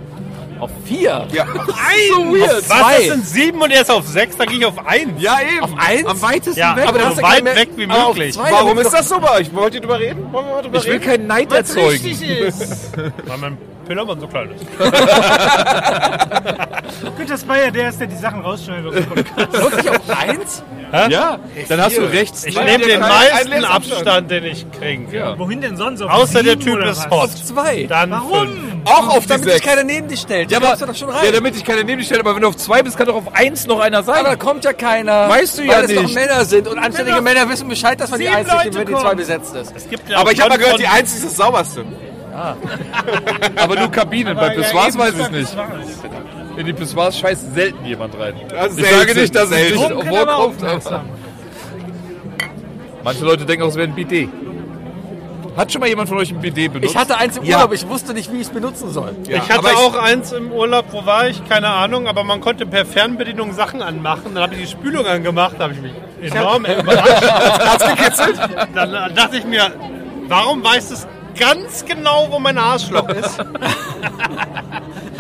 Speaker 3: Auf vier?
Speaker 2: Ja.
Speaker 3: So weird.
Speaker 4: Was? Das
Speaker 3: Zwei.
Speaker 4: sind sieben und er ist auf sechs, da gehe ich auf eins.
Speaker 5: Ja, eben.
Speaker 3: Auf eins?
Speaker 5: Am weitesten
Speaker 4: Ja,
Speaker 5: weg.
Speaker 4: aber
Speaker 3: da
Speaker 4: so
Speaker 3: hast du
Speaker 4: weit
Speaker 3: keine-
Speaker 4: weg wie
Speaker 3: aber auf
Speaker 4: möglich.
Speaker 3: zwei,
Speaker 2: Warum
Speaker 3: damit
Speaker 2: ist das so bei euch? Wollt ihr drüber reden? Wollen wir mal drüber
Speaker 5: ich will
Speaker 2: reden?
Speaker 5: keinen Neid erzeugen.
Speaker 6: Richtig ist.
Speaker 4: Weil mein Pillermann so klein ist.
Speaker 6: Günther Bayer, der ist, der die Sachen rausschneidet.
Speaker 3: Wirklich auf eins?
Speaker 5: Ja, dann hast du rechts.
Speaker 4: Ich
Speaker 5: zwei.
Speaker 4: nehme den
Speaker 2: kann ein
Speaker 4: meisten
Speaker 2: Leser
Speaker 4: Abstand, den ich kriege.
Speaker 6: Wohin denn sonst? Auf
Speaker 4: Außer der
Speaker 6: sieben
Speaker 4: Typ
Speaker 6: oder
Speaker 4: ist
Speaker 6: was?
Speaker 4: hot.
Speaker 3: Auf zwei.
Speaker 4: Dann fünf.
Speaker 6: Warum?
Speaker 5: Auch auf die
Speaker 3: Damit sich
Speaker 5: sechs.
Speaker 3: keiner neben dich stellt.
Speaker 5: Ja,
Speaker 3: Du kommst
Speaker 5: aber,
Speaker 3: doch schon
Speaker 5: ja,
Speaker 3: rein.
Speaker 5: damit ich keine neben dich stelle, aber wenn du auf zwei bist, kann doch auf eins noch einer sein.
Speaker 3: aber da kommt ja keiner.
Speaker 5: Weißt du
Speaker 3: weil
Speaker 5: ja
Speaker 3: es doch
Speaker 5: nicht.
Speaker 3: Männer sind und anständige
Speaker 6: doch
Speaker 3: Männer wissen Bescheid, dass man die
Speaker 6: sieben
Speaker 3: Eins nicht
Speaker 6: Leute
Speaker 3: nimmt, wenn die
Speaker 6: kommen.
Speaker 3: zwei besetzt ist.
Speaker 4: Es gibt ja
Speaker 2: Aber
Speaker 4: auch
Speaker 2: ich habe mal
Speaker 4: von-
Speaker 2: gehört, die
Speaker 4: von-
Speaker 2: Eins ist das sauberste.
Speaker 5: aber nur Kabinen. Bei Pissoirs weiß ich es nicht. In die Pissoirs scheißt selten jemand rein.
Speaker 2: Also
Speaker 5: Ich
Speaker 2: selten,
Speaker 5: sage nicht, dass es
Speaker 2: selten.
Speaker 5: nicht
Speaker 6: Oben kann aber
Speaker 5: vorkommt.
Speaker 6: aufmerksam.
Speaker 5: aber- Manche Leute denken auch, es wäre ein BD. Hat schon mal jemand von euch ein BD benutzt?
Speaker 3: Ich hatte eins im
Speaker 5: Ja.
Speaker 3: Urlaub, ich wusste nicht, wie ich es benutzen soll.
Speaker 4: Ich hatte auch eins im Urlaub, wo war ich? Keine Ahnung, aber man konnte per Fernbedienung Sachen anmachen. Dann habe ich die Spülung angemacht, da habe ich mich enorm überrascht. Dann dachte ich mir, warum weiß es ganz genau, wo mein Arschloch ist? Und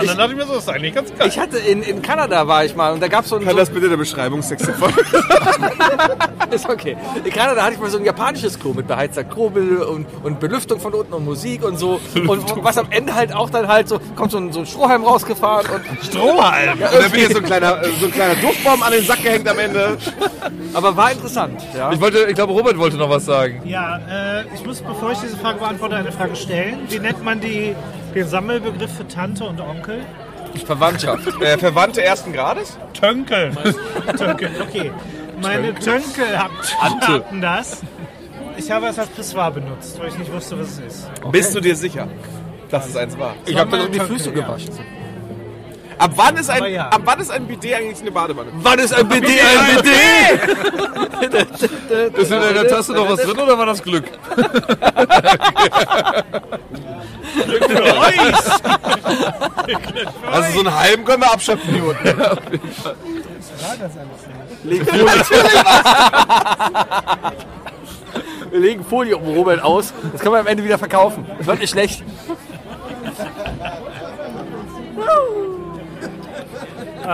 Speaker 4: dann dachte ich mir so, das ist eigentlich ganz geil.
Speaker 3: Ich hatte in, in Kanada war ich mal und da gab es so ein.
Speaker 2: Kann
Speaker 3: so,
Speaker 2: das bitte der Beschreibungstext folgen?
Speaker 3: ist okay. In Kanada hatte ich mal so ein japanisches Klo mit beheizter Kurbel und, und Belüftung von unten und Musik und so. Und was am Ende halt auch dann halt so, kommt so ein, so ein Strohhalm rausgefahren und.
Speaker 4: Strohhalm.
Speaker 2: Und dann wird hier so ein kleiner, äh, so ein kleiner Duftbaum an den Sack gehängt am Ende.
Speaker 3: Aber war interessant. Ja.
Speaker 5: Ich wollte, ich glaube, Robert wollte noch was sagen.
Speaker 6: Ja, äh, ich muss, bevor ich diese Frage beantworte, eine Frage stellen. Wie nennt man die, den Sammelbegriff für Tante und Onkel?
Speaker 3: Verwandtschaft.
Speaker 2: Äh, Verwandte ersten Grades?
Speaker 4: Tönkel.
Speaker 6: Tönkel, okay. Meine Tönkel hatten, hatten das. Ich habe es als Pissoir benutzt, weil ich nicht wusste, was es ist.
Speaker 2: Bist du dir sicher, dass es eins war?
Speaker 3: Ich habe dann die Füße gewaschen.
Speaker 2: Ab wann ist ein,
Speaker 6: Aber ja.
Speaker 2: ab wann ist ein BD eigentlich eine Badewanne?
Speaker 3: Wann ist ein BD ein BD?
Speaker 5: Ist in deiner Tasse noch was drin oder war das Glück?
Speaker 2: Also so einen halben können wir abschöpfen hier unten.
Speaker 3: Wir legen Folie um Robert aus. Das können wir am Ende wieder verkaufen. Das wird nicht schlecht.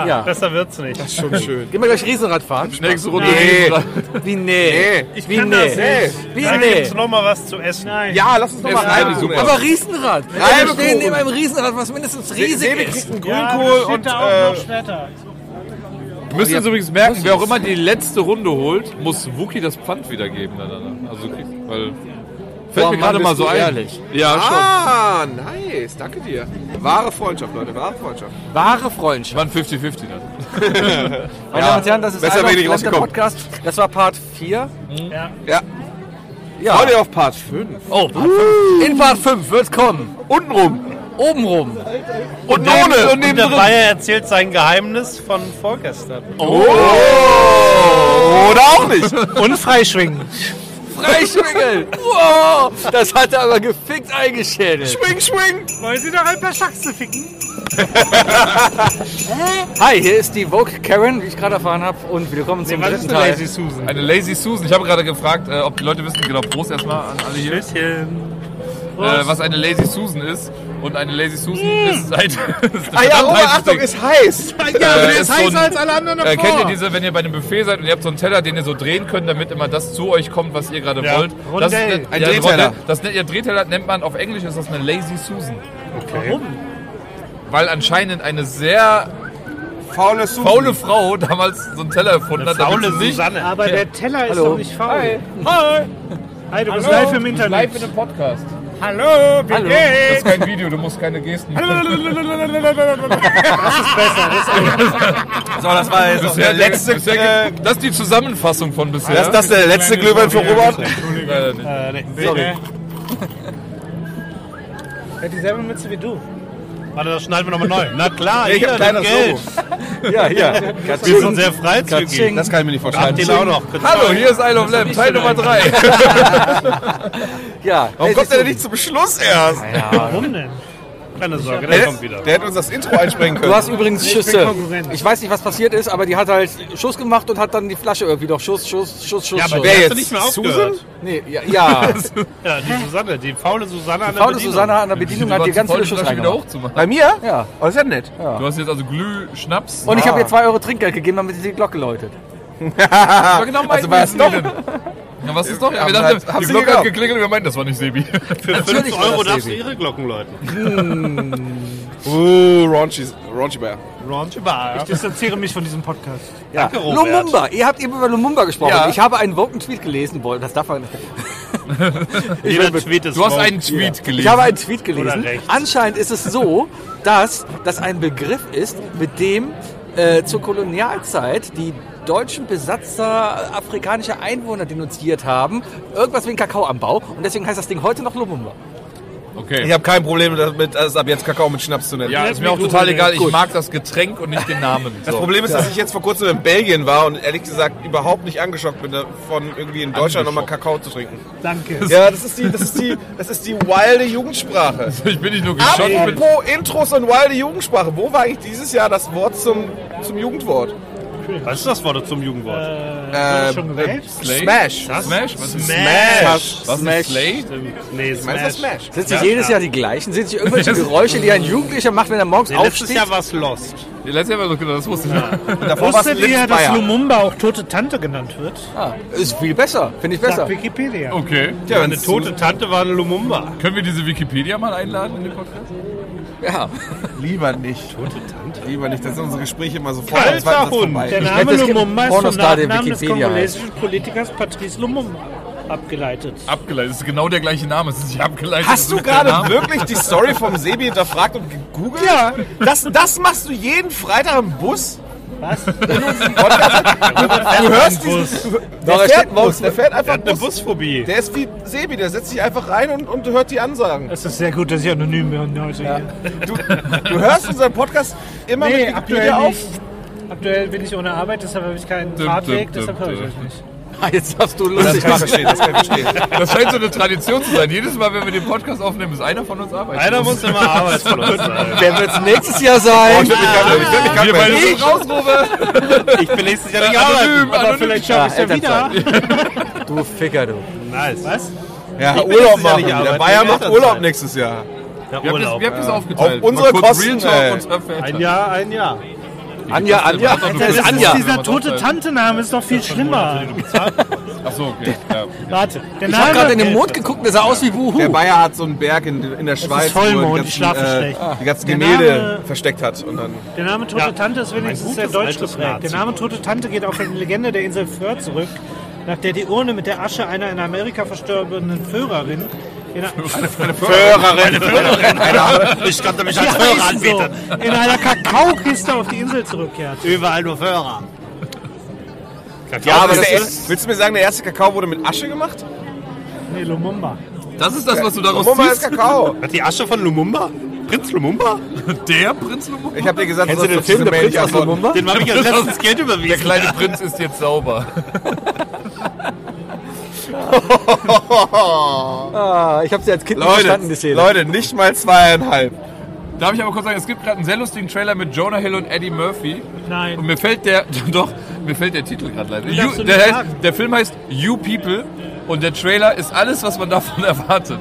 Speaker 3: ja.
Speaker 4: Ah, Besser wird's nicht.
Speaker 2: Schon schön.
Speaker 3: Gehen wir gleich Riesenrad fahren?
Speaker 5: Nächste Runde.
Speaker 2: Nee.
Speaker 3: Wie nee? Ich Wie
Speaker 4: kann das
Speaker 3: Wie
Speaker 4: Dann
Speaker 3: nee?
Speaker 4: gibt's noch mal was zu essen. Nein.
Speaker 2: Ja, lass uns nochmal
Speaker 5: Ja.
Speaker 2: rein.
Speaker 5: Super.
Speaker 2: Aber
Speaker 3: Aber Riesenrad. Wir
Speaker 2: Reibekuchen.
Speaker 3: stehen neben einem Riesenrad, was mindestens riesig
Speaker 2: Sebi
Speaker 3: ist.
Speaker 2: kriegt einen
Speaker 6: Ja,
Speaker 2: Grünkohl
Speaker 6: das steht
Speaker 2: und
Speaker 6: da auch
Speaker 2: äh,
Speaker 6: noch später.
Speaker 5: Wir müssen uns übrigens merken, wer auch immer die letzte Runde holt, muss Wookie das Pfand wiedergeben. dann danach. Also, weil fällt
Speaker 3: Boah,
Speaker 5: mir
Speaker 3: Mann,
Speaker 5: gerade
Speaker 3: bist
Speaker 5: mal so
Speaker 3: du
Speaker 5: ein.
Speaker 3: ehrlich.
Speaker 5: Ja, schon.
Speaker 2: Ah, nice, danke dir. Wahre Freundschaft, Leute, wahre Freundschaft.
Speaker 3: Wahre Freundschaft.
Speaker 5: Waren 50-50 dann.
Speaker 3: Meine Damen und Herren, das ist
Speaker 2: besser
Speaker 3: Alba,
Speaker 2: bin ich
Speaker 3: das ist der
Speaker 2: rausgekommen.
Speaker 3: Podcast. Das war Part 4.
Speaker 2: Ja.
Speaker 3: Ja.
Speaker 2: Freunde auf Part 5.
Speaker 3: Oh, Part 5. In Part 5 wird's kommen.
Speaker 2: Untenrum.
Speaker 3: Obenrum.
Speaker 2: Und ohne. Und
Speaker 4: Und der Bayer erzählt sein Geheimnis von vorgestern.
Speaker 2: Oder auch nicht.
Speaker 6: Und freischwingen.
Speaker 3: Freischwingel. Wow. Das hat er aber gefickt eingeschädelt.
Speaker 2: Schwing, schwing.
Speaker 6: Wollen Sie doch ein paar Schachse ficken?
Speaker 3: Hi, hier ist die Vogue Karen, wie ich gerade erfahren habe. Und willkommen zum dritten Teil.
Speaker 4: Susan?
Speaker 5: Eine Lazy Susan. Ich habe gerade gefragt, äh, ob die Leute wissen, genau, Prost erstmal an alle hier,
Speaker 4: Bisschen.
Speaker 5: äh, was eine Lazy Susan ist. Und eine Lazy Susan ist ein. ist ein
Speaker 2: Mm. Ah ja,
Speaker 5: verdammt
Speaker 2: Oma,
Speaker 5: heißes
Speaker 2: Achtung,
Speaker 5: Ding.
Speaker 2: ist heiß.
Speaker 5: Äh, ist so ein-
Speaker 8: alle anderen
Speaker 5: Äh, kennt ihr diese, wenn ihr bei einem Buffet seid und ihr habt so einen Teller, den ihr so drehen könnt, damit immer das zu euch kommt, was ihr gerade
Speaker 4: Ja.
Speaker 5: wollt? Das ist
Speaker 6: Rondell.
Speaker 2: Ein
Speaker 5: ja,
Speaker 2: Drehteller.
Speaker 5: Rondell. Das nennt ihr Drehteller, nennt man auf Englisch ist das eine Lazy Susan.
Speaker 6: Warum?
Speaker 5: Weil anscheinend eine sehr
Speaker 2: Faule Susan.
Speaker 5: faule Frau damals so einen Teller erfunden hat. damit
Speaker 4: Faule
Speaker 5: sie nicht-
Speaker 4: Susanne.
Speaker 6: Aber der Teller ist
Speaker 3: Hallo.
Speaker 6: doch nicht faul. Hi. Hi, du bist live im Internet.
Speaker 5: Live in einem Podcast.
Speaker 6: Hallo, wie
Speaker 3: Hallo.
Speaker 5: Das
Speaker 6: geht's?
Speaker 5: ist kein Video, du musst keine Gesten.
Speaker 2: So, das war jetzt auch der letzte.
Speaker 5: bisher,
Speaker 2: Äh,
Speaker 5: das ist die Zusammenfassung von bisher.
Speaker 2: das, das ist der letzte Glühwein für Robert.
Speaker 5: Leider nicht.
Speaker 6: Äh, nee. Sorry. Hat dieselbe Mütze wie du.
Speaker 4: Warte, das schneiden wir nochmal neu. Na klar,
Speaker 2: Ich
Speaker 4: hier,
Speaker 2: hab
Speaker 4: das
Speaker 2: kleines
Speaker 4: Geld.
Speaker 2: Logo. Ja, hier.
Speaker 4: Wir sind sehr freizügig.
Speaker 2: Das kann ich mir nicht
Speaker 4: Habt
Speaker 2: vorstellen.
Speaker 4: den auch noch.
Speaker 5: Hallo, hier ist Isle of Lamb, Teil Nummer 3.
Speaker 3: Ja.
Speaker 2: Warum kommt der
Speaker 3: siehst
Speaker 2: denn nicht zum Schluss erst?
Speaker 6: Warum denn?
Speaker 4: Keine Sorge, der kommt wieder.
Speaker 2: Der hätte uns das Intro einsprengen
Speaker 3: Du
Speaker 2: können.
Speaker 3: hast übrigens Schüsse. Ich weiß nicht, was passiert ist, aber die hat halt Schuss gemacht und hat dann die Flasche irgendwie doch Schuss, Schuss, Schuss, Schuss.
Speaker 4: Ja, aber
Speaker 3: Schuss.
Speaker 2: Wer
Speaker 4: wer hast
Speaker 2: jetzt?
Speaker 4: du nicht mehr aufgehört?
Speaker 2: Susan?
Speaker 3: Nee, ja, ja.
Speaker 4: Ja, die Susanne, die faule Susanne an der
Speaker 3: Faule
Speaker 4: Bedienung.
Speaker 3: Susanne an der Bedienung hat die ganz viele Schuss
Speaker 5: wieder
Speaker 3: reingemacht.
Speaker 5: hochzumachen.
Speaker 2: Bei mir?
Speaker 3: Ja.
Speaker 2: Oh, ist ja nett.
Speaker 5: Du hast jetzt also Glühschnaps.
Speaker 3: Und ich habe ihr 2 Euro Trinkgeld gegeben, damit sie die Glocke läutet.
Speaker 5: Ah, genau also war es doch. Ja, was ist doch? Ja, wir
Speaker 2: Ja, hab's
Speaker 5: dachten, die
Speaker 2: nicht
Speaker 5: Glocke
Speaker 2: geglaubt.
Speaker 5: hat geklingelt und wir meinten, das war nicht Sebi.
Speaker 4: Für 5
Speaker 3: Natürlich war
Speaker 4: Euro
Speaker 3: das
Speaker 4: darfst du
Speaker 3: Sebi.
Speaker 4: ihre Glocken läuten.
Speaker 2: Uh, raunchy, raunchy Bear.
Speaker 4: Round bar, ja.
Speaker 6: distanziere mich von diesem Podcast.
Speaker 3: Ja.
Speaker 4: Danke, Robert.
Speaker 3: Lumumba, ihr habt eben über Lumumba gesprochen.
Speaker 5: Ja.
Speaker 3: Ich habe einen woken Tweet gelesen wollen. Das darf man nicht.
Speaker 4: Jeder Tweet ist
Speaker 5: Du hast
Speaker 4: woke.
Speaker 5: einen Tweet gelesen.
Speaker 3: Ich habe einen Tweet
Speaker 4: Oder
Speaker 3: gelesen.
Speaker 4: rechts.
Speaker 3: Anscheinend ist es so, dass das ein Begriff ist, mit dem äh, zur Kolonialzeit die deutschen Besatzer afrikanischer Einwohner denunziert haben. Irgendwas wegen Kakaoanbau. Und deswegen heißt das Ding heute noch Lumumba.
Speaker 5: okay.
Speaker 2: Ich habe kein Problem damit, es ab jetzt Kakao mit Schnaps zu nennen.
Speaker 5: ja,
Speaker 4: also
Speaker 5: ist mir auch total egal. Ich mag das Getränk und nicht den Namen.
Speaker 2: Das Problem ist, dass ich jetzt vor kurzem in Belgien war und ehrlich gesagt überhaupt nicht angeschockt bin, davon irgendwie in Deutschland nochmal Kakao zu trinken.
Speaker 6: Danke.
Speaker 2: Ja, das ist die, das ist die, das ist die wilde Jugendsprache.
Speaker 5: ich bin nicht nur geschockt, ich bin
Speaker 2: Apropos Intros und wilde Jugendsprache, wo war eigentlich dieses Jahr das Wort zum, zum Jugendwort?
Speaker 4: Was ist das Wort zum Jugendwort?
Speaker 6: Äh, schon gewählt?
Speaker 5: Slay?
Speaker 2: Smash.
Speaker 5: Smash? Was ist
Speaker 4: Smash.
Speaker 5: Was ist
Speaker 2: Smash.
Speaker 5: Slay?
Speaker 4: Nee,
Speaker 2: Meinst du das
Speaker 4: Smash.
Speaker 2: Smash?
Speaker 3: Sind sie jedes Jahr die gleichen? Sind sie irgendwelche Geräusche, die ein Jugendlicher macht, wenn er morgens
Speaker 4: Letztes
Speaker 3: aufsteht?
Speaker 4: Jahr war es Lost.
Speaker 5: Letztes Jahr war so, das wusste ich nicht.
Speaker 2: Davor war's
Speaker 6: Wusstet ihr, dass
Speaker 2: Litzmeier.
Speaker 6: Lumumba auch tote Tante genannt wird?
Speaker 3: Ah, ist viel besser, finde ich besser.
Speaker 6: Sagt Wikipedia.
Speaker 5: Okay.
Speaker 2: Ja,
Speaker 4: Eine
Speaker 2: wenn's zu-
Speaker 4: tote Tante war eine Lumumba.
Speaker 5: Können wir diese Wikipedia mal einladen in den Podcast?
Speaker 3: Ja.
Speaker 2: Lieber nicht. Lieber nicht, das sind unsere Gespräche immer sofort. am zweiten
Speaker 4: Alter
Speaker 2: Satz
Speaker 4: Hund.
Speaker 2: vorbei.
Speaker 6: Der
Speaker 3: Ich
Speaker 6: Name
Speaker 3: wette, es gibt
Speaker 6: Lumumba ist vom
Speaker 3: Pornostar, der
Speaker 6: Nachnamen des
Speaker 3: Wikipedia heißt.
Speaker 6: kongolesischen Politikers Patrice Lumumba abgeleitet.
Speaker 5: Abgeleitet. Das ist genau der gleiche Name. Es ist nicht abgeleitet. es
Speaker 2: Hast
Speaker 5: ist
Speaker 2: du
Speaker 5: mit der
Speaker 2: gerade
Speaker 5: Name.
Speaker 2: wirklich die Story vom Sebi hinterfragt und gegoogelt? Ja. Das, das machst du jeden Freitag im Bus?
Speaker 6: Was?
Speaker 2: Du hörst
Speaker 4: im
Speaker 2: diesen...
Speaker 4: Bus.
Speaker 2: Der
Speaker 3: Doch, er
Speaker 2: fährt
Speaker 3: steht
Speaker 2: morgens, der fährt einfach
Speaker 4: Eine
Speaker 2: Bus.
Speaker 4: Busphobie.
Speaker 2: Der ist wie Sebi, der setzt sich einfach rein und, und hört die Ansagen.
Speaker 6: Es ist sehr gut, dass ich anonym bin heute hier.
Speaker 2: Du hörst unseren Podcast immer
Speaker 6: Nee,
Speaker 2: mit
Speaker 6: aktuell
Speaker 2: Wikipedia auf.
Speaker 6: nicht. Aktuell bin ich ohne Arbeit, deshalb habe ich keinen
Speaker 5: Düm,
Speaker 6: Fahrtweg,
Speaker 5: düm,
Speaker 6: deshalb
Speaker 5: düm,
Speaker 6: höre ich euch
Speaker 5: düm.
Speaker 6: nicht.
Speaker 3: Ah, Jetzt darfst du lustig
Speaker 2: kann ich
Speaker 3: machen.
Speaker 2: verstehen, das kann ich verstehen.
Speaker 5: Das scheint so eine Tradition zu sein. Jedes Mal, wenn wir den Podcast aufnehmen, ist einer von uns arbeiten.
Speaker 4: Einer muss immer Arbeit von uns sein.
Speaker 3: Wer wird es nächstes Jahr sein?
Speaker 5: Wir beide sind raus, Robert.
Speaker 4: Ich bin nächstes Jahr nicht
Speaker 5: Anonym,
Speaker 4: arbeiten.
Speaker 5: anonym.
Speaker 6: Vielleicht schaffe ich es ja wieder.
Speaker 3: Elternzeit. Du Ficker, du.
Speaker 4: Nice. Was?
Speaker 2: Ja,
Speaker 4: bin nächstes Jahr
Speaker 2: Urlaub machen.
Speaker 4: nicht
Speaker 2: Der
Speaker 4: arbeiten,
Speaker 2: Bayer
Speaker 4: in der
Speaker 2: macht Urlaub
Speaker 4: Elternzeit.
Speaker 2: nächstes Jahr.
Speaker 4: Der
Speaker 5: Wir haben das,
Speaker 4: Urlaub.
Speaker 5: wir haben das aufgeteilt.
Speaker 2: Auf unsere
Speaker 5: Mal kurz Real
Speaker 2: Kosten, ey.
Speaker 5: Talk und Surf Eltern.
Speaker 4: Ein Jahr, ein Jahr.
Speaker 3: Anja, Anja.
Speaker 5: Das ist
Speaker 3: Das ist
Speaker 5: Anja.
Speaker 3: Anja.
Speaker 6: Dieser tote Tante-Name ist doch viel schlimmer.
Speaker 5: Achso, okay. Ja.
Speaker 6: Warte, der
Speaker 3: Ich habe gerade in den
Speaker 6: Mond.
Speaker 3: Mond geguckt, der sah aus wie
Speaker 2: Der
Speaker 3: Wuhu.
Speaker 2: Bayer hat so einen Berg in, in der Schweiz,
Speaker 6: Vollmond,
Speaker 2: wo er
Speaker 6: die schlafen schlecht.
Speaker 2: die ganzen
Speaker 6: Der
Speaker 2: Gemälde
Speaker 6: Name-
Speaker 2: versteckt hat. Und dann
Speaker 6: Der Name Tote
Speaker 4: Ja.
Speaker 6: Tante ist wenigstens
Speaker 4: Ein
Speaker 6: sehr
Speaker 4: gutes
Speaker 6: deutsch
Speaker 4: altes
Speaker 6: geprägt. Der
Speaker 4: Nazi.
Speaker 6: Name Tote Tante geht auf die Legende der Insel Föhr zurück, nach der die Urne mit der Asche einer in Amerika verstorbenen Föhrerin in, a-
Speaker 4: Ich konnte mich
Speaker 6: Ja, ist so. in einer Kakaokiste auf die Insel zurückkehrt.
Speaker 4: Überall nur Föhrer.
Speaker 2: Ja, aber
Speaker 4: das
Speaker 2: der erste, willst du mir sagen, der erste Kakao wurde mit Asche gemacht?
Speaker 6: Nee, Lumumba.
Speaker 5: Das ist das, was du daraus
Speaker 2: Mama ist
Speaker 5: ziehst.
Speaker 2: Kakao.
Speaker 4: Oh. Hat die Asche von Lumumba? Prinz Lumumba?
Speaker 5: Der Prinz Lumumba.
Speaker 2: Ich hab dir gesagt,
Speaker 3: Kennst du den Film Der Prinz aus Lumumba?
Speaker 4: Dem habe ich ja letztens Geld
Speaker 5: Der
Speaker 4: überwiesen.
Speaker 5: kleine Prinz ist jetzt sauber.
Speaker 3: Ah, ich habe sie als Kind nicht verstanden, die
Speaker 2: Leute,
Speaker 3: Szene.
Speaker 2: Leute, nicht mal zweieinhalb.
Speaker 5: Darf ich aber kurz sagen, es gibt gerade einen sehr lustigen Trailer mit Jonah Hill und Eddie Murphy.
Speaker 6: Nein.
Speaker 5: Und mir fällt der, doch, mir fällt der Titel gerade leider.
Speaker 6: darfst du
Speaker 5: der,
Speaker 6: nicht
Speaker 5: heißt,
Speaker 6: sagen.
Speaker 5: der Film heißt You People und der Trailer ist alles, was man davon erwartet.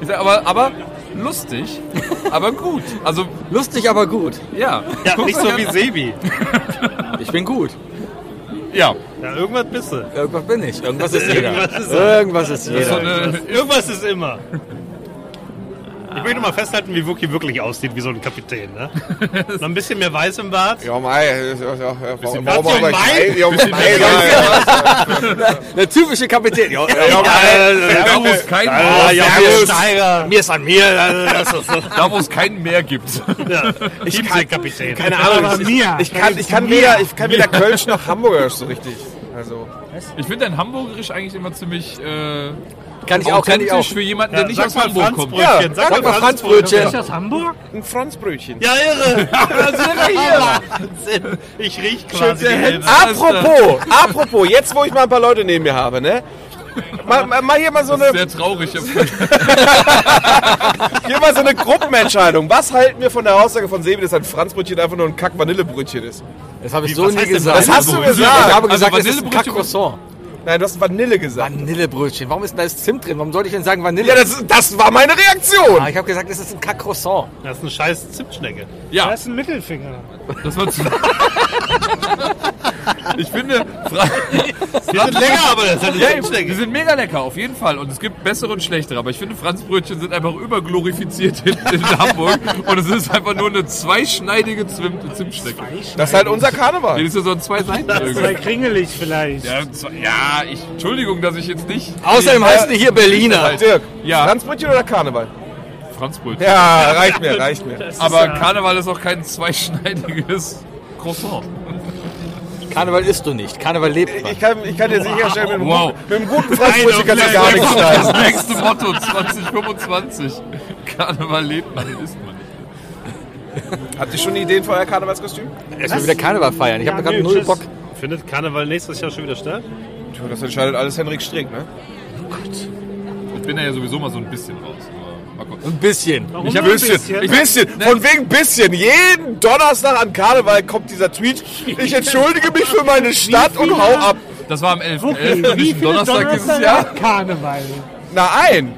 Speaker 5: Ich sag, aber, aber lustig, aber gut. Also,
Speaker 3: Lustig, aber gut.
Speaker 5: ja.
Speaker 4: Ja,
Speaker 5: Guckt
Speaker 4: nicht
Speaker 5: euch
Speaker 4: so
Speaker 5: an.
Speaker 4: wie Sebi.
Speaker 3: Ich bin gut.
Speaker 5: Ja,
Speaker 4: Ja, irgendwas bist du.
Speaker 3: Irgendwas bin ich. Irgendwas ist jeder.
Speaker 4: Irgendwas
Speaker 3: Irgendwas ist
Speaker 4: ist er.
Speaker 5: so
Speaker 3: jeder.
Speaker 5: eine,
Speaker 4: Irgendwas ist immer. Ich möchte mal festhalten, wie Wookie wirklich aussieht, wie so ein Kapitän. Ne? Noch ein bisschen mehr Weiß im Bart.
Speaker 2: Ja, mei. ja, ja, ja, Warum
Speaker 4: was,
Speaker 2: aber
Speaker 4: Mai?
Speaker 2: gleich? Ja, Mai. ja, ja.
Speaker 3: Der typische Kapitän. Ja, ja,
Speaker 5: Da, wo es kein,
Speaker 6: Mir ist an mir. Das ist so.
Speaker 5: da, wo es keinen mehr gibt.
Speaker 6: Ich bin Kapitän. Keine
Speaker 2: Aber mir. Ich kann, ich kann weder, ich kann weder Kölsch noch Hamburger so richtig. Also,
Speaker 5: Ich finde dein Hamburgerisch eigentlich immer ziemlich äh,
Speaker 3: Kann ich auch, kann ich auch.
Speaker 5: authentisch für jemanden, der nicht
Speaker 4: sag
Speaker 5: aus
Speaker 4: mal
Speaker 5: Hamburg kommt.
Speaker 2: Ja,
Speaker 4: Franzbrötchen. sag,
Speaker 3: Sag mal
Speaker 6: Ist
Speaker 3: Franzbrötchen.
Speaker 6: das Hamburg?
Speaker 2: ein Franzbrötchen.
Speaker 6: Ja, irre.
Speaker 4: Wahnsinn. Ich riech quasi die Elbe.
Speaker 2: Apropos, apropos, jetzt wo ich mal ein paar Leute neben mir habe, ne? Mal, mal, mal hier mal so eine,
Speaker 5: Sehr traurig. Ich
Speaker 2: hier mal so eine Gruppenentscheidung. Was halten wir von der Aussage von Sebi, dass ein Franzbrötchen einfach nur ein Kack-Vanillebrötchen ist?
Speaker 3: Das habe ich so nie
Speaker 4: heißt denn
Speaker 3: gesagt.
Speaker 2: Das hast du
Speaker 3: Ich
Speaker 2: gesagt.
Speaker 3: habe gesagt, es
Speaker 5: Also
Speaker 3: ist ein
Speaker 5: Vanillebrötchen-
Speaker 3: Kack-Croissant.
Speaker 2: Nein, du hast Vanille gesagt.
Speaker 3: Vanillebrötchen. Warum ist denn da jetzt Zimt drin? Warum sollte ich denn sagen Vanille?
Speaker 2: Ja, das, das war meine
Speaker 3: Ah,
Speaker 2: Reaktion.
Speaker 3: ich habe gesagt, es ist ein Kack-Croissant.
Speaker 4: Das ist eine scheiß Zimtschnecke.
Speaker 5: ja,
Speaker 6: Das ist ein Mittelfinger.
Speaker 5: das war zu. ich finde, Fra
Speaker 4: Die sind länger, aber das ist eine
Speaker 5: Ja,
Speaker 4: Zimtschnecke.
Speaker 5: die sind mega lecker, auf jeden Fall. Und es gibt bessere und schlechtere. Aber ich finde, Franzbrötchen sind einfach überglorifiziert in, in Hamburg. Und es ist einfach nur eine zweischneidige Zwim Zimtschnecke.
Speaker 2: Das ist halt unser
Speaker 5: Das
Speaker 2: Karneval.
Speaker 5: ist ja so ein zwei seiten
Speaker 6: Sei kringelig vielleicht.
Speaker 5: ja, zwei- ja, ich, Entschuldigung, dass ich jetzt nicht.
Speaker 3: Außerdem heißen die hier Berliner.
Speaker 2: Dirk,
Speaker 5: Ja.
Speaker 2: Franzbrötchen oder Karneval?
Speaker 5: Franzbrötchen.
Speaker 2: halt- Ja, reicht mir, reicht mir.
Speaker 5: Aber Karneval ist auch kein zweischneidiges Croissant.
Speaker 3: Karneval isst du nicht. Karneval lebt man.
Speaker 2: Ich kann, ich kann dir sicherstellen, mit einem,
Speaker 5: Wow.
Speaker 2: guten, mit einem guten Franzbrötchen kannst du gar nichts schneiden.
Speaker 5: Das nächste Motto 2025. Karneval lebt man, den isst man nicht.
Speaker 2: Habt ihr schon Ideen für euer Karnevalskostüm?
Speaker 3: Ich will wieder Karneval feiern. Ich habe
Speaker 6: Ja,
Speaker 3: gerade
Speaker 6: nö,
Speaker 3: null
Speaker 6: tschüss.
Speaker 3: Bock.
Speaker 4: Findet Karneval nächstes Jahr schon wieder statt?
Speaker 2: Tja, das entscheidet alles Henrik Strick, ne?
Speaker 5: Ich bin da ja sowieso mal so ein bisschen raus. aber Mal gucken. Ne,
Speaker 3: Ein bisschen.
Speaker 6: Warum nur ein bisschen?
Speaker 2: Ein bisschen, von wegen bisschen. Jeden Donnerstag an Karneval kommt dieser Tweet. Ich entschuldige mich für meine Stadt und hau ab.
Speaker 5: Das war am 11.
Speaker 6: Okay,
Speaker 5: 11.
Speaker 6: wie
Speaker 5: nicht
Speaker 6: viele
Speaker 5: Äh, Donnerstag dieses
Speaker 6: Donnerstag
Speaker 5: Jahr.
Speaker 6: hat Karneval?
Speaker 2: Nein,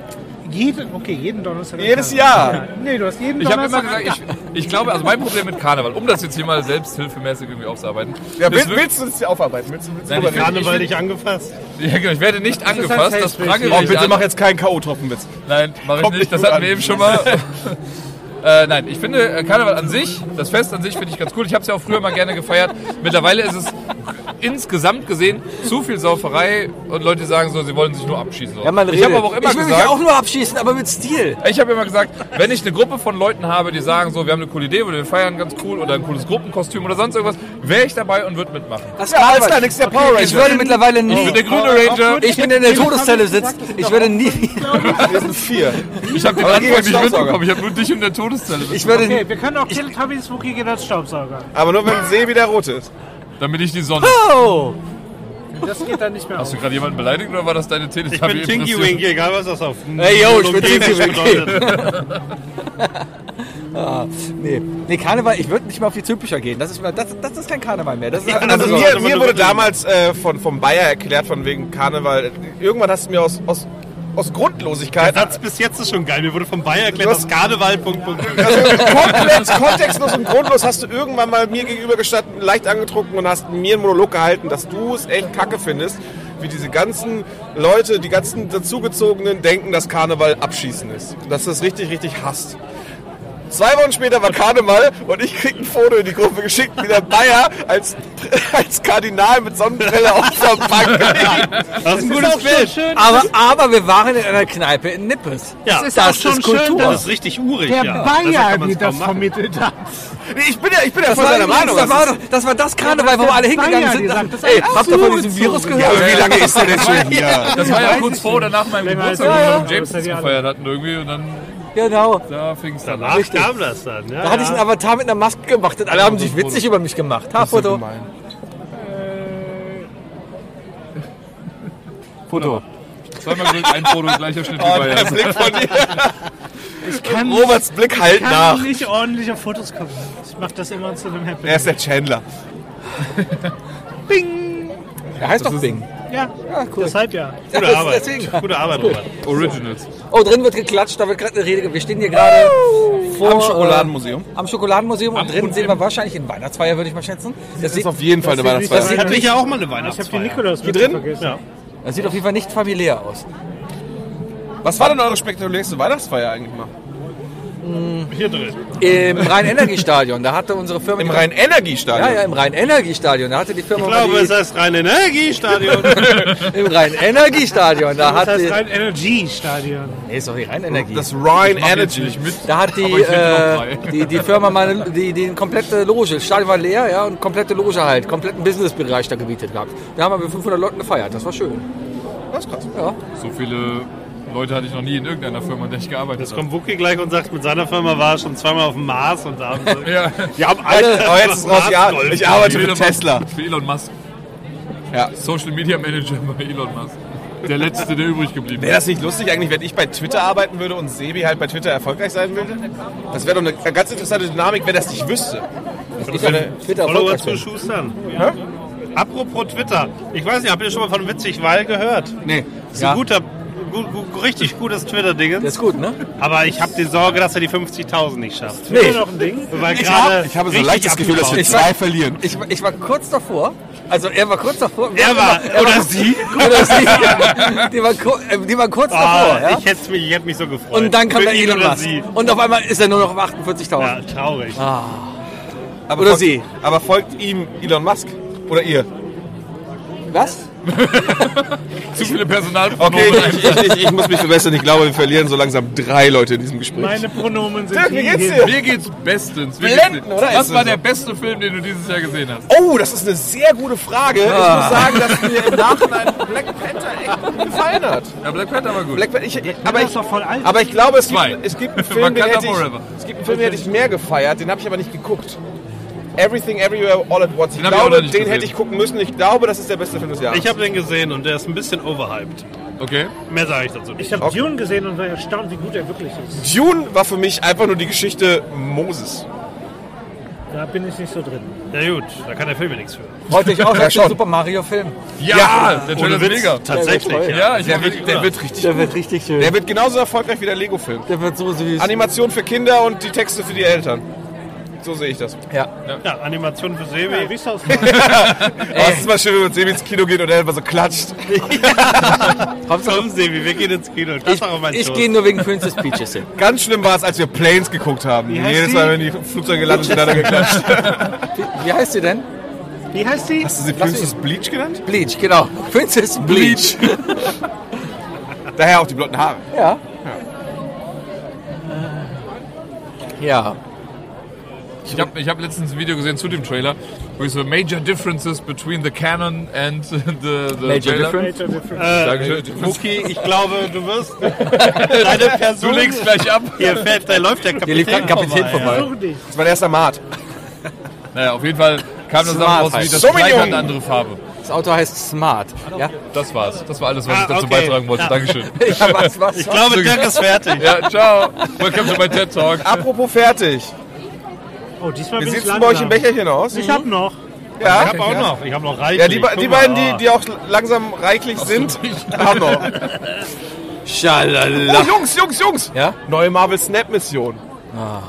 Speaker 6: Jeden, okay, jeden Donnerstag. hat
Speaker 2: Jedes
Speaker 6: Karneval. Nee, du hast jeden
Speaker 5: Ich habe immer
Speaker 6: Donnerstag.
Speaker 5: gesagt, ich, ich glaube, also mein Problem mit Karneval, um das jetzt hier mal selbsthilfemäßig irgendwie aufzuarbeiten.
Speaker 2: ja,
Speaker 5: das
Speaker 2: willst,
Speaker 5: wird-
Speaker 2: willst du das hier aufarbeiten? Willst du, willst du
Speaker 5: Nein,
Speaker 2: drüber
Speaker 5: ich
Speaker 2: reden?
Speaker 5: will-
Speaker 4: Karneval nicht angefasst.
Speaker 5: Ja, genau, ich werde nicht
Speaker 6: halt
Speaker 5: angefasst, das prangere
Speaker 2: Oh,
Speaker 5: ich
Speaker 2: bitte
Speaker 5: an.
Speaker 2: mach jetzt keinen K.O.-Tropfenwitz.
Speaker 5: Nein, mache ich
Speaker 2: Kommt
Speaker 5: nicht,
Speaker 2: nicht
Speaker 5: das
Speaker 2: gut
Speaker 5: hatten wir
Speaker 2: an.
Speaker 5: eben schon mal. Äh, nein, ich finde äh, Karneval an sich, das Fest an sich finde ich ganz cool. Ich habe es ja auch früher mal gerne gefeiert. Mittlerweile ist es insgesamt gesehen zu viel Sauferei und Leute die sagen so, sie wollen sich nur abschießen.
Speaker 3: Ja, man
Speaker 5: ich habe
Speaker 3: redet.
Speaker 5: aber auch immer
Speaker 3: ich will mich
Speaker 5: gesagt,
Speaker 3: auch nur abschießen, aber mit Stil.
Speaker 5: Ich habe immer gesagt, wenn ich eine Gruppe von Leuten habe, die sagen so, wir haben eine coole Idee, wir feiern ganz cool oder ein cooles Gruppenkostüm oder sonst irgendwas, wäre ich dabei und würde mitmachen.
Speaker 3: Das
Speaker 2: Ja, alles klar, nix der Power Ranger.
Speaker 3: Ich würde mittlerweile
Speaker 5: Ich
Speaker 3: nie...
Speaker 5: bin der grüne Ranger.
Speaker 3: Ich bin in der Todeszelle sitzt. Ich würde nie...
Speaker 2: Wir sind vier.
Speaker 5: Ich habe den
Speaker 2: Aber geh jetzt
Speaker 5: Anfang nicht
Speaker 2: Staubsauger.
Speaker 5: mitbekommen. Ich habe nur dich in der Todeszelle.
Speaker 3: Ich würde
Speaker 6: Okay, wir können auch Teletubbies, Wookie geht als Staubsauger.
Speaker 2: Aber nur wenn See wieder rot ist.
Speaker 5: Damit ich die Sonne.
Speaker 3: Oh!
Speaker 6: Das geht dann nicht mehr
Speaker 5: Hast
Speaker 6: auf.
Speaker 5: du gerade jemanden beleidigt oder war das deine Teletubby?
Speaker 4: Ich bin Tinky Winky, egal was das auf.
Speaker 3: Hey, yo, ich bin Tinky Winky.
Speaker 4: bedeutet.
Speaker 3: Nee, nee Karneval, ich würde nicht mal auf die Typischer gehen. Das ist, das, das ist kein Karneval mehr. Das ist eine
Speaker 2: Also
Speaker 3: andere
Speaker 2: mir,
Speaker 3: Sorte.
Speaker 2: mir wurde damals äh, von, vom Bayer erklärt, von wegen Karneval. Irgendwann hast du mir aus, aus, aus Grundlosigkeit
Speaker 4: Satz bis jetzt ist schon geil. Mir wurde vom Bayer erklärt, dass Karneval. Punkt, Punkt, Punkt.
Speaker 2: Also komplett kontextlos und grundlos hast du irgendwann mal mir gegenüber gestanden, leicht angetrunken und hast mir einen Monolog gehalten, dass du es echt kacke findest, wie diese ganzen Leute, die ganzen dazugezogenen denken, dass Karneval abschießen ist. Dass du es richtig, richtig hasst. Zwei Wochen später war Karneval und ich krieg ein Foto in die Gruppe geschickt, wie der Bayer als, als Kardinal mit Sonnenbrille auf der Bank liegt.
Speaker 4: Das ist ein gutes Bild.
Speaker 3: Aber, aber wir waren in einer Kneipe in Nippes.
Speaker 4: Ja,
Speaker 3: das ist Kultur.
Speaker 4: Das ist richtig urig.
Speaker 6: Der
Speaker 4: ja. Besser
Speaker 6: Bayer,
Speaker 4: kann man's
Speaker 6: die das
Speaker 4: kaum machen.
Speaker 6: vermittelt hat.
Speaker 2: Nee, Ich bin ja, ich bin ja
Speaker 3: Das
Speaker 2: voll
Speaker 3: war,
Speaker 2: seiner
Speaker 3: übrigens-
Speaker 2: Meinung.
Speaker 3: das,
Speaker 2: was
Speaker 3: war
Speaker 2: ist-
Speaker 3: doch, das war das Karneval, wo
Speaker 6: Ja,
Speaker 3: alle
Speaker 6: das war
Speaker 3: hingegangen
Speaker 6: ja, die
Speaker 3: sind.
Speaker 6: sagt, das
Speaker 3: Ey,
Speaker 6: hat
Speaker 3: habt ihr von diesem
Speaker 6: zugezogen.
Speaker 3: Virus
Speaker 2: ja,
Speaker 3: gehört?
Speaker 2: aber wie lange ist der denn schon hier?
Speaker 5: Das war ja
Speaker 6: Weiß
Speaker 5: kurz
Speaker 6: ich
Speaker 5: vor oder nach meinem
Speaker 6: Länger als
Speaker 5: Geburtstag, wo
Speaker 6: alle.
Speaker 5: wir
Speaker 6: Ja,
Speaker 5: mit James
Speaker 6: das hat die alle.
Speaker 5: gefeiert hatten irgendwie und dann
Speaker 3: Genau.
Speaker 5: da fing es dann an.
Speaker 4: Danach kam das dann. Ja,
Speaker 3: Da hatte ich
Speaker 4: ja.
Speaker 3: einen Avatar mit einer Maske gemacht und alle haben sich witzig über mich gemacht. Ha, Foto. Foto.
Speaker 5: Zweimal grün, ein Foto, gleicher Schnitt wie bei
Speaker 2: Oh, Blick von dir.
Speaker 6: Kann,
Speaker 2: Roberts Blick halt
Speaker 6: kann
Speaker 2: nach.
Speaker 6: nicht ordentlich auf Fotos kommen. Ich mach das immer zu einem Happy.
Speaker 2: Er ist der Chandler.
Speaker 3: Er heißt doch Bing.
Speaker 6: Ja, cool. deshalb ja.
Speaker 4: Gute
Speaker 3: Das-
Speaker 4: Arbeit.
Speaker 3: deswegen.
Speaker 4: Gute Arbeit, Robert.
Speaker 5: Originals.
Speaker 3: Oh, drin wird geklatscht, da wird gerade eine Rede. ge- Wir stehen hier gerade vor,
Speaker 2: Am Schokoladenmuseum.
Speaker 3: äh, am Schokoladenmuseum und drin sehen wir wahrscheinlich in Weihnachtsfeier, würde ich mal schätzen. Das sieht,
Speaker 2: Auf jeden Fall eine
Speaker 6: Weihnachtsfeier.
Speaker 2: Weihnachtsfeier.
Speaker 6: sieht
Speaker 4: Hatte ich
Speaker 6: nicht-
Speaker 4: ja auch mal eine
Speaker 6: Ich habe die
Speaker 4: Weihnachtsfeier.
Speaker 6: Nikolaus Hier
Speaker 2: drin?
Speaker 6: vergessen.
Speaker 4: Ja.
Speaker 3: das sieht auf jeden Fall nicht familiär aus.
Speaker 2: Was war denn eure spektakulärste Weihnachtsfeier eigentlich mal?
Speaker 4: Hier drin.
Speaker 3: Im Rhein-Energie-Stadion, da hatte unsere Firma...
Speaker 2: Im Rhein-Energie-Stadion.
Speaker 3: Ja, ja, im Rhein-Energie-Stadion, da hatte die Firma...
Speaker 4: Ich glaube,
Speaker 3: die,
Speaker 4: es heißt rein Energiestadion.
Speaker 3: Im Rhein-Energie-Stadion, da
Speaker 6: Das
Speaker 3: hat
Speaker 6: heißt
Speaker 3: die...
Speaker 6: rein Energiestadion.
Speaker 3: Nee, ist doch die Rhein-Energie.
Speaker 2: Das Rhine Energy.
Speaker 5: natürlich mit.
Speaker 3: Da hat die,
Speaker 5: Aber ich hätte noch
Speaker 3: äh, die, die Firma meine, die, die komplette Loge, das Stadion war leer, ja, und komplette Loge halt, kompletten Businessbereich da gebietet gehabt. Da haben wir mit 500 Leuten gefeiert, das war schön. Das ist krass.
Speaker 5: So viele Leute hatte ich noch nie in irgendeiner Firma, in der ich gearbeitet
Speaker 4: Jetzt
Speaker 5: habe.
Speaker 4: kommt Wookie gleich und sagt, mit seiner Firma war er schon zweimal auf dem Mars und da haben sie...
Speaker 5: Ja,
Speaker 4: Die haben alle...
Speaker 2: Aber Oh, jetzt ist raus, ja, ich arbeite für Tesla.
Speaker 5: Für Elon Musk.
Speaker 2: Ja.
Speaker 5: Social Media Manager bei Elon Musk. Der letzte, der übrig geblieben
Speaker 2: Wäre
Speaker 5: ist.
Speaker 2: das nicht lustig eigentlich, wenn ich bei Twitter arbeiten würde und Sebi halt bei Twitter erfolgreich sein würde? Das wäre doch eine ganz interessante Dynamik, wenn das nicht wüsste.
Speaker 3: Ja, ich bin Twitter
Speaker 4: Follower
Speaker 3: erfolgreich.
Speaker 4: zu
Speaker 3: bin.
Speaker 4: Schustern. Apropos Twitter. Ich weiß nicht, habt ihr schon mal von Witzig Weil gehört?
Speaker 2: Nee.
Speaker 4: Das ist ein guter, gu- gu- richtig gutes Twitter-Ding.
Speaker 3: Das ist gut, ne?
Speaker 4: Aber ich habe die Sorge, dass er die 50.000 nicht schafft.
Speaker 3: Nee.
Speaker 6: Noch ein Ding?
Speaker 4: Weil gerade richtig abgebaut.
Speaker 3: wir zwei
Speaker 2: verlieren.
Speaker 3: Ich, war- ich war kurz davor, also er war kurz davor.
Speaker 4: Er war, oder sie?
Speaker 3: Oder sie. Die war, kur- äh, die war kurz davor,
Speaker 4: Ah,
Speaker 3: ja?
Speaker 4: ich hätte mich, ich hätt mich so gefreut.
Speaker 3: Und dann kam
Speaker 4: Für
Speaker 3: der
Speaker 4: ihn
Speaker 3: Elon
Speaker 4: oder
Speaker 3: Musk.
Speaker 4: sie.
Speaker 3: Und auf einmal ist er nur noch auf 48.000.
Speaker 4: Ja, traurig.
Speaker 2: Aber
Speaker 3: Oder
Speaker 2: folgt-
Speaker 3: sie.
Speaker 2: Aber folgt ihm Elon Musk? Oder ihr?
Speaker 3: Was?
Speaker 5: Zu viele Personalpronomen.
Speaker 2: Okay, ich, ich, ich, ich muss mich verbessern. Ich glaube, wir verlieren so langsam drei Leute in diesem Gespräch.
Speaker 6: Meine Pronomen sind
Speaker 2: Dirk, wie geht's
Speaker 6: hingegen-
Speaker 2: dir?
Speaker 5: Mir geht's bestens. Mir
Speaker 2: Blenden,
Speaker 5: geht's-
Speaker 2: oder? Ist
Speaker 5: Was
Speaker 2: das
Speaker 5: war
Speaker 2: so?
Speaker 5: der beste Film, den du dieses Jahr gesehen hast?
Speaker 2: Oh, das ist eine sehr gute Frage. Ich
Speaker 5: Ah.
Speaker 2: muss sagen, dass mir im Nachhinein Black Panther echt gut gefallen hat.
Speaker 5: Ja, Black Panther war gut.
Speaker 2: Oh. Black Panther, ich, aber,
Speaker 6: ist
Speaker 2: ich,
Speaker 6: doch voll alt.
Speaker 2: aber ich glaube, es gibt,
Speaker 5: Zwei.
Speaker 2: es gibt einen Film, den
Speaker 5: Wakanda
Speaker 2: hätte
Speaker 5: Forever.
Speaker 2: ich, es gibt einen Film, den hätte ich mehr gefeiert, den habe ich aber nicht geguckt. Everything Everywhere All at Once. Ich
Speaker 5: Den hab ich auch
Speaker 2: glaube,
Speaker 5: noch
Speaker 2: den
Speaker 5: nicht gesehen.
Speaker 2: hätte ich gucken müssen. Ich glaube, das ist der beste Film des Jahres.
Speaker 4: Ich habe den gesehen und der ist ein bisschen overhyped.
Speaker 5: okay.
Speaker 4: Mehr sage ich dazu nicht.
Speaker 6: Ich habe Dune gesehen und war erstaunt, wie gut er wirklich ist.
Speaker 2: Dune war für mich einfach nur die Geschichte Moses.
Speaker 6: Da bin ich nicht so drin.
Speaker 4: Ja gut, da kann der Film ja nichts für.
Speaker 3: Wollte ich auch,
Speaker 2: Ja,
Speaker 3: das ist
Speaker 2: schon.
Speaker 3: ein Super Mario-Film.
Speaker 5: Ja, der Trailer ist mega.
Speaker 4: Tatsächlich,
Speaker 3: toll.
Speaker 4: ja.
Speaker 5: Ja, ich
Speaker 2: Der
Speaker 5: hab
Speaker 2: wird, der wird richtig.
Speaker 3: Der wird richtig schön.
Speaker 2: Der wird genauso erfolgreich wie der Lego-Film.
Speaker 3: Der wird so süß.
Speaker 2: Animation für Kinder und die Texte für die Eltern. So sehe ich das.
Speaker 4: Ja, Animation für Sebi.
Speaker 6: Wie ist das?
Speaker 2: Oh, es ist mal schön, wenn man mit Sebi ins Kino geht und er immer so klatscht.
Speaker 4: Komm, Sebi, wir gehen ins Kino. Das
Speaker 3: ich
Speaker 4: war auch mein
Speaker 3: ich
Speaker 4: Toast.
Speaker 3: gehe nur wegen Princess Peaches hin.
Speaker 2: Ganz schlimm war es, als wir Planes geguckt haben.
Speaker 6: heißt
Speaker 2: Jedes
Speaker 6: die?
Speaker 2: Mal, wenn die Flugzeuge gelandet sind, hat er geklatscht.
Speaker 3: Wie heißt sie denn?
Speaker 6: Wie heißt die?
Speaker 2: Hast du sie Princess Bleach genannt?
Speaker 3: Bleach, genau. Princess Bleach.
Speaker 2: Daher auch die blonden Haare.
Speaker 3: Ja. Ja.
Speaker 5: Ich habe ich hab letztens ein Video gesehen zu dem Trailer, wo ich so Major Differences between the canon and the, the
Speaker 3: Major
Speaker 5: trailer. Äh,
Speaker 3: Difference?
Speaker 4: Muki, ich glaube, du wirst deine
Speaker 5: Du
Speaker 4: Person...
Speaker 5: legst gleich ab.
Speaker 4: Hier fährt, da läuft der Kapitän
Speaker 3: Hier lief gerade ein Kapitän vorbei.
Speaker 6: Such dich.
Speaker 2: Das war der erste Mart.
Speaker 5: Naja, auf jeden Fall kam das
Speaker 3: Smart
Speaker 5: raus, wie
Speaker 3: heißt.
Speaker 5: das
Speaker 2: So,
Speaker 5: Kleid
Speaker 2: Minion.
Speaker 5: hat eine andere Farbe.
Speaker 3: Das Auto heißt Smart. Ja.
Speaker 5: Das war's. Das war alles, was ich
Speaker 4: Ah,
Speaker 5: dazu
Speaker 4: okay.
Speaker 5: beitragen wollte.
Speaker 4: Ja.
Speaker 5: Dankeschön.
Speaker 3: Ich hab was, was,
Speaker 4: Ich glaube, Dirk ist fertig.
Speaker 5: Ja, ciao. Welcome to my TED Talk.
Speaker 2: Apropos fertig.
Speaker 6: Oh, diesmal
Speaker 2: Wir
Speaker 6: bin ich
Speaker 2: sitzen bei euch im
Speaker 6: langsam.
Speaker 2: Becherchen aus.
Speaker 6: Ich hab noch.
Speaker 4: Ich habe auch
Speaker 2: ja.
Speaker 4: noch. Ich habe noch reichlich.
Speaker 2: Ja, die, be-
Speaker 4: Guck
Speaker 2: die
Speaker 4: mal,
Speaker 2: beiden,
Speaker 4: ah.
Speaker 2: die, die auch langsam reichlich sind, haben noch. Oh,
Speaker 3: Schalala.
Speaker 2: Jungs, Jungs, Jungs!
Speaker 3: Ja?
Speaker 2: Neue Marvel Snap Mission.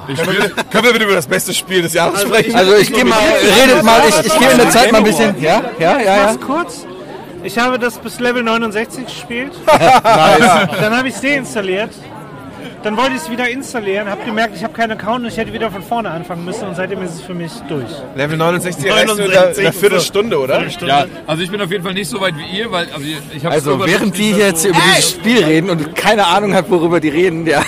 Speaker 5: Ich spiel,
Speaker 2: Können wir bitte über das beste Spiel des Jahres sprechen?
Speaker 3: Also ich gehe mal, redet mal, ich, ich gehe in der Zeit mal ein bisschen. Ja, ja, ja, ja.
Speaker 6: Ganz kurz. Ich habe das bis Level 69 gespielt. Dann habe ich es deinstalliert. Dann wollte ich es wieder installieren, habe gemerkt, ich habe keinen Account und ich hätte wieder von vorne anfangen müssen und seitdem ist es für mich durch.
Speaker 2: Level 69 erreichst du in der, in der
Speaker 4: 69.
Speaker 2: Viertelstunde, oder?
Speaker 5: ja, also ich bin auf jeden Fall nicht so weit wie ihr, weil also ich ich hab's
Speaker 3: Also
Speaker 5: irgendwann
Speaker 3: während die
Speaker 5: nicht
Speaker 3: hier
Speaker 5: mehr
Speaker 3: jetzt
Speaker 5: so-
Speaker 3: über dieses Spiel reden und keine Ahnung hat, worüber die reden, der,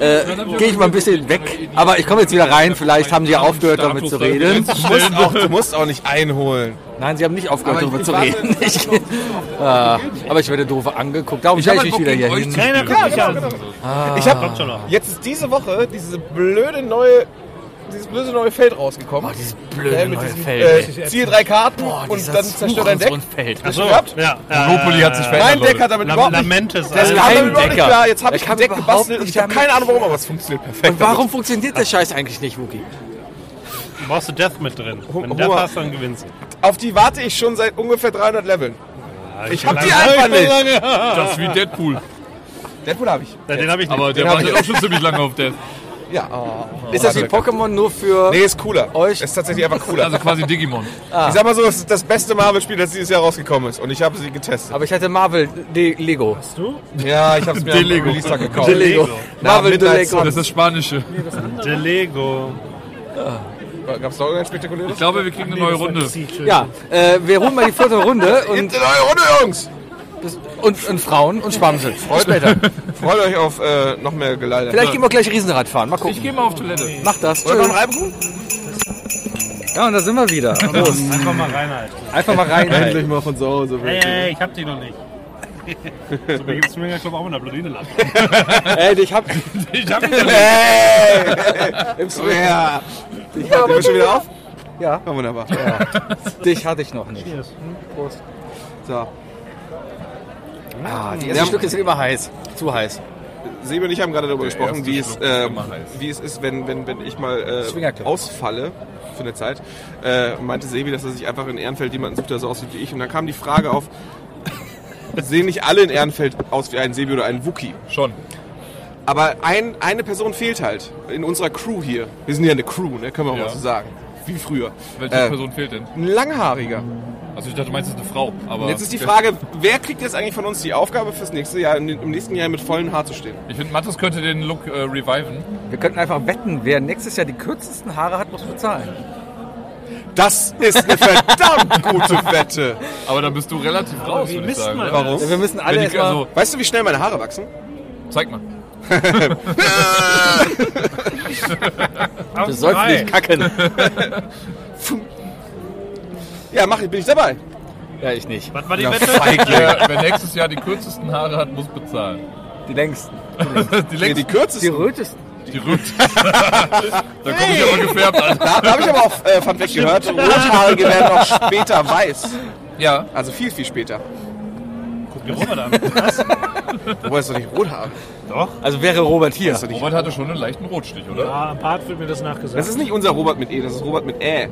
Speaker 3: äh, gehe ich mal ein bisschen weg. Aber ich komme jetzt wieder rein, vielleicht haben die ja aufgehört damit zu reden.
Speaker 2: Du musst, auch, du musst auch nicht einholen.
Speaker 3: Nein, sie haben nicht aufgehört
Speaker 2: Aber
Speaker 3: darüber
Speaker 2: ich-
Speaker 3: zu
Speaker 2: ich
Speaker 3: reden. Ich, Ah, aber ich werde doof angeguckt, darum
Speaker 5: Ich hab
Speaker 3: stelle ich
Speaker 5: halt
Speaker 3: mich
Speaker 5: Bock,
Speaker 3: wieder
Speaker 5: gegen
Speaker 3: hier
Speaker 5: euch
Speaker 3: hin.
Speaker 5: zu
Speaker 6: Keiner
Speaker 5: spielen.
Speaker 6: guckt mich an.
Speaker 2: Ich habe
Speaker 4: Kommt schon noch.
Speaker 2: jetzt ist diese Woche diese blöde neue, dieses blöde neue Feld rausgekommen.
Speaker 3: Oh, dieses
Speaker 2: Äh,
Speaker 3: blöde
Speaker 2: mit
Speaker 3: neue
Speaker 2: diesem,
Speaker 3: Feld.
Speaker 2: Äh, ziehe drei Karten
Speaker 3: Boah,
Speaker 2: und
Speaker 3: dieser
Speaker 2: dann zerstört dein Deck.
Speaker 3: Feld.
Speaker 4: Ach so,
Speaker 2: gehabt?
Speaker 4: ja.
Speaker 5: Monopoly hat sich verändert.
Speaker 2: Mein Deck hat damit überhaupt nicht...
Speaker 4: Lamentes.
Speaker 2: Das kam damit
Speaker 4: Alter.
Speaker 2: überhaupt nicht
Speaker 3: Heimdecker.
Speaker 2: klar. Jetzt habe
Speaker 3: Der
Speaker 2: ich ein
Speaker 3: kam
Speaker 2: Deck
Speaker 3: überhaupt
Speaker 2: gebastelt und
Speaker 3: nicht
Speaker 2: ich habe
Speaker 3: damit
Speaker 2: keine Ahnung, warum, aber es funktioniert perfekt.
Speaker 3: Und warum funktioniert der Scheiß eigentlich nicht, Wookie?
Speaker 4: Du brauchst du Death mit drin. Wenn du
Speaker 2: Ho-
Speaker 4: Death
Speaker 2: Hoa.
Speaker 4: hast, dann gewinnst du.
Speaker 2: Auf die warte ich schon seit ungefähr 300 Leveln. Ich hab die einfach nicht.
Speaker 4: nicht.
Speaker 5: Das ist wie Deadpool. Also
Speaker 2: Deadpool habe ich.
Speaker 4: Den habe ich nicht.
Speaker 5: Aber der
Speaker 2: hab
Speaker 5: wartet
Speaker 2: ich.
Speaker 5: auch schon ziemlich lange auf Death.
Speaker 2: Ja.
Speaker 3: Ist das wie Pokémon nur für.
Speaker 2: Nee, ist cooler.
Speaker 3: Euch?
Speaker 2: Ist tatsächlich einfach cooler.
Speaker 5: Also quasi Digimon.
Speaker 2: Ich sag mal so, es ist das beste Marvel-Spiel, das dieses Jahr rausgekommen ist. Und ich habe sie getestet.
Speaker 3: Aber ich hatte Marvel D Lego.
Speaker 2: Ja, ich habe es mir am Release-Tag gekauft.
Speaker 3: Lego.
Speaker 2: Na,
Speaker 3: Marvel D
Speaker 2: Midnight
Speaker 3: Lego.
Speaker 5: Das ist das Spanische.
Speaker 4: Der Lego.
Speaker 2: Gab es da irgendein spektakuläres?
Speaker 5: Ich glaube, wir kriegen eine neue Runde.
Speaker 3: Ja, äh, wir holen mal die vierte Runde und,
Speaker 2: Eine neue Runde, Jungs!
Speaker 3: und, und Frauen und Schwamsel. Bis später.
Speaker 2: Freut euch auf äh, noch mehr Geleide.
Speaker 3: Vielleicht gehen wir gleich Riesenrad fahren. Mal
Speaker 5: Ich
Speaker 3: gucken.
Speaker 5: gehe mal auf Toilette.
Speaker 3: Mach das.
Speaker 2: Wollen wir
Speaker 3: Tschö.
Speaker 2: noch einen Reibkuchen?
Speaker 3: Ja, und da sind wir wieder.
Speaker 5: Ah,
Speaker 3: Los.
Speaker 4: Einfach mal rein, Alter.
Speaker 3: Einfach mal rein.
Speaker 7: Endlich mal von zu Hause
Speaker 4: Ey,
Speaker 7: weg.
Speaker 4: ey, ich hab die noch nicht. So, da gibt's mir ja, glaube ich, auch mal eine Blondine
Speaker 3: Ey, ich hab.
Speaker 5: Ich hab mich
Speaker 2: Ja. Ich ja, wir schon wieder auf?
Speaker 3: Ja.
Speaker 2: Ja, wunderbar.
Speaker 3: Dich hatte ich noch nicht.
Speaker 2: So.
Speaker 3: Ah, die erste Stück ist immer heiß. Zu heiß.
Speaker 2: Sebi und ich haben gerade darüber gesprochen,
Speaker 5: erste
Speaker 2: wie es,
Speaker 5: Schluck ist
Speaker 2: äh,
Speaker 5: immer heiß.
Speaker 2: wie es ist, wenn, wenn, wenn ich mal äh,
Speaker 3: Swingerclub.
Speaker 2: ausfalle für eine Zeit. Äh, meinte Sebi, dass er sich einfach in Ehrenfeld jemanden sucht, der so aussieht wie ich. Und dann kam die Frage auf, sehen nicht alle in Ehrenfeld aus wie ein Sebi oder ein Wookie?
Speaker 5: Schon.
Speaker 2: Aber ein, eine Person fehlt halt in unserer Crew hier. Wir sind ja eine Crew, ne? können wir auch
Speaker 5: Ja.
Speaker 2: mal so sagen. Wie früher.
Speaker 5: Welche
Speaker 2: Äh,
Speaker 5: Person fehlt denn?
Speaker 2: Ein Langhaariger.
Speaker 5: Also ich dachte, du meinst, es ist eine Frau. Aber
Speaker 2: Und jetzt ist die Frage, wer kriegt jetzt eigentlich von uns die Aufgabe fürs nächste Jahr, im im nächsten Jahr mit vollem Haar zu stehen?
Speaker 5: Ich finde, Mathis könnte den Look äh, reviven.
Speaker 3: Wir könnten einfach wetten, wer nächstes Jahr die kürzesten Haare hat, muss bezahlen.
Speaker 2: Das ist eine verdammt gute Wette.
Speaker 5: Aber da bist du relativ raus, würde ich sagen. oder?
Speaker 3: Ja, wir müssen
Speaker 5: Wenn
Speaker 3: alle
Speaker 5: die,
Speaker 3: erstmal.
Speaker 5: also,
Speaker 2: Weißt du, wie schnell meine Haare wachsen?
Speaker 5: zeig mal.
Speaker 3: du sollst nicht kacken.
Speaker 2: Ja, mach ich, bin ich dabei.
Speaker 3: Ja, ich nicht.
Speaker 4: Was war die Wette?
Speaker 5: Wer, wer nächstes Jahr die kürzesten Haare hat, muss bezahlen.
Speaker 3: Die längsten.
Speaker 5: Die
Speaker 2: Nee, die
Speaker 5: längsten,
Speaker 3: Die
Speaker 2: kürzesten.
Speaker 3: rötesten.
Speaker 5: die rückt. da komme ich aber gefärbt an.
Speaker 2: Da, da habe ich aber auch äh, von weg gehört, Rothaarige werden auch später weiß.
Speaker 5: Ja,
Speaker 2: Also viel, viel später.
Speaker 4: Guck dir Robert an.
Speaker 2: Wobei ist doch nicht rothaarig.
Speaker 3: Also wäre Robert hier.
Speaker 5: Robert hatte schon einen leichten Rotstich, oder?
Speaker 6: Ah, am Part wird mir das nachgesagt.
Speaker 2: Das ist nicht unser Robert mit E, das ist Robert mit Ä.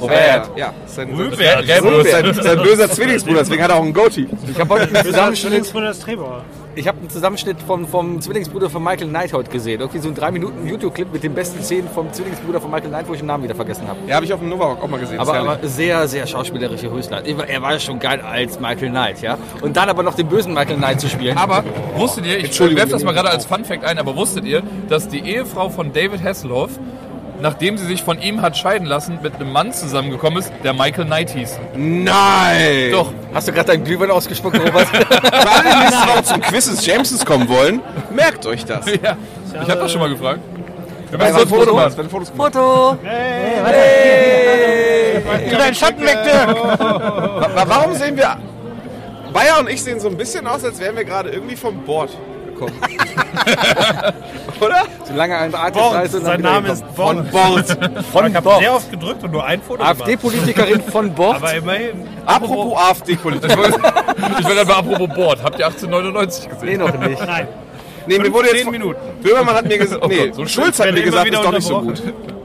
Speaker 3: Robert.
Speaker 2: Äh, ja, sein,
Speaker 5: Rübert. Rübert.
Speaker 2: sein, sein böser Zwillingsbruder, deswegen hat er auch einen Goatee.
Speaker 3: Ich habe heute einen Zusammenschnitt,
Speaker 6: Zwillingsbruder des Trebauer.
Speaker 3: ich hab einen Zusammenschnitt vom, vom Zwillingsbruder von Michael Knight heute gesehen. Irgendwie so einen 3-Minuten-YouTube-Clip mit den besten Szenen vom Zwillingsbruder von Michael Knight, wo ich den Namen wieder vergessen habe.
Speaker 2: Ja, habe ich auf dem Novarock auch mal gesehen.
Speaker 3: Aber,
Speaker 2: Ist herrlich.
Speaker 3: aber sehr, sehr schauspielerische Höchstleistung. Er war- Er war ja schon geil als Michael Knight, ja? Und dann aber noch den bösen Michael Knight zu spielen.
Speaker 5: Aber wusstet ihr, ich
Speaker 2: Entschuldigung,
Speaker 5: werfe das mal
Speaker 2: wir
Speaker 5: gerade
Speaker 2: nehmen
Speaker 5: als Fun Fact ein, aber wusstet ihr, dass die Ehefrau von David Hasselhoff, nachdem sie sich von ihm hat scheiden lassen, mit einem Mann zusammengekommen ist, der Michael Knight hieß?
Speaker 2: Nein!
Speaker 5: Doch,
Speaker 3: Hast du gerade deinen Glühwein ausgespuckt, Robert?
Speaker 2: Für alle, die nächste Woche zum Quiz des Jamesons kommen wollen, merkt euch das.
Speaker 5: ja. Ich habe das schon mal gefragt.
Speaker 6: äh,
Speaker 5: Wir
Speaker 2: Weil
Speaker 5: müssen so ein Foto machen.
Speaker 2: werden Fotos gemacht.
Speaker 3: Foto!
Speaker 2: Dein Schatten weg, Dirk! Warum sehen wir... Bayer und ich sehen so ein bisschen aus, als wären wir gerade irgendwie vom Bord gekommen. Oder?
Speaker 3: Solange ein Artist da
Speaker 4: Born.
Speaker 3: ist und
Speaker 4: Sein
Speaker 3: dann
Speaker 4: Name
Speaker 3: wieder
Speaker 4: ist Born.
Speaker 2: Bord.
Speaker 3: von
Speaker 4: Ich habe
Speaker 3: Bord.
Speaker 4: sehr oft gedrückt und nur ein Foto gemacht.
Speaker 3: AfD-Politikerin von Bord.
Speaker 4: Aber immerhin.
Speaker 2: Apropos AfD-Politik.
Speaker 5: Ich werde aber apropos Board. Habt ihr 1899 gesehen?
Speaker 3: Nee, noch nicht.
Speaker 2: Nee, mir wurde jetzt...
Speaker 4: 10 Minuten.
Speaker 2: Böhmermann hat mir gesagt...
Speaker 5: Oh
Speaker 2: Nee,
Speaker 5: Gott, so
Speaker 2: Schulz hat
Speaker 4: Wenn
Speaker 2: mir
Speaker 4: er immer
Speaker 2: gesagt,
Speaker 4: wieder
Speaker 2: ist doch nicht so gut.
Speaker 4: unterbrochen.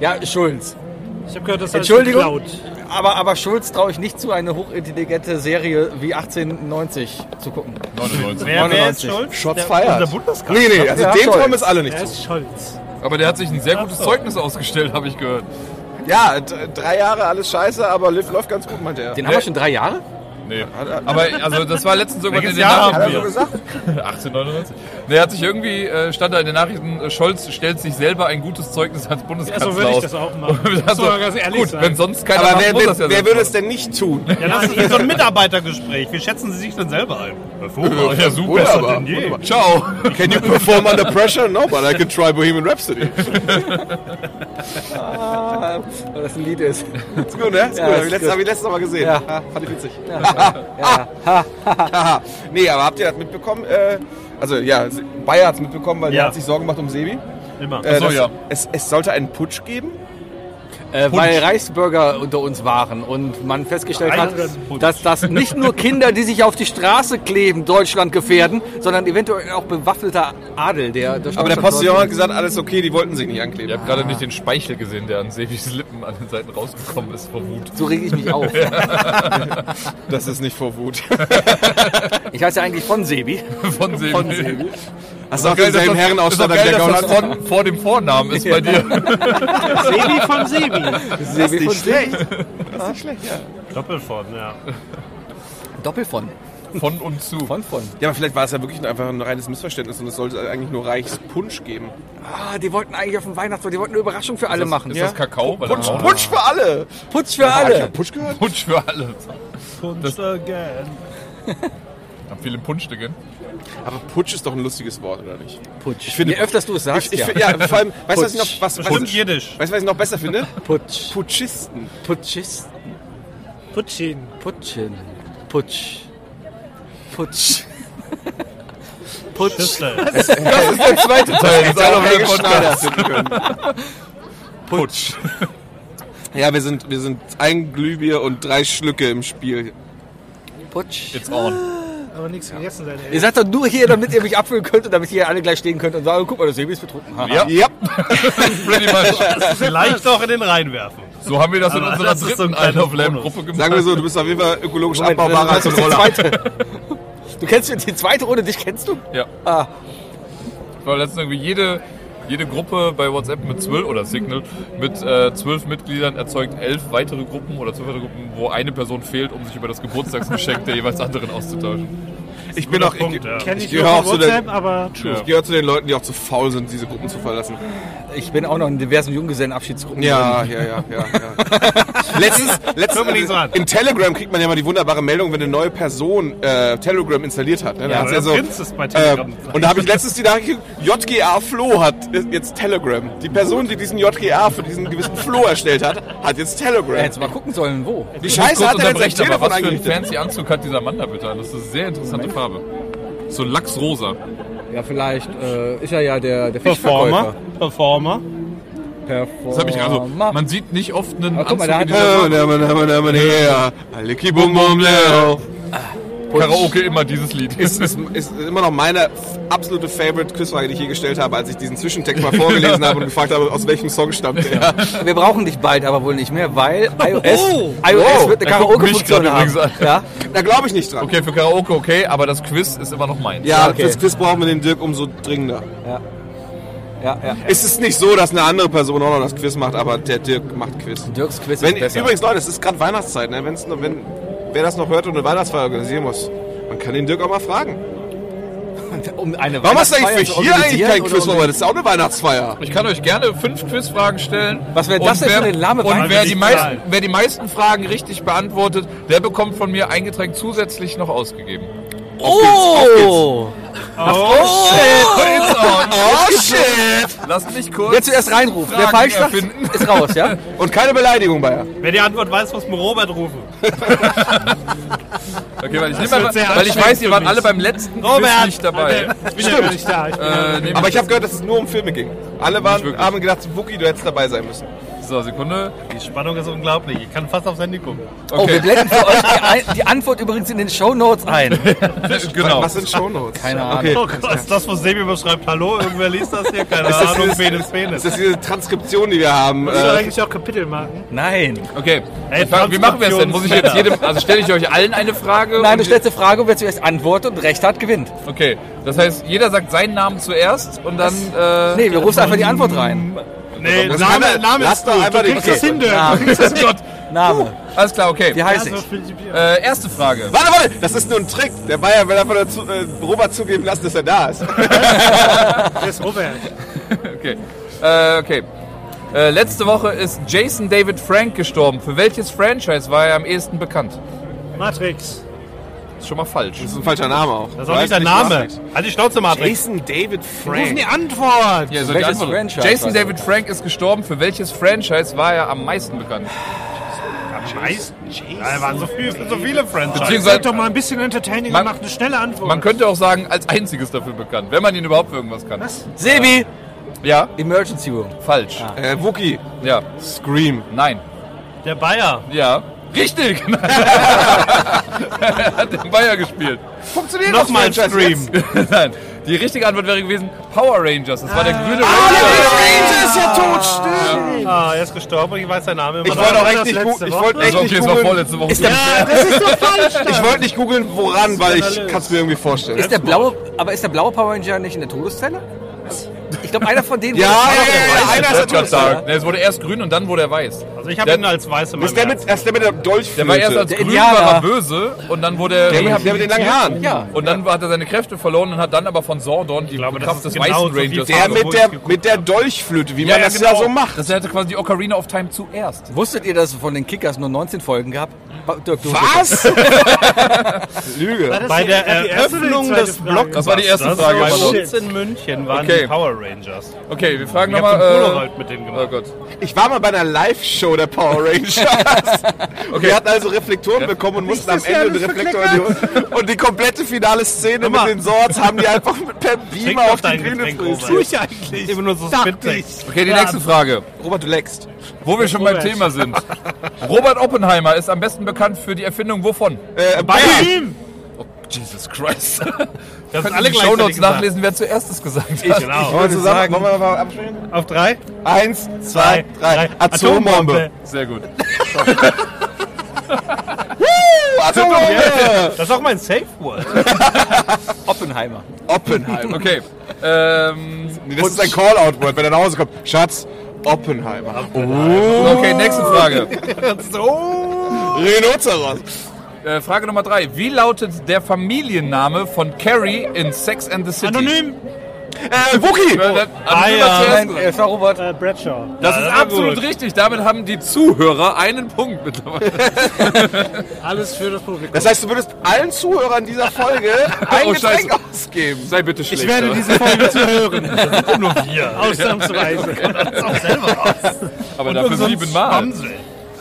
Speaker 3: Ja, Schulz.
Speaker 6: Ich habe gehört, das heißt
Speaker 3: Entschuldigung?
Speaker 6: geklaut.
Speaker 3: Aber, aber Schulz traue ich nicht zu, eine hochintelligente Serie wie 1890 zu gucken.
Speaker 5: 99.
Speaker 4: Wer, wer
Speaker 3: 99.
Speaker 4: ist schuld?
Speaker 2: Shots
Speaker 4: Der-
Speaker 2: fired.
Speaker 4: Unser Bundeskanzler.
Speaker 2: Nee, nee, also
Speaker 3: Ja,
Speaker 2: dem
Speaker 3: Scholz.
Speaker 2: trauen wir es alle nicht
Speaker 6: Er
Speaker 2: zu.
Speaker 6: ist Scholz.
Speaker 5: Aber der hat sich ein sehr gutes Zeugnis ausgestellt, habe ich gehört.
Speaker 2: Ja, d- drei Jahre alles scheiße, aber Liv läuft ganz gut, meinte er.
Speaker 3: Den haben wir schon drei Jahre?
Speaker 5: Nee. Aber also das war letztens irgendwann
Speaker 4: Welches
Speaker 5: in den
Speaker 4: Jahr
Speaker 2: Hat er
Speaker 5: Nachrichten.
Speaker 2: so gesagt?
Speaker 5: 1899. Der hat sich irgendwie, äh, stand da in den Nachrichten, äh, Scholz stellt sich selber ein gutes Zeugnis als Bundeskanzler
Speaker 6: Ja, so würde ich
Speaker 5: aus.
Speaker 6: das auch machen.
Speaker 5: Und wir dachten
Speaker 6: Muss man ganz ehrlich
Speaker 5: Also, gut,
Speaker 6: sein.
Speaker 5: wenn sonst keiner
Speaker 2: Aber
Speaker 5: macht,
Speaker 2: wer,
Speaker 5: muss das ja
Speaker 2: wer, wer
Speaker 5: selbst
Speaker 2: würde es denn nicht tun?
Speaker 4: Ja, das ist hier so ein Mitarbeitergespräch. Wie schätzen Sie sich denn selber ein?
Speaker 5: machen. Ja, super.
Speaker 2: Wunderbar,
Speaker 4: denn je.
Speaker 2: wunderbar.
Speaker 5: Ciao.
Speaker 2: Can you perform under pressure? No, but I can try Bohemian Rhapsody.
Speaker 3: Ah, weil das ein Lied ist.
Speaker 2: Ist gut, ne? Ist
Speaker 3: Ja,
Speaker 2: gut.
Speaker 3: ist
Speaker 2: Hab ich letztes,
Speaker 3: gut.
Speaker 2: hab ich letztes Mal gesehen.
Speaker 3: Ja.
Speaker 2: Ah, fand ich witzig. Haha. nee, aber habt ihr das mitbekommen? Äh, also ja, Se- Bayer hat es mitbekommen, weil
Speaker 4: Ja.
Speaker 2: er hat sich Sorgen gemacht um Sebi.
Speaker 4: Immer.
Speaker 2: Äh,
Speaker 5: so,
Speaker 2: dass-
Speaker 5: ja.
Speaker 2: es, es sollte einen Putsch geben.
Speaker 3: Äh, weil Reichsbürger unter uns waren und man festgestellt hat,
Speaker 4: Reichsputsch.
Speaker 3: dass das nicht nur Kinder, die sich auf die Straße kleben, Deutschland gefährden, sondern eventuell auch bewaffneter Adel, der durch
Speaker 2: Aber der
Speaker 3: Deutschland
Speaker 2: Postillon
Speaker 3: läuft.
Speaker 2: hat gesagt, alles okay, die wollten sich nicht
Speaker 5: Ihr
Speaker 2: ankleben.
Speaker 5: habt gerade nicht den Speichel gesehen, der an Sebis Lippen an den Seiten rausgekommen ist vor Wut.
Speaker 3: So reg ich mich auf.
Speaker 2: Das ist nicht vor Wut.
Speaker 3: Ich heiße ja eigentlich von Sebi.
Speaker 5: Von Sebi.
Speaker 3: Von Sebi.
Speaker 2: Hast du auch
Speaker 5: Geil, dass
Speaker 2: denselben
Speaker 5: das-
Speaker 2: Herrenausstatter
Speaker 5: ist doch
Speaker 2: wieder
Speaker 5: geil,
Speaker 2: gehauen
Speaker 5: dass das
Speaker 2: hat?
Speaker 5: vor, vor dem Vornamen ist bei dir.
Speaker 6: Sebi von Sebi.
Speaker 3: Das ist nicht schlecht.
Speaker 4: Doppelform, ja.
Speaker 3: Doppel von.
Speaker 5: Von und zu.
Speaker 3: Von von.
Speaker 2: Ja, aber vielleicht war es ja wirklich einfach ein reines Missverständnis und es sollte eigentlich nur Reichspunsch geben.
Speaker 3: Ah, die wollten eigentlich auf dem Weihnachtsmarkt, die wollten eine Überraschung für alle machen.
Speaker 5: Ist das Kakao? Weil
Speaker 2: Punsch,
Speaker 5: dann auch-
Speaker 2: Punsch für alle!
Speaker 3: Putz für alle.
Speaker 2: Punsch gehört?
Speaker 5: Punsch für alle.
Speaker 4: Punch again.
Speaker 5: Haben viele Punschstücke.
Speaker 2: Aber Putsch ist doch ein lustiges Wort, oder nicht?
Speaker 3: Putsch. Ich
Speaker 2: finde-
Speaker 3: Je öfters du es sagst,
Speaker 2: Ich, ich,
Speaker 3: ja.
Speaker 2: fi- ja, vor allem, weißt du, was ich noch, was,
Speaker 4: Bestimmt
Speaker 2: was,
Speaker 4: jiddisch.
Speaker 2: weißt, du, was ich noch besser finde?
Speaker 3: Putsch.
Speaker 2: Putschisten.
Speaker 3: Putschist.
Speaker 6: Putin.
Speaker 3: Putschen. Putsch. Putsch. Putsch.
Speaker 4: Schüssel.
Speaker 2: Das ist der zweite Teil.
Speaker 5: Sei doch
Speaker 2: Helge
Speaker 5: ein Podcast.
Speaker 2: Schneider finden können. Putsch. Ja, wir sind, wir sind ein Glühbier und drei Schlücke im Spiel.
Speaker 3: Putsch.
Speaker 5: It's on.
Speaker 6: Aber nichts gegessen sein, ey.
Speaker 3: Ihr seid doch nur hier, damit ihr mich abfüllen könnt und damit ihr alle gleich stehen könnt und sagen, guck mal, das Sebi ist betrunken. Haha.
Speaker 5: Ja,
Speaker 2: Ja.
Speaker 5: pretty much.
Speaker 4: Vielleicht auch in den reinwerfen.
Speaker 5: So haben wir Also, das in
Speaker 4: Aber
Speaker 5: unserer
Speaker 4: das ist so ein
Speaker 5: dritten Isle of
Speaker 4: kleiner
Speaker 5: Lamb Gruppe gemacht.
Speaker 2: Sagen wir so, du bist auf jeden Fall ökologisch
Speaker 3: Moment,
Speaker 2: abbaubarer als ein
Speaker 3: das ist die
Speaker 2: Roller.
Speaker 3: zweite. Du kennst die zweite Runde, dich kennst du?
Speaker 5: Ja.
Speaker 3: Ah.
Speaker 5: Weil letztens irgendwie jede, jede Gruppe bei WhatsApp mit zwölf oder Signal mit äh, zwölf Mitgliedern erzeugt elf weitere Gruppen oder zwölf weitere Gruppen, wo eine Person fehlt, um sich über das Geburtstagsgeschenk der jeweils anderen auszutauschen.
Speaker 2: Ich bin auch, ich,
Speaker 4: Punkt, ja.
Speaker 6: Kenn ich
Speaker 2: gehöre
Speaker 6: nur
Speaker 2: auch
Speaker 6: von
Speaker 2: zu den-
Speaker 6: WhatsApp, aber true.
Speaker 2: ich gehöre zu den Leuten, die auch zu faul sind, diese Gruppen zu verlassen.
Speaker 3: Ich bin auch noch in diversen Junggesellenabschiedsgruppen.
Speaker 2: Ja, ja, ja, ja. ja. letztens, letztens
Speaker 4: Dominik
Speaker 2: also,
Speaker 4: Sohn.
Speaker 2: in Telegram kriegt man ja mal die wunderbare Meldung, wenn eine neue Person äh, Telegram installiert hat. Ne? Da
Speaker 4: Ja,
Speaker 2: hat's
Speaker 4: oder Prinz ist bei Telegram.
Speaker 2: und da habe ich letztens die Nachricht, gekriegt, JGA Flo hat jetzt Telegram. Die Person, die diesen JGA für diesen gewissen Flo erstellt hat, hat jetzt
Speaker 3: Ja,
Speaker 2: Telegram.
Speaker 3: Hättest du mal gucken sollen, wo.
Speaker 2: Wie scheiße hat er denn sein
Speaker 5: unterbrechen, aber
Speaker 2: Telefon
Speaker 5: was für einen
Speaker 2: eingerichtet?
Speaker 5: fancy Anzug hat dieser Mann da bitte? an? Das ist eine sehr interessante Farbe. So lachsrosa.
Speaker 3: Ja, vielleicht äh, ist er ja der, der
Speaker 4: Performer.
Speaker 3: Fischverkäufer.
Speaker 4: Performer.
Speaker 3: Performer.
Speaker 5: Das habe ich
Speaker 2: also- Oh,
Speaker 5: gerade so. Man sieht nicht oft einen
Speaker 3: Ah, guck mal,
Speaker 5: Anzug
Speaker 3: da hat-
Speaker 5: in dieser
Speaker 2: Äh,
Speaker 5: Farbe. Karaoke immer dieses Lied.
Speaker 2: ist, ist, ist immer noch meine f- absolute favorite Quizfrage, die ich hier gestellt habe, als ich diesen Zwischentext mal vorgelesen habe und gefragt habe, aus welchem Song stammt der.
Speaker 3: Wir brauchen dich bald, aber wohl nicht mehr, weil iOS,
Speaker 2: Oh.
Speaker 3: iOS
Speaker 2: Wow.
Speaker 3: wird eine
Speaker 5: Er guckt mich
Speaker 3: Karaoke-Funktion
Speaker 5: gerade
Speaker 3: haben.
Speaker 5: übrigens an.
Speaker 3: Ja?
Speaker 2: Da glaube ich nicht dran.
Speaker 5: Okay, für Karaoke okay, aber das Quiz ist immer noch meins.
Speaker 2: Ja,
Speaker 3: Okay.
Speaker 2: fürs Quiz brauchen wir den Dirk umso dringender.
Speaker 3: Ja, ja.
Speaker 2: Es ist nicht so, dass eine andere Person auch noch das Quiz macht, aber der Dirk macht Quiz.
Speaker 3: Dirks Quiz
Speaker 2: Wenn,
Speaker 3: ist besser.
Speaker 2: übrigens, Leute, es ist gerade Weihnachtszeit. Ne? Wenn's, noch- wenn, wer das noch hört und eine Weihnachtsfeier organisieren muss, man kann den Dirk auch mal fragen.
Speaker 3: um eine
Speaker 2: Warum hast du eigentlich
Speaker 3: Weihnachtsfeier
Speaker 2: für hier eigentlich
Speaker 3: zu
Speaker 2: kein
Speaker 3: organisieren
Speaker 2: Quiz,
Speaker 3: oder um-
Speaker 2: Robert? Das ist auch eine Weihnachtsfeier.
Speaker 5: Ich kann euch gerne fünf Quizfragen stellen.
Speaker 3: Was wär
Speaker 5: Und
Speaker 3: das denn
Speaker 5: wer-
Speaker 3: für eine lahme
Speaker 5: Und
Speaker 4: Frage?
Speaker 5: wer die,
Speaker 4: Nicht
Speaker 5: meisten,
Speaker 4: zahlen.
Speaker 5: wer die meisten Fragen richtig beantwortet, der bekommt von mir ein Getränk zusätzlich noch ausgegeben.
Speaker 3: Oh!
Speaker 5: It's on.
Speaker 2: Oh shit!
Speaker 5: Lasst mich kurz.
Speaker 3: Wer zuerst reinruft, wer
Speaker 5: Fragen
Speaker 3: falsch sagt,
Speaker 5: erfinden.
Speaker 3: ist raus, ja?
Speaker 2: Und keine Beleidigung, Bayer.
Speaker 4: Wer die Antwort weiß, muss mir Robert rufen.
Speaker 5: Okay, weil ich, nehm
Speaker 4: wird
Speaker 5: einfach,
Speaker 4: sehr
Speaker 5: weil ich
Speaker 4: anstrengend
Speaker 5: weiß, ihr
Speaker 4: für
Speaker 5: wart
Speaker 4: mich.
Speaker 5: alle beim letzten Quiz
Speaker 4: Robert!
Speaker 5: nicht dabei.
Speaker 4: Ich bin ja gar nicht da. Ich bin ja-
Speaker 5: Äh, nehm-
Speaker 2: Aber ich habe gehört, dass es nur um Filme ging. Alle waren,
Speaker 5: wirklich.
Speaker 2: haben gedacht, Wookie, du hättest dabei sein müssen.
Speaker 5: so, Sekunde.
Speaker 4: die Spannung ist unglaublich. Ich kann fast aufs Handy gucken.
Speaker 3: Oh, wir
Speaker 5: Okay,
Speaker 3: blenden für euch die, Ein- die Antwort übrigens in den Shownotes ein.
Speaker 5: genau.
Speaker 2: Was sind Shownotes?
Speaker 3: Keine Ahnung.
Speaker 2: Okay.
Speaker 4: Oh Gott, ist das, was Sebi überschreibt? Hallo, irgendwer liest das hier? Keine
Speaker 2: das
Speaker 4: Ahnung,
Speaker 2: dieses-
Speaker 4: Penis, Penis.
Speaker 2: Das ist diese Transkription, die wir haben.
Speaker 6: Soll
Speaker 2: Äh,
Speaker 6: eigentlich auch Kapitelmarken?
Speaker 3: Nein.
Speaker 5: Okay.
Speaker 4: Ey,
Speaker 5: Wie machen wir es denn? Muss ich jetzt
Speaker 4: Transkriptionsmänner.
Speaker 5: jedem, also stelle ich euch allen eine Frage?
Speaker 3: Nein,
Speaker 5: und-
Speaker 3: du stellst eine Frage und wer zuerst antwortet und recht hat, gewinnt.
Speaker 5: Okay, das heißt, jeder sagt seinen Namen zuerst und dann. Äh,
Speaker 3: Nee, wir rufen einfach die Antwort rein.
Speaker 4: Nee,
Speaker 2: Das kann
Speaker 4: Name,
Speaker 2: er-
Speaker 4: Name
Speaker 2: lass
Speaker 4: ist
Speaker 2: doch
Speaker 4: gut.
Speaker 2: einfach
Speaker 4: du
Speaker 2: den-
Speaker 4: kriegst
Speaker 2: okay.
Speaker 4: das hin, Dirk.
Speaker 3: Name.
Speaker 5: Gott.
Speaker 3: Name.
Speaker 5: Alles klar, okay.
Speaker 3: Wie heißt ich?
Speaker 6: Also, prinzipiell.
Speaker 5: Äh, erste Frage.
Speaker 2: Warte, warte, das ist nur ein Trick. Der Bayer will einfach dazu, äh, Robert zugeben lassen, dass er da ist.
Speaker 6: Wer ist Robert?
Speaker 5: Okay. Äh, okay. Äh, letzte Woche ist Jason David Frank gestorben. Für welches Franchise war er am ehesten bekannt?
Speaker 6: Matrix.
Speaker 5: Ist schon mal falsch.
Speaker 2: Das ist ein falcher Name auch.
Speaker 4: Das ist auch nicht dein Name. Halt die Schnauze, Matrix.
Speaker 2: Jason David Frank.
Speaker 6: Die Antwort!
Speaker 5: Ja, soll
Speaker 3: Welches
Speaker 5: die Antwort-
Speaker 3: Franchise
Speaker 5: Jason
Speaker 3: war das?
Speaker 5: David Frank ist gestorben. Für welches Franchise war er am meisten bekannt?
Speaker 4: Jason. Ja, da waren so viele, so viele Franchises.
Speaker 6: Seid
Speaker 5: Beziehungsweise,
Speaker 6: doch mal ein bisschen entertaining
Speaker 5: Man-
Speaker 6: und macht eine schnelle Antwort.
Speaker 5: man könnte auch sagen, als einziges dafür bekannt, wenn man ihn überhaupt für irgendwas kann.
Speaker 6: Was?
Speaker 3: Sebi!
Speaker 5: Ja,
Speaker 3: Emergency Room. Ah.
Speaker 5: falsch.
Speaker 2: Äh, Wookie.
Speaker 5: Ja,
Speaker 2: Scream.
Speaker 5: nein.
Speaker 4: Der Bayer.
Speaker 5: Ja, Richtig! Hat den Bayer gespielt.
Speaker 2: Funktioniert das
Speaker 5: Nochmal ein
Speaker 2: Franchise
Speaker 5: Stream.
Speaker 2: jetzt?
Speaker 5: Nein. Die richtige Antwort wäre gewesen Power Rangers. Das war der grüne Ranger.
Speaker 2: Ranger ist ja tot, stimmt.
Speaker 4: Ah, er ist gestorben, ich weiß seinen Namen immer
Speaker 2: Ich
Speaker 4: noch.
Speaker 2: wollte auch
Speaker 4: Das
Speaker 2: echt nicht, gu
Speaker 4: letzte
Speaker 2: ich
Speaker 4: Woche.
Speaker 2: wollte echt
Speaker 5: Also, okay,
Speaker 2: nicht
Speaker 5: es war
Speaker 2: googeln.
Speaker 5: vorletzte Woche.
Speaker 2: Ich wollte nicht googeln, woran, weil ich kann es mir irgendwie vorstellen.
Speaker 3: Ist der blaue, aber ist der blaue Power Ranger nicht in der Todeszelle? Ich glaube, einer von denen.
Speaker 2: Ja,
Speaker 3: wurde-
Speaker 2: ja, ja, ja,
Speaker 5: Weiß
Speaker 2: einer
Speaker 5: ich
Speaker 2: ist
Speaker 5: wollte gerade
Speaker 2: natürlich da.
Speaker 5: sagen. Nee, Es wurde erst grün und dann wurde er weiß.
Speaker 4: Also ich habe
Speaker 5: Der-
Speaker 4: ihn als weiß im
Speaker 2: Ist der mit, erst der mit der Dolchflöte?
Speaker 5: Der war erst als
Speaker 3: Der
Speaker 5: grün,
Speaker 3: Indianer.
Speaker 5: war er böse und dann wurde er.
Speaker 2: der, mit, der mit den langen Haaren.
Speaker 3: Ja.
Speaker 5: und dann hat er seine Kräfte verloren und hat dann aber von Sordon die
Speaker 4: glaube, das
Speaker 5: Kraft
Speaker 4: ist
Speaker 5: des
Speaker 4: genau
Speaker 5: weißen
Speaker 4: so wie
Speaker 5: Rangers
Speaker 2: Der
Speaker 5: bekommen.
Speaker 2: mit der, mit der Dolchflöte, wie man das ja
Speaker 5: genau.
Speaker 2: so macht.
Speaker 5: Das hätte quasi die Ocarina of Time zuerst.
Speaker 3: Wusstet ihr, dass es von den Kickers nur 19 Folgen gab? Ba- Dirk, du
Speaker 2: Was? Lüge.
Speaker 4: Bei der
Speaker 6: die erste oder die
Speaker 4: Eröffnung
Speaker 6: zweite
Speaker 4: des
Speaker 6: Frage?
Speaker 4: Blockbusters
Speaker 5: Das war die erste Frage,
Speaker 4: bei
Speaker 5: Manu.
Speaker 4: uns in München waren
Speaker 5: Okay.
Speaker 4: die Power Rangers.
Speaker 5: Okay, wir fragen
Speaker 4: Ich habe einen
Speaker 5: nochmal. Äh,
Speaker 4: Polaroid mit denen
Speaker 5: oh
Speaker 4: gemacht.
Speaker 5: Gott.
Speaker 2: Ich war mal bei einer Live-Show der Power Rangers. Wir hatten also Reflektoren bekommen und mussten am Ende den Reflektor in die Hose- Und die komplette finale Szene mit den Swords haben die einfach mit per
Speaker 4: Trink
Speaker 2: Beamer
Speaker 4: doch
Speaker 2: auf die
Speaker 4: dein
Speaker 2: Bühne
Speaker 4: Getränk,
Speaker 2: gebracht.
Speaker 4: Robert. Immer nur so spittig.
Speaker 5: Okay, die nächste Frage.
Speaker 2: Robert, du leckst.
Speaker 5: Wo wir schon beim Thema sind. Robert Oppenheimer ist am besten bekannt für die Erfindung wovon?
Speaker 2: Äh,
Speaker 4: Bei
Speaker 2: Bayern.
Speaker 4: ihm!
Speaker 5: Jesus Christ.
Speaker 4: Das
Speaker 5: Könnt ihr die Shownotes nachlesen, wer zuerst es gesagt hat.
Speaker 4: Genau.
Speaker 2: Wollen wir zusammen? Wollen wir mal absprechen?
Speaker 4: Auf drei?
Speaker 2: Eins, zwei, drei. Atombombe.
Speaker 5: Sehr gut.
Speaker 2: Atombombe.
Speaker 4: Das ist auch mein Safe Word.
Speaker 3: Oppenheimer.
Speaker 2: Oppenheimer.
Speaker 5: Okay. Ähm,
Speaker 2: Nee, das ist ein Call-Out-Word, wenn er nach Hause kommt. Schatz, Oppenheimer.
Speaker 5: okay, nächste Frage.
Speaker 2: Rhinoceros.
Speaker 5: Äh, Frage Nummer drei. Wie lautet der Familienname von Carrie in Sex and the City?
Speaker 6: Anonym, Oh,
Speaker 2: Äh, Wookie.
Speaker 5: Äh, das-
Speaker 4: Ah,
Speaker 5: Anonym
Speaker 4: ja.
Speaker 5: hat zuerst
Speaker 3: Nein,
Speaker 5: gesagt.
Speaker 3: es war Robert.
Speaker 6: äh, Bradshaw.
Speaker 5: Das ist
Speaker 4: das war
Speaker 5: absolut
Speaker 4: gut.
Speaker 5: richtig. Damit haben die Zuhörer einen Punkt mittlerweile.
Speaker 6: Alles für das Publikum.
Speaker 2: Das heißt, du würdest allen Zuhörern dieser Folge ein
Speaker 5: Oh, scheiße.
Speaker 2: Getränk ausgeben.
Speaker 5: Sei bitte schlecht.
Speaker 6: ich werde diese Folge zu hören.
Speaker 4: Nur wir.
Speaker 6: Ausnahmsweise.
Speaker 5: aber dafür siebenmal.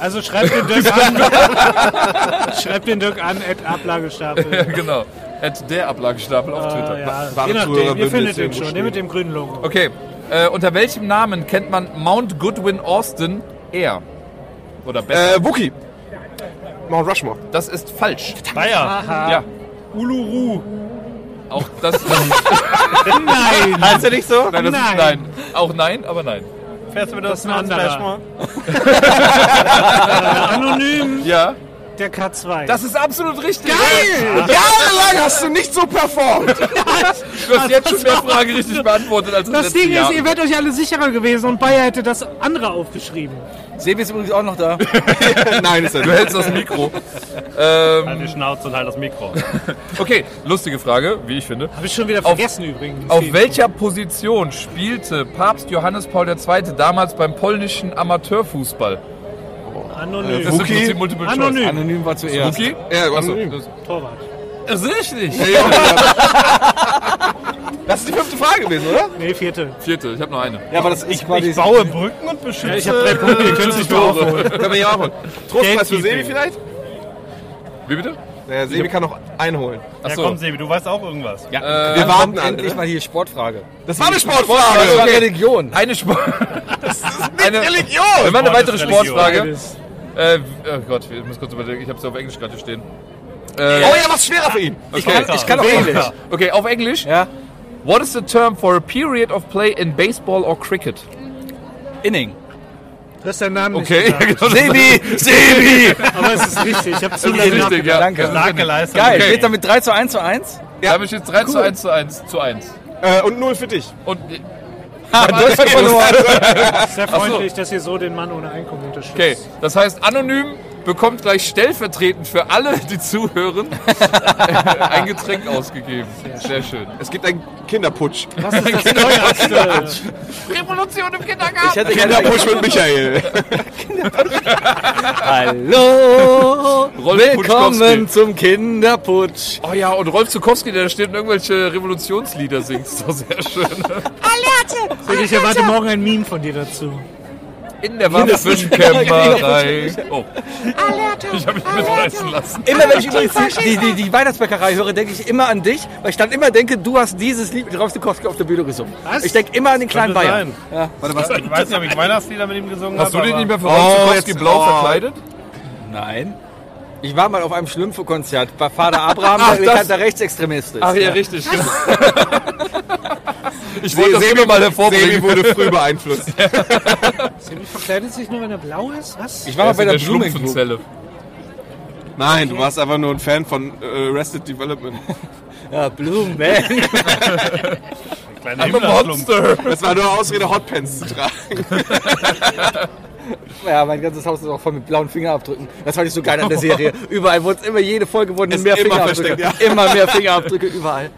Speaker 6: Also schreibt den Dirk an. schreibt den Dirk an, at Ablagestapel.
Speaker 5: genau. At der Ablagestapel auf Twitter.
Speaker 6: Äh, ja.
Speaker 2: wahre
Speaker 6: Je
Speaker 2: Zuhörer
Speaker 6: nachdem, ihr
Speaker 2: würden
Speaker 6: findet
Speaker 2: jetzt
Speaker 6: den
Speaker 2: irgendwo
Speaker 6: schon. Den mit dem grünen Logo.
Speaker 5: Okay. Äh, unter welchem Namen kennt man Mount Goodwin Austin eher? Oder besser?
Speaker 2: Äh, Wookie. Mount Rushmore.
Speaker 5: das ist falsch.
Speaker 4: Bayer.
Speaker 5: Ja.
Speaker 6: Uluru.
Speaker 5: Auch das.
Speaker 6: Nein!
Speaker 2: Heißt er nicht so?
Speaker 5: Nein, das
Speaker 6: Nein.
Speaker 5: Ist nein. Auch nein, aber nein.
Speaker 4: Fährst du mit uns
Speaker 6: ist ein
Speaker 4: ein
Speaker 6: anderer.
Speaker 4: anderer.
Speaker 6: Anonym,
Speaker 5: Ja.
Speaker 6: der K2.
Speaker 5: Das ist absolut richtig.
Speaker 2: Jahrelang hast du nicht so performt.
Speaker 5: Du hast jetzt schon mehr Fragen richtig beantwortet als das
Speaker 6: das
Speaker 5: letzte
Speaker 6: Ding
Speaker 5: Jahr.
Speaker 6: ist, ihr wärt euch alle sicherer gewesen und Bayer hätte das andere aufgeschrieben.
Speaker 3: Sebi ist übrigens auch noch da.
Speaker 2: Nein, ist er
Speaker 5: Du
Speaker 2: nicht.
Speaker 5: hältst das Mikro. ähm,
Speaker 4: Halt die Schnauze und halt das Mikro.
Speaker 5: okay, lustige Frage, wie ich finde.
Speaker 6: Habe ich schon wieder vergessen übrigens.
Speaker 5: Auf welcher Position spielte Papst Johannes Paul II. damals beim polnischen Amateurfußball?
Speaker 6: Anonym.
Speaker 5: Das ist im Prinzip Multiple
Speaker 6: Anonym.
Speaker 3: Anonym war zuerst.
Speaker 5: Choice. Okay?
Speaker 2: Ja, achso.
Speaker 6: Torwart.
Speaker 5: Richtig.
Speaker 2: Das ist die fünfte Frage gewesen, oder?
Speaker 6: Nee, vierte.
Speaker 5: Vierte, ich habe noch eine.
Speaker 3: Ja, aber das ist quasi.
Speaker 4: Ich baue Brücken und beschütze.
Speaker 6: Ich habe drei Punkte, ihr könnt es nicht mehr aufholen.
Speaker 2: Können wir hier auch holen. Trostpreis für Sebi vielleicht?
Speaker 5: Wie bitte?
Speaker 2: Naja, Sebi kann noch einholen.
Speaker 4: Ja,
Speaker 5: Achso.
Speaker 4: komm, Sebi, du weißt auch irgendwas. Ja.
Speaker 5: äh,
Speaker 2: Wir warten alle.
Speaker 3: Endlich
Speaker 2: ne?
Speaker 3: mal hier Sportfrage.
Speaker 2: Das war eine Sportfrage.
Speaker 5: Okay.
Speaker 3: Religion.
Speaker 5: eine Sport. eine,
Speaker 2: Religion.
Speaker 5: Wenn man eine
Speaker 4: Sport
Speaker 5: weitere
Speaker 4: ist Religion.
Speaker 5: Sportfrage. Äh, oh Gott, ich muss kurz überlegen, ich habe es auf Englisch gerade hier stehen. Äh,
Speaker 2: Oh ja, was schwerer für ihn.
Speaker 5: okay.
Speaker 3: Ich kann auch Englisch.
Speaker 5: okay, auf Englisch.
Speaker 3: Ja.
Speaker 5: What is the term for a period of play in baseball or cricket?
Speaker 3: Inning.
Speaker 6: Das ist der Name
Speaker 5: Okay,
Speaker 6: nicht
Speaker 5: genau.
Speaker 3: Sebi! Sebi!
Speaker 6: gesagt. Aber es ist richtig. Ich habe zu
Speaker 5: Das
Speaker 6: lange
Speaker 5: ist richtig,
Speaker 6: nachgedacht.
Speaker 5: ja.
Speaker 3: Danke.
Speaker 5: Das ist
Speaker 4: Stark
Speaker 5: richtig.
Speaker 4: geleistet.
Speaker 3: Geil.
Speaker 5: Okay.
Speaker 3: Geht damit 3 zu 1 zu 1?
Speaker 5: Da habe ich jetzt 3 zu 1 zu 1 zu 1.
Speaker 2: Äh, und null für dich.
Speaker 5: Und äh,
Speaker 6: Sehr freundlich, dass ihr so den Mann ohne Einkommen unterstützt.
Speaker 5: okay, das heißt, anonym bekommt gleich stellvertretend für alle, die zuhören, ein Getränk ausgegeben. Sehr schön.
Speaker 2: Es gibt einen Kinderputsch.
Speaker 6: Was ist das Neueste?
Speaker 5: Revolution im Kindergarten!
Speaker 3: hätte
Speaker 2: Kinderputsch mit Michael.
Speaker 3: Hallo!
Speaker 5: Rolf
Speaker 3: Willkommen
Speaker 5: Putschkowski.
Speaker 3: zum Kinderputsch.
Speaker 5: Oh ja, und Rolf Zukowski, der da steht und irgendwelche Revolutionslieder singt. Ist doch sehr schön.
Speaker 6: Ich erwarte morgen ein Meme von dir dazu.
Speaker 5: In der Waffenkämmerei. Oh, ich habe mich mitreißen lassen.
Speaker 3: Immer wenn ich übrigens die, die, die Weihnachtsbäckerei höre, denke ich immer an dich, weil ich dann immer denke, du hast dieses Lied mit Rolf Sikowski auf der Bühne gesungen.
Speaker 6: Was?
Speaker 3: Ich denke immer an den kleinen
Speaker 4: Könnte
Speaker 3: Bayern. Ja, warte, was?
Speaker 4: Ich weiß nicht, ob ich Weihnachtslieder mit ihm gesungen
Speaker 5: Hast du
Speaker 4: habe.
Speaker 5: den nicht mehr für
Speaker 2: Oh,
Speaker 5: Rolf Zukowski
Speaker 2: jetzt-
Speaker 5: blau
Speaker 2: oh.
Speaker 5: verkleidet?
Speaker 7: Nein. Ich war mal auf einem Schlümpfe-Konzert bei Vater Abraham, der bekannter Rechtsextremist ist.
Speaker 5: Ach ja, richtig. Stimmt. ich
Speaker 2: Seh-
Speaker 5: wollte das
Speaker 2: Semi-
Speaker 5: Semi mal hervorbringen.
Speaker 2: Semi wurde früh beeinflusst.
Speaker 6: Sammy verkleidet sich nur, wenn er blau ist? Was?
Speaker 7: Ich war mal bei der,
Speaker 5: der
Speaker 7: Blooming Group.
Speaker 5: Schlumpfenzelle.
Speaker 2: Nein, du warst einfach nur ein Fan von äh, Arrested Development.
Speaker 7: Ja, Blooming.
Speaker 4: Kleiner
Speaker 5: I'm a
Speaker 4: Himmlerschlumpf.
Speaker 5: monster.
Speaker 2: Das war nur Ausrede, Hotpants zu tragen.
Speaker 7: ja, mein ganzes Haus ist auch voll mit blauen Fingerabdrücken. Das fand ich so geil an der Serie. Überall wurde immer jede Folge wurden
Speaker 2: Ist
Speaker 7: mehr
Speaker 2: immer
Speaker 7: Fingerabdrücke.
Speaker 2: versteckt,
Speaker 7: Immer mehr Fingerabdrücke überall.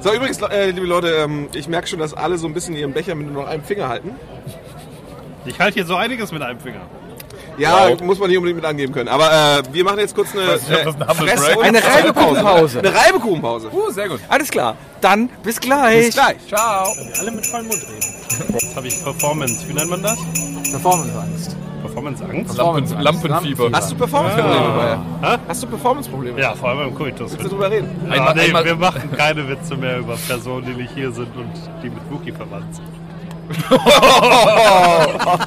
Speaker 2: So, übrigens, Le- äh, liebe Leute, ähm, ich merke schon, dass alle so ein bisschen ihren Becher mit nur noch einem Finger halten.
Speaker 4: Ich halte hier so einiges mit einem Finger.
Speaker 2: Ja, muss man nicht unbedingt mit angeben können. Aber äh, wir machen jetzt kurz eine,
Speaker 5: nicht, ob das ein Humble
Speaker 2: Fresse-
Speaker 5: Break
Speaker 2: und
Speaker 7: Eine Reibekuchenpause.
Speaker 2: Eine Reibekuchenpause.
Speaker 5: Uh, sehr gut.
Speaker 7: Alles klar. Dann bis gleich.
Speaker 2: Bis gleich.
Speaker 5: Ciao.
Speaker 6: Alle mit vollem Mund reden.
Speaker 4: Jetzt habe ich Performance. Wie nennt man das?
Speaker 7: Performance-Angst.
Speaker 4: Performance-Angst?
Speaker 5: Lampen,
Speaker 7: Lampenfieber.
Speaker 5: Lampenfieber.
Speaker 2: Hast du Performance-Probleme
Speaker 4: Hä?
Speaker 2: bei? Hast du Performance-Probleme?
Speaker 4: Ja, vor allem im Koitus.
Speaker 2: Willst du drüber reden?
Speaker 4: Ja,
Speaker 5: Einmal-
Speaker 4: nee,
Speaker 5: einmal-
Speaker 4: wir machen keine Witze mehr über Personen, die nicht hier sind und die mit Wookie verwandt sind.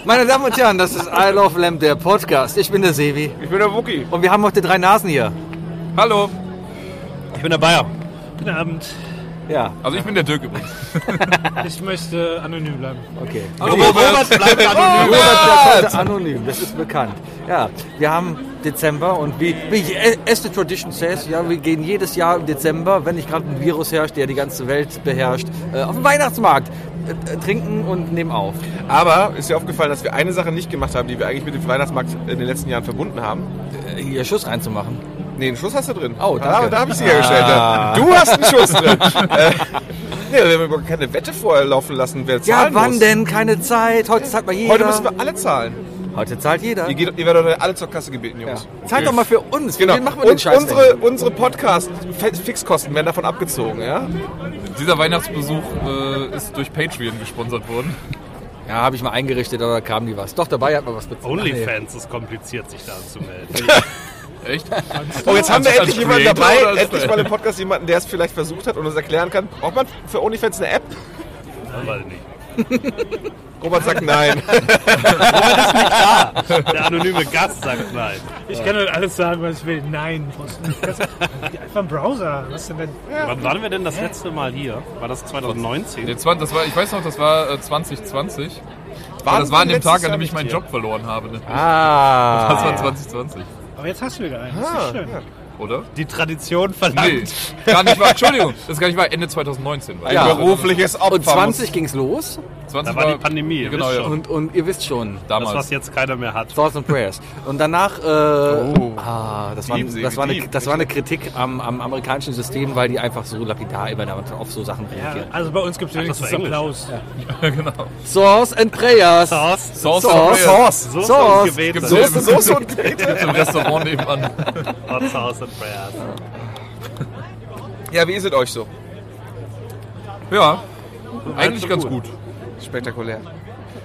Speaker 7: Meine Damen und Herren, das ist I Love Lamb, der Podcast. Ich bin der Sevi.
Speaker 2: Ich bin der Wookie.
Speaker 7: Und wir haben heute drei Nasen hier.
Speaker 5: Hallo.
Speaker 4: Ich bin der Bayer.
Speaker 6: Guten Abend.
Speaker 7: Ja,
Speaker 5: Also ich bin der Dirk übrigens.
Speaker 6: Ich möchte anonym bleiben.
Speaker 7: okay.
Speaker 5: Hallo Robert.
Speaker 7: Robert der Konter anonym, das ist bekannt. Ja, wir haben Dezember und wie, wie as the tradition says, ja, wir gehen jedes Jahr im Dezember, wenn nicht gerade ein Virus herrscht, der die ganze Welt beherrscht, äh, auf den Weihnachtsmarkt äh, äh, trinken und nehmen auf.
Speaker 2: Aber ist dir aufgefallen, dass wir eine Sache nicht gemacht haben, die wir eigentlich mit dem Weihnachtsmarkt in den letzten Jahren verbunden haben?
Speaker 7: Äh, Hier Schuss reinzumachen.
Speaker 2: Nee, einen Schuss hast du drin.
Speaker 7: Oh, danke.
Speaker 2: Da, da habe ich sie hergestellt. ja. Du hast einen Schuss drin. äh, nee, wir haben überhaupt keine Wette vorher laufen lassen, wer
Speaker 7: Ja,
Speaker 2: zahlen
Speaker 7: wann
Speaker 2: muss.
Speaker 7: denn? Keine Zeit. Heute zahlt mal jeder.
Speaker 2: Heute müssen wir alle zahlen.
Speaker 7: Heute zahlt jeder.
Speaker 2: Ihr, geht, ihr werdet heute alle zur Kasse gebeten,
Speaker 7: Ja.
Speaker 2: Jungs.
Speaker 7: Zahlt doch mal für uns. Für
Speaker 2: Genau.
Speaker 7: wen machen wir den
Speaker 2: Und
Speaker 7: Scheiß
Speaker 2: unsere, unsere Podcast-Fixkosten werden davon abgezogen, ja?
Speaker 5: Dieser Weihnachtsbesuch äh, ist durch Patreon gesponsert worden.
Speaker 7: denn? Ja, habe ich mal eingerichtet, aber da kam nie was. Doch, dabei hat man was bezahlt.
Speaker 4: Onlyfans ist kompliziert, sich da anzumelden.
Speaker 5: Echt?
Speaker 2: Oh, jetzt haben wir endlich
Speaker 3: Also
Speaker 5: Als- als
Speaker 2: jemanden
Speaker 5: Creator
Speaker 2: dabei,
Speaker 5: oder als-
Speaker 2: endlich mal im Podcast jemanden, der es vielleicht versucht hat und uns erklären kann, braucht man für OnlyFans eine App?
Speaker 4: Aber nicht.
Speaker 2: Robert sagt nein.
Speaker 4: Der anonyme Gast sagt nein.
Speaker 6: Ich kann halt alles sagen, was ich will. Nein, brauchst du nicht. Kannst du- Einfach ein Browser. Was denn denn?
Speaker 4: Wann waren wir denn das letzte Mal hier? War das 2019?
Speaker 5: Nee, 20, das war, ich weiß noch, das war äh, 2020.
Speaker 2: Wann
Speaker 5: das war an
Speaker 2: denn
Speaker 5: dem Tag,
Speaker 2: letztes
Speaker 5: an dem ich
Speaker 2: Jahr
Speaker 5: meinen
Speaker 2: nicht
Speaker 5: Job verloren habe. ne?
Speaker 7: Ah.
Speaker 5: Das war 2020,
Speaker 6: Aber jetzt hast du wieder einen. Das ist schön.
Speaker 5: oder?
Speaker 4: Die Tradition
Speaker 5: Nee,
Speaker 4: verlangt.
Speaker 5: gar nicht wahr. Entschuldigung, das ist gar nicht wahr. Ende 2019. War
Speaker 2: Ein
Speaker 5: ja.
Speaker 2: berufliches Opfer.
Speaker 7: Und 20 ging's los
Speaker 5: 20
Speaker 4: Da war die Pandemie, ihr
Speaker 5: Genau,
Speaker 4: wisst
Speaker 5: ja.
Speaker 4: schon.
Speaker 7: und, und ihr wisst schon,
Speaker 4: Das, was
Speaker 5: damals.
Speaker 4: jetzt keiner mehr hat.
Speaker 7: Thoughts and Prayers. Und danach, äh,
Speaker 2: Oh.
Speaker 7: ah, das, war,
Speaker 2: Diebsee,
Speaker 7: das, war eine,
Speaker 2: Dieb.
Speaker 7: das war eine Kritik am, am amerikanischen System, weil die einfach so lapidar immer damit auf so Sachen reagieren.
Speaker 6: also bei uns gibt es wenigstens
Speaker 4: war Englisch.
Speaker 6: Applaus. genau.
Speaker 7: Thoughts and Prayers.
Speaker 4: Sauce.
Speaker 5: Sauce,
Speaker 7: Sauce.
Speaker 5: Sauce.
Speaker 4: So
Speaker 7: Sauce.
Speaker 4: Sauce. Gebet.
Speaker 5: Gibt's
Speaker 2: Soße,
Speaker 5: Soße,
Speaker 2: Soße und Knete.
Speaker 5: im Restaurant nebenan.
Speaker 4: Hot Oh, Sauce and Prayers.
Speaker 2: Ja, wie ist es euch so?
Speaker 5: Ja, eigentlich ganz gut.
Speaker 2: Spektakulär.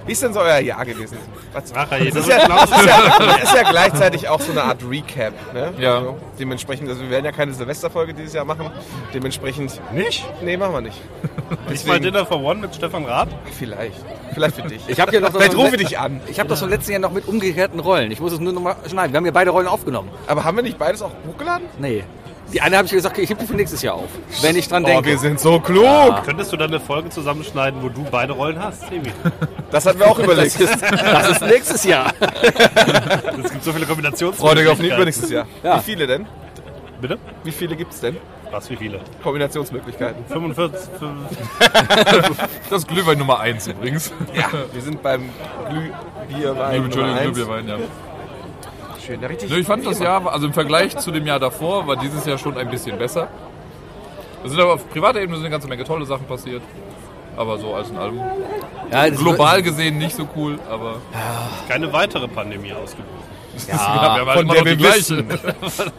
Speaker 2: Wie ist denn so euer Jahr gewesen? Was, das,
Speaker 4: Ach, ey, das
Speaker 2: ist
Speaker 4: ist
Speaker 2: ja, das, ist ja, das ist ja gleichzeitig auch so eine Art Recap. Ne?
Speaker 5: Ja.
Speaker 2: Also, dementsprechend, also wir werden ja keine Silvesterfolge dieses Jahr machen. Dementsprechend,
Speaker 4: nicht.
Speaker 2: nee, machen wir nicht.
Speaker 4: Ich war
Speaker 2: Deswegen-
Speaker 4: Dinner for One mit Stefan Raab.
Speaker 2: Vielleicht. Vielleicht für dich.
Speaker 7: Ich habe ja noch
Speaker 2: Vielleicht rufe dich an.
Speaker 7: Ich habe das vom letzten Jahr noch mit umgekehrten Rollen. Ich muss es nur noch mal schneiden. Wir haben ja beide Rollen aufgenommen.
Speaker 2: Aber haben wir nicht beides auch hochgeladen?
Speaker 7: Nee. Die eine habe ich gesagt, ich heb die für nächstes Jahr auf. Wenn ich dran
Speaker 2: Oh,
Speaker 7: denke.
Speaker 2: wir sind so klug.
Speaker 4: Könntest du dann eine Folge zusammenschneiden, wo du beide Rollen hast, Emi?
Speaker 2: Das hatten wir auch überlegt.
Speaker 7: das, ist, das ist nächstes Jahr.
Speaker 4: Es gibt so
Speaker 2: Freude
Speaker 4: viele Kombinationsmöglichkeiten.
Speaker 2: auf übernächstes Jahr.
Speaker 7: Ja.
Speaker 2: Wie viele denn?
Speaker 4: Bitte?
Speaker 2: Wie viele gibt's denn?
Speaker 4: Was, wie viele?
Speaker 2: Kombinationsmöglichkeiten.
Speaker 4: 45, 45.
Speaker 5: Das ist Glühwein Nummer 1 übrigens.
Speaker 2: Ja, wir sind beim Glühbierwein. Nummer
Speaker 5: Entschuldigung,
Speaker 2: eins.
Speaker 5: Glühwein, ja.
Speaker 2: Schön, ja, richtig.
Speaker 5: Nö, ich fand das Jahr, also im Vergleich zu dem Jahr davor, war dieses Jahr schon ein bisschen besser. Es sind aber auf privater Ebene sind eine ganze Menge tolle Sachen passiert. Aber so als in allem.
Speaker 7: Ja, das-
Speaker 5: Global gesehen nicht so cool, aber
Speaker 4: Keine weitere Pandemie ausgebrochen.
Speaker 5: ja, wir haben
Speaker 2: von
Speaker 5: immer
Speaker 2: der
Speaker 5: noch die
Speaker 2: wir
Speaker 5: gleiche.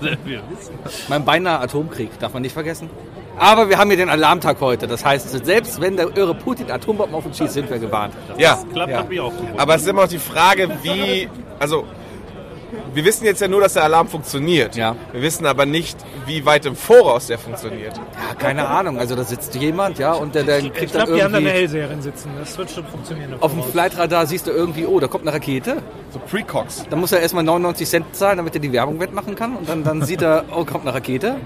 Speaker 4: Wir wissen.
Speaker 7: Mein beinahe Atomkrieg, darf man nicht vergessen. Aber wir haben hier den Alarmtag heute. Das heißt, selbst wenn der irre Putin Atombomben auf uns schießt, sind wir gewarnt.
Speaker 2: Ja,
Speaker 4: Klappt,
Speaker 7: Ja.
Speaker 4: hat mich auch gewundert.
Speaker 2: aber es ist immer noch die Frage, wie. Also, Wir wissen jetzt ja nur, dass der Alarm funktioniert.
Speaker 3: Ja.
Speaker 2: Wir wissen aber nicht, wie weit im Voraus der funktioniert.
Speaker 7: Ah,
Speaker 3: Ja, keine Ahnung. Also da sitzt jemand, ja, und der, der kriegt
Speaker 6: Ich
Speaker 3: dann
Speaker 6: glaube, die haben da eine
Speaker 3: irgendwie...
Speaker 6: Hellseherin sitzen. Das wird schon funktionieren.
Speaker 3: Auf dem Flightradar siehst du irgendwie, oh, da kommt eine Rakete.
Speaker 2: So Precox.
Speaker 3: Dann muss er erstmal 99 Cent zahlen, damit er die Werbung wettmachen kann. Und dann, dann sieht er, oh, kommt eine Rakete.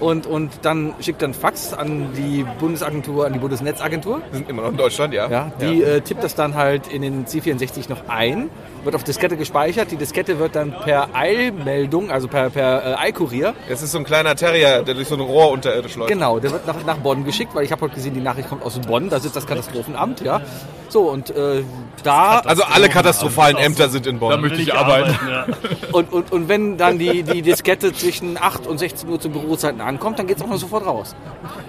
Speaker 3: Und, und dann schickt er einen Fax an die Bundesagentur, an die Bundesnetzagentur.
Speaker 2: Wir sind immer noch in Deutschland, ja.
Speaker 3: Ja, die Äh, tippt das dann halt in den C64 noch ein, wird auf Diskette gespeichert. Die Diskette wird dann per Eilmeldung, also per, per äh, Eilkurier,
Speaker 2: Das ist so ein kleiner Terrier, der durch so ein Rohr unterirdisch läuft.
Speaker 3: genau, der wird nach, nach Bonn geschickt, weil ich habe heute gesehen, die Nachricht kommt aus Bonn, da sitzt das Katastrophenamt, ja. So, und äh, da
Speaker 2: Also alle katastrophalen Ämter sind in Bonn.
Speaker 5: möchte ich arbeiten.
Speaker 3: Und, und, und wenn dann die, die Diskette zwischen 8 und 16 Uhr zu Bürozeiten ankommt, dann geht es auch noch sofort raus.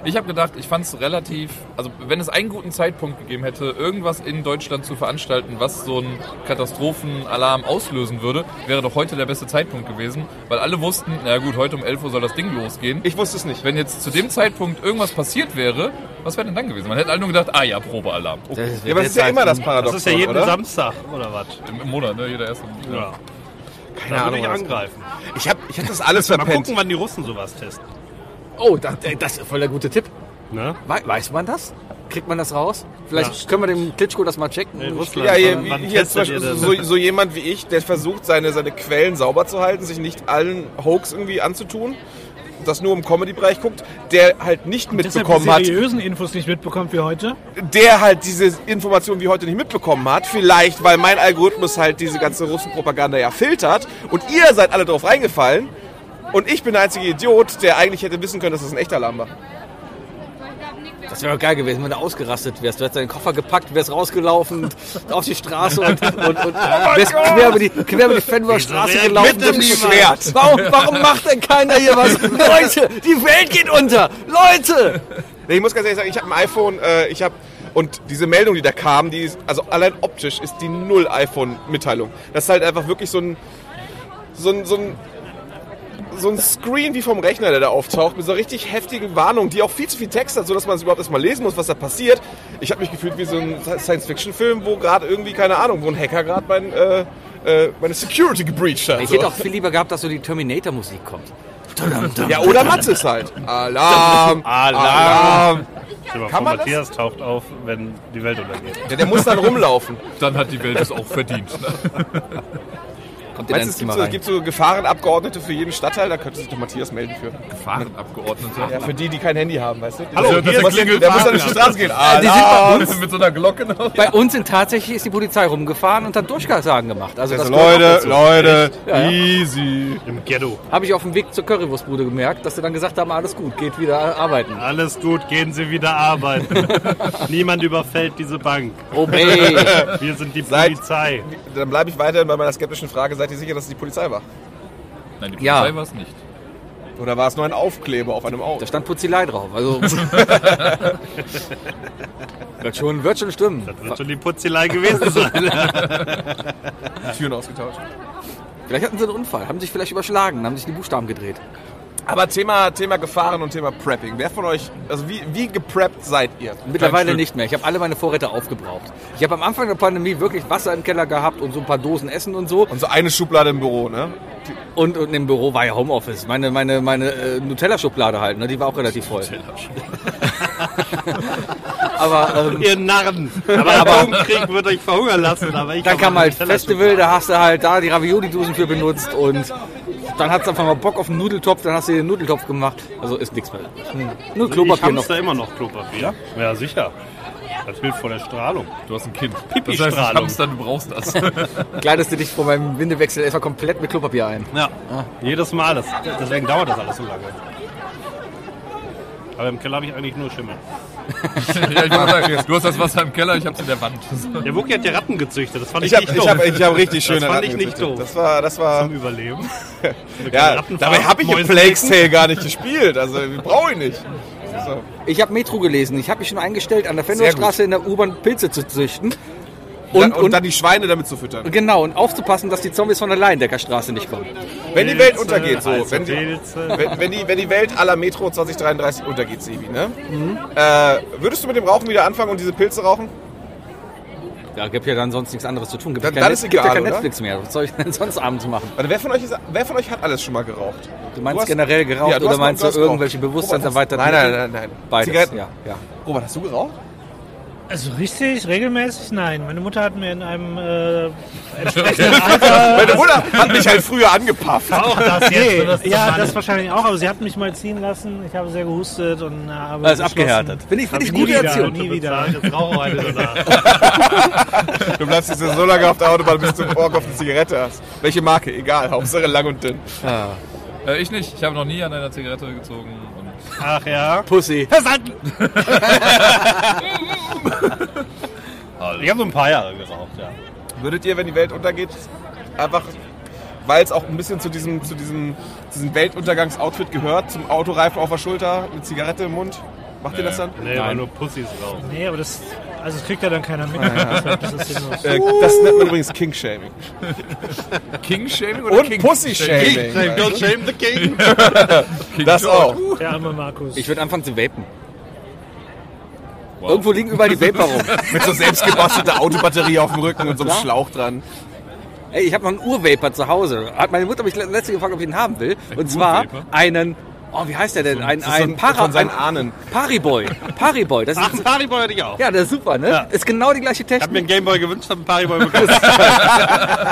Speaker 5: Ich habe gedacht, ich fand es relativ, also wenn es einen guten Zeitpunkt gegeben hätte, irgendwas in Deutschland zu veranstalten, was so einen Katastrophenalarm auslösen würde, wäre doch heute der beste Zeitpunkt gewesen, weil alle wussten, na gut, heute um 11 Uhr soll das Ding losgehen.
Speaker 2: Ich wusste es nicht.
Speaker 5: wenn jetzt zu dem Zeitpunkt irgendwas passiert wäre, was wäre denn dann gewesen? Man hätte alle nur gedacht, ah ja, Probealarm. Okay,
Speaker 2: Ja, aber das ist ja immer das Paradox,
Speaker 4: Das ist ja jeden
Speaker 2: oder?
Speaker 4: Samstag, oder was?
Speaker 5: Im, Im Monat, ne? Jeder erste.
Speaker 4: Ja.
Speaker 2: Keine
Speaker 4: Da würde
Speaker 2: Ahnung.
Speaker 4: ich
Speaker 2: was-
Speaker 4: angreifen.
Speaker 2: Ich habe ich hab das alles
Speaker 4: Mal
Speaker 2: verpennt.
Speaker 4: gucken, wann die Russen sowas testen.
Speaker 3: Oh, das, das ist voll der gute Tipp.
Speaker 4: Ne?
Speaker 3: Wei- Weiß man das? Kriegt man das raus? Vielleicht können wir dem Klitschko das mal checken.
Speaker 4: In Russland.
Speaker 2: Ja, hier,
Speaker 4: Wann- wann
Speaker 2: hier
Speaker 4: testet
Speaker 2: zum Beispiel
Speaker 4: ihr das?
Speaker 2: so, so jemand wie ich, der versucht, seine, seine Quellen sauber zu halten, sich nicht allen Hoax irgendwie anzutun, das nur im Comedy-Bereich guckt, der halt nicht
Speaker 6: Deshalb die
Speaker 2: mitbekommen hat,
Speaker 6: seriösen Infos nicht mitbekommt wie heute.
Speaker 2: der halt diese Informationen wie heute nicht mitbekommen hat, vielleicht, weil mein Algorithmus halt diese ganze Russenpropaganda ja filtert und ihr seid alle drauf reingefallen und ich bin der einzige Idiot, der eigentlich hätte wissen können, dass das ein echter Alarm war.
Speaker 3: Das wäre geil gewesen, wenn du ausgerastet wärst. Du hättest deinen Koffer gepackt, wärst rausgelaufen und auf die Straße und, und, und wärst quer über die, quer über die Fenloer Straße
Speaker 4: reagiert
Speaker 3: gelaufen.
Speaker 2: denn
Speaker 3: mit dem
Speaker 2: niemand?
Speaker 3: Schwert. Warum, warum macht denn keiner hier was? Leute, die Welt geht unter! Leute!
Speaker 2: Nee, ich muss ganz ehrlich sagen, ich habe ein iPhone, äh, ich habe und diese Meldung, die da kam, die ist, also allein optisch ist die null iPhone-Mitteilung. Das ist halt einfach wirklich so ein so ein, so ein so ein Screen wie vom Rechner, der da auftaucht, mit so richtig heftigen Warnungen, die auch viel zu viel Text hat, sodass man es überhaupt erstmal lesen muss, was da passiert. Ich habe mich gefühlt wie so ein Science-Fiction-Film, wo gerade irgendwie, keine Ahnung, wo ein Hacker gerade mein, äh, äh, meine Security gebreached hat.
Speaker 3: Ich
Speaker 2: so.
Speaker 3: hätte auch viel lieber gehabt, dass so die Terminator-Musik kommt.
Speaker 2: ja, oder Matzes halt. Alarm, Alarm.
Speaker 4: Stell dir
Speaker 2: Kann
Speaker 4: mal vor,
Speaker 2: man das?
Speaker 4: Matthias taucht auf, wenn die Welt untergeht.
Speaker 2: Ja, der muss dann rumlaufen.
Speaker 5: Dann hat die Welt es auch verdient. Ne?
Speaker 3: Kommt
Speaker 2: Meinst du, es gibt so, es gibt so Gefahrenabgeordnete für jeden Stadtteil? Da könnte sich doch Matthias melden für.
Speaker 5: Gefahrenabgeordnete.
Speaker 2: Ja, für die, die kein Handy haben, weißt du?
Speaker 4: Hallo,
Speaker 2: der,
Speaker 4: hier ist
Speaker 2: muss, der
Speaker 4: Klingel-
Speaker 2: muss an die Straße gehen. Ah,
Speaker 3: die sind bei uns.
Speaker 5: Mit so einer Glocke noch.
Speaker 3: Bei uns sind tatsächlich ist die Polizei rumgefahren und hat Durchsagen gemacht. Also das
Speaker 2: Leute, Äh, easy.
Speaker 4: Im Ghetto.
Speaker 3: habe ich auf dem Weg zur Currywurstbude gemerkt, dass sie dann gesagt haben, alles gut, geht wieder arbeiten.
Speaker 4: Alles gut, gehen Sie wieder arbeiten. Niemand überfällt diese Bank.
Speaker 3: Obey.
Speaker 4: Wir sind die
Speaker 2: Seid-
Speaker 4: Polizei.
Speaker 2: Dann bleibe ich weiterhin bei meiner skeptischen Frage. Seid ihr sicher, dass es die Polizei war?
Speaker 5: Nein, die Polizei
Speaker 3: Ja.
Speaker 5: war es nicht.
Speaker 2: Oder war es nur ein Aufkleber auf einem Auto?
Speaker 3: da stand Putzilei drauf. Also wird schon, wird schon stimmen.
Speaker 4: Wird schon die Putzelei gewesen sein.
Speaker 2: Die Türen ausgetauscht.
Speaker 3: Vielleicht hatten sie einen Unfall, haben sich vielleicht überschlagen, haben sich die Buchstaben gedreht.
Speaker 2: Aber Thema, Thema Gefahren und Thema Prepping. Wer von euch, also wie, wie gepreppt seid ihr?
Speaker 3: Mittlerweile
Speaker 5: Stück.
Speaker 3: nicht mehr. Ich habe alle meine Vorräte aufgebraucht. Ich habe am Anfang der Pandemie wirklich Wasser im Keller gehabt und so ein paar Dosen Essen und so.
Speaker 2: Und so eine Schublade im Büro, ne?
Speaker 3: Und, und im Büro war ja Homeoffice. Meine, meine, meine äh, Nutella-Schublade halt, ne? die war auch relativ voll. aber ähm,
Speaker 4: Ihr Narren. Aber der Atomkrieg wird euch verhungern lassen. Aber ich
Speaker 3: dann
Speaker 4: hab
Speaker 3: kam
Speaker 4: meine
Speaker 3: halt
Speaker 4: Teller
Speaker 3: Festival, da hast du halt da die Ravioli-Dosen für benutzt und dann hat's einfach mal Bock auf einen Nudeltopf, dann hast du den Nudeltopf gemacht. Also ist nichts mehr. Hm. Nur
Speaker 4: schon. Ich
Speaker 3: Klopapier noch.
Speaker 4: hamster immer noch Klopapier. Ja, sicher. Das hilft vor der Strahlung.
Speaker 5: Du hast ein Kind. Das heißt,
Speaker 4: Pipi-Strahlung.
Speaker 5: Hamster, du brauchst das.
Speaker 3: Kleidest du dich vor meinem Windewechsel erstmal komplett mit Klopapier ein.
Speaker 4: Ja.
Speaker 2: Ah.
Speaker 4: Jedes Mal. Das, deswegen dauert das alles so lange. Aber im Keller habe ich eigentlich nur Schimmel.
Speaker 5: ja, ich wollte sagen, du hast das Wasser im Keller, ich hab's in der Wand.
Speaker 4: Der Wookie hat ja Ratten gezüchtet. Das fand ich,
Speaker 2: Ich habe
Speaker 4: nicht
Speaker 2: ich
Speaker 4: doof.
Speaker 2: hab, ich hab richtig schöne
Speaker 4: fand
Speaker 2: Ratten
Speaker 4: ich nicht
Speaker 2: gezüchtet.
Speaker 4: doof.
Speaker 2: Das war, das war,
Speaker 4: Zum Überleben.
Speaker 2: ja,
Speaker 4: Ratten
Speaker 2: dabei habe ich im
Speaker 4: Mäuse
Speaker 2: Plague's Tale gar nicht gespielt. Also brauche ich nicht. So.
Speaker 3: Ich habe Metro gelesen. Ich habe mich schon eingestellt, an der Fenlostraße in der U-Bahn Pilze zu züchten.
Speaker 2: und,
Speaker 3: Und,
Speaker 2: und, dann die Schweine damit zu füttern.
Speaker 3: genau, und aufzupassen, dass die Zombies von der Laiendeckerstraße nicht kommen.
Speaker 2: Wenn die
Speaker 4: äh,
Speaker 2: Welt untergeht, so,
Speaker 4: heiße
Speaker 2: wenn die,
Speaker 4: Pilze.
Speaker 2: wenn, wenn, die, wenn die Welt aller Metro 2033 untergeht, Sebi, ne? Äh, würdest du mit dem Rauchen wieder anfangen und diese Pilze rauchen?
Speaker 3: Da gibt ja dann sonst nichts anderes zu tun. Gibt
Speaker 2: Dann-
Speaker 3: ja
Speaker 2: dann
Speaker 3: kein,
Speaker 2: ist
Speaker 3: Net- gibt ja
Speaker 2: egal,
Speaker 3: kein
Speaker 2: oder?
Speaker 3: Netflix mehr. Was soll ich denn sonst abends machen?
Speaker 2: Warte, wer von euch, ist, wer von euch hat alles schon mal geraucht?
Speaker 3: Du meinst
Speaker 2: hast-
Speaker 3: generell geraucht
Speaker 2: Ja, du
Speaker 3: oder
Speaker 2: hast-
Speaker 3: meinst
Speaker 2: du
Speaker 3: du
Speaker 2: hast geraucht.
Speaker 3: irgendwelche bewusstseinserweiterten
Speaker 2: Nein, nein,
Speaker 3: Mittel?
Speaker 2: nein, nein.
Speaker 3: Beides,
Speaker 2: Zigaretten.
Speaker 3: ja. ja.
Speaker 2: Robert, hast du geraucht?
Speaker 6: Also richtig, regelmäßig? Nein. Meine Mutter hat mir in einem äh,
Speaker 2: Meine Mutter hat mich halt früher angepafft.
Speaker 4: Auch das jetzt.
Speaker 6: Nee,
Speaker 4: oder? Das ist
Speaker 6: ja,
Speaker 4: doch
Speaker 6: das wahrscheinlich auch, aber sie hat mich mal ziehen lassen. Ich habe sehr gehustet und äh, habe.
Speaker 3: Also
Speaker 6: beschlossen-
Speaker 3: abgehärtet. Finde ich,
Speaker 6: Hab
Speaker 3: finde ich
Speaker 6: nie
Speaker 3: gute
Speaker 6: wieder,
Speaker 3: Erziehung.
Speaker 6: Nie wieder.
Speaker 4: bezahlt. Jetzt rauchen wir halt eine danach.
Speaker 2: Du bleibst jetzt so lange auf der Autobahn, bis du Bock auf eine Zigarette hast. Welche Marke? Egal, Hauptsache lang und dünn.
Speaker 5: Äh, ich nicht. Ich habe noch nie an einer Zigarette gezogen. Und
Speaker 6: Ach ja.
Speaker 3: Pussy.
Speaker 6: Herr Sandl!
Speaker 4: Ich habe so ein paar Jahre geraucht, ja.
Speaker 2: Würdet ihr, wenn die Welt untergeht, einfach, weil es auch ein bisschen zu diesem, zu diesem, zu diesem Weltuntergangsoutfit gehört, zum Autoreifen auf der Schulter, mit Zigarette im Mund? Macht ihr das dann?
Speaker 4: Nee, war nur Pussys rauchen.
Speaker 6: Nee, aber das. Also das kriegt ja dann keiner
Speaker 3: Ah,
Speaker 6: mit. Das ist sinnlos.
Speaker 2: Äh, das nennt man übrigens King-Shaming.
Speaker 5: King-Shaming oder
Speaker 2: Und
Speaker 5: King?
Speaker 2: Pussy-Shaming.
Speaker 4: Don't shame the king.
Speaker 5: King
Speaker 2: Das
Speaker 5: George.
Speaker 2: auch.
Speaker 6: Der arme Markus.
Speaker 3: Ich würde anfangen zu vapen. Irgendwo liegen überall die Vapor rum.
Speaker 2: Mit so selbstgebastelter Autobatterie auf dem Rücken und so einem
Speaker 3: Ja.
Speaker 2: Schlauch dran.
Speaker 3: Ey, ich habe noch einen Urvaper zu Hause. Hat meine Mutter mich le- letzte gefragt, ob ich den haben will. Und zwar
Speaker 5: Urvaper?
Speaker 3: einen, oh, wie heißt der denn? Ein,
Speaker 2: Das ist so
Speaker 3: ein, Para,
Speaker 2: von seinen
Speaker 3: ein
Speaker 2: Ahnen.
Speaker 3: Pariboy. Pariboy. Das ist,
Speaker 4: Pariboy hätte ich auch. Ich
Speaker 3: ja, das ist super, ne? Ist genau die gleiche
Speaker 4: habe mir
Speaker 3: Technik.
Speaker 4: einen Gameboy gewünscht, habe einen Pariboy bekommen.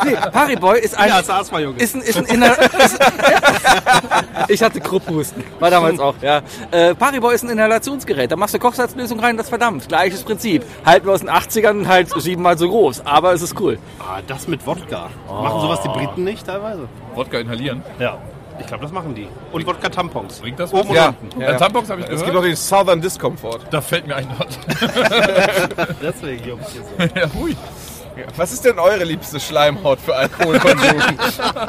Speaker 3: Nee, Pariboy ist ein,
Speaker 4: Ja, das war's mal, Junge.
Speaker 3: ist ein, ist ein inner, ist, Ich hatte Krupphusten. War damals auch, ja. Äh, Pariboy ist ein Inhalationsgerät. Da machst du Kochsalzlösung rein, das verdammt. Gleiches Prinzip. Halten wir aus den 80ern und halt siebenmal so groß. Aber es ist cool.
Speaker 4: Ah, das mit Wodka. Machen sowas die Briten nicht teilweise?
Speaker 5: Wodka inhalieren.
Speaker 4: Ja. Ich glaube, das machen die. Und Wodka-Tampons.
Speaker 5: Bringt das?
Speaker 4: Oben
Speaker 2: Ja.
Speaker 4: und unten.
Speaker 5: Äh, Tampons habe ich
Speaker 2: Es
Speaker 5: gehört.
Speaker 2: gibt auch den Southern Discomfort.
Speaker 5: da fällt mir ein Wort.
Speaker 4: Deswegen, Jungs. hier so.
Speaker 5: ja, hui.
Speaker 2: Was ist denn eure liebste Schleimhaut für Alkoholkonsum?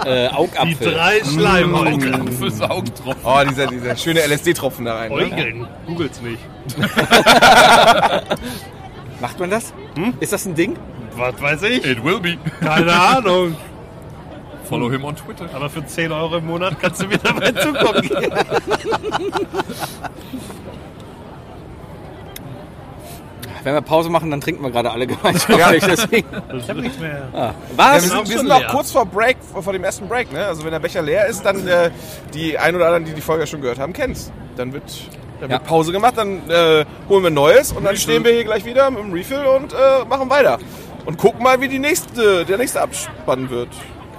Speaker 3: Äh, Augapfel.
Speaker 4: Die drei Schleimhäute.
Speaker 5: Fürs Augentrop.
Speaker 2: oh, dieser, dieser schöne LSD-Tropfen da rein. Ne?
Speaker 4: Eugeln. Googles nicht.
Speaker 3: Macht man das? Ist das ein Ding?
Speaker 4: Was weiß ich?
Speaker 5: It will be.
Speaker 4: Keine Ahnung.
Speaker 5: Follow him on Twitter.
Speaker 4: Aber für 10 Euro im Monat kannst du mir dabei zugucken.
Speaker 3: Wenn wir Pause machen, dann trinken wir gerade alle gemeinsam.
Speaker 2: Ja.
Speaker 3: Deswegen.
Speaker 6: Ich hab nicht mehr.
Speaker 2: Ja,
Speaker 3: Was?
Speaker 2: wir sind, wir sind auch kurz vor Break, vor vor dem ersten Break. Ne? Also wenn der Becher leer ist, dann äh, die ein oder anderen, die die Folge schon gehört haben, kennen's. Dann wird, dann
Speaker 3: Ja.
Speaker 2: wird Pause gemacht, dann äh, holen wir Neues und dann stehen wir hier gleich wieder mit dem Refill und äh, machen weiter. Und gucken mal, wie die nächste, der nächste Abspann wird.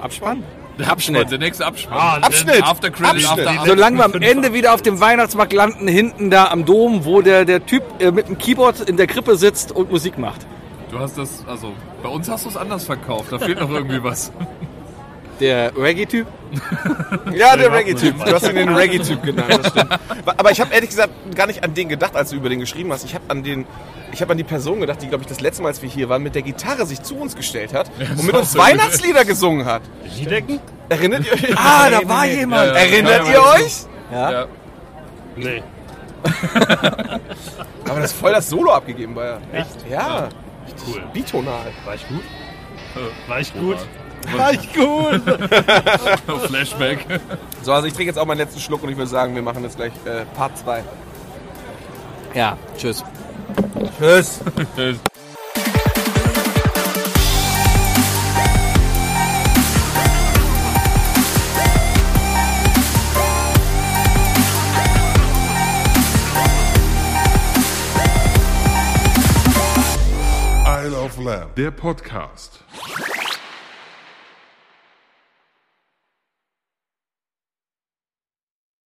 Speaker 3: Abspann.
Speaker 5: Und
Speaker 3: Abschnitt.
Speaker 5: der nächste Abschnitt.
Speaker 4: Ah,
Speaker 2: Abschnitt!
Speaker 5: After Credit,
Speaker 2: Abschnitt.
Speaker 5: After After.
Speaker 3: Solange wir am Ende wieder auf dem Weihnachtsmarkt landen, hinten da am Dom, wo der, der Typ äh, mit dem Keyboard in der Krippe sitzt und Musik macht.
Speaker 5: Du hast das, also bei uns hast du es anders verkauft. Da fehlt noch irgendwie was.
Speaker 3: Der Reggae-Typ.
Speaker 2: Ja, der Reggae-Typ. Du hast ihn den Reggae-Typ genannt. Das stimmt. Aber ich habe ehrlich gesagt gar nicht an den gedacht, als du über den geschrieben hast. Ich habe an den, ich habe an die Person gedacht, die glaube ich das letzte Mal, als wir hier waren, mit der Gitarre sich zu uns gestellt hat und mit uns Weihnachtslieder gesungen hat.
Speaker 4: Liedecken?
Speaker 2: Erinnert ihr euch?
Speaker 3: Ah, da war jemand.
Speaker 2: Erinnert ihr euch?
Speaker 5: Ja.
Speaker 4: Nee.
Speaker 2: Aber das ist voll das Solo abgegeben bei er.
Speaker 4: Echt?
Speaker 2: Ja,
Speaker 4: Cool.
Speaker 2: bitonal.
Speaker 4: War ich gut? Äh, War ich gut?
Speaker 2: War ich gut.
Speaker 5: Flashback.
Speaker 2: So, also ich trinke jetzt auch meinen letzten Schluck und ich würde sagen, wir machen jetzt gleich äh, Part 2.
Speaker 3: Ja, tschüss.
Speaker 2: Tschüss.
Speaker 1: Isle of Lamb. Der Podcast.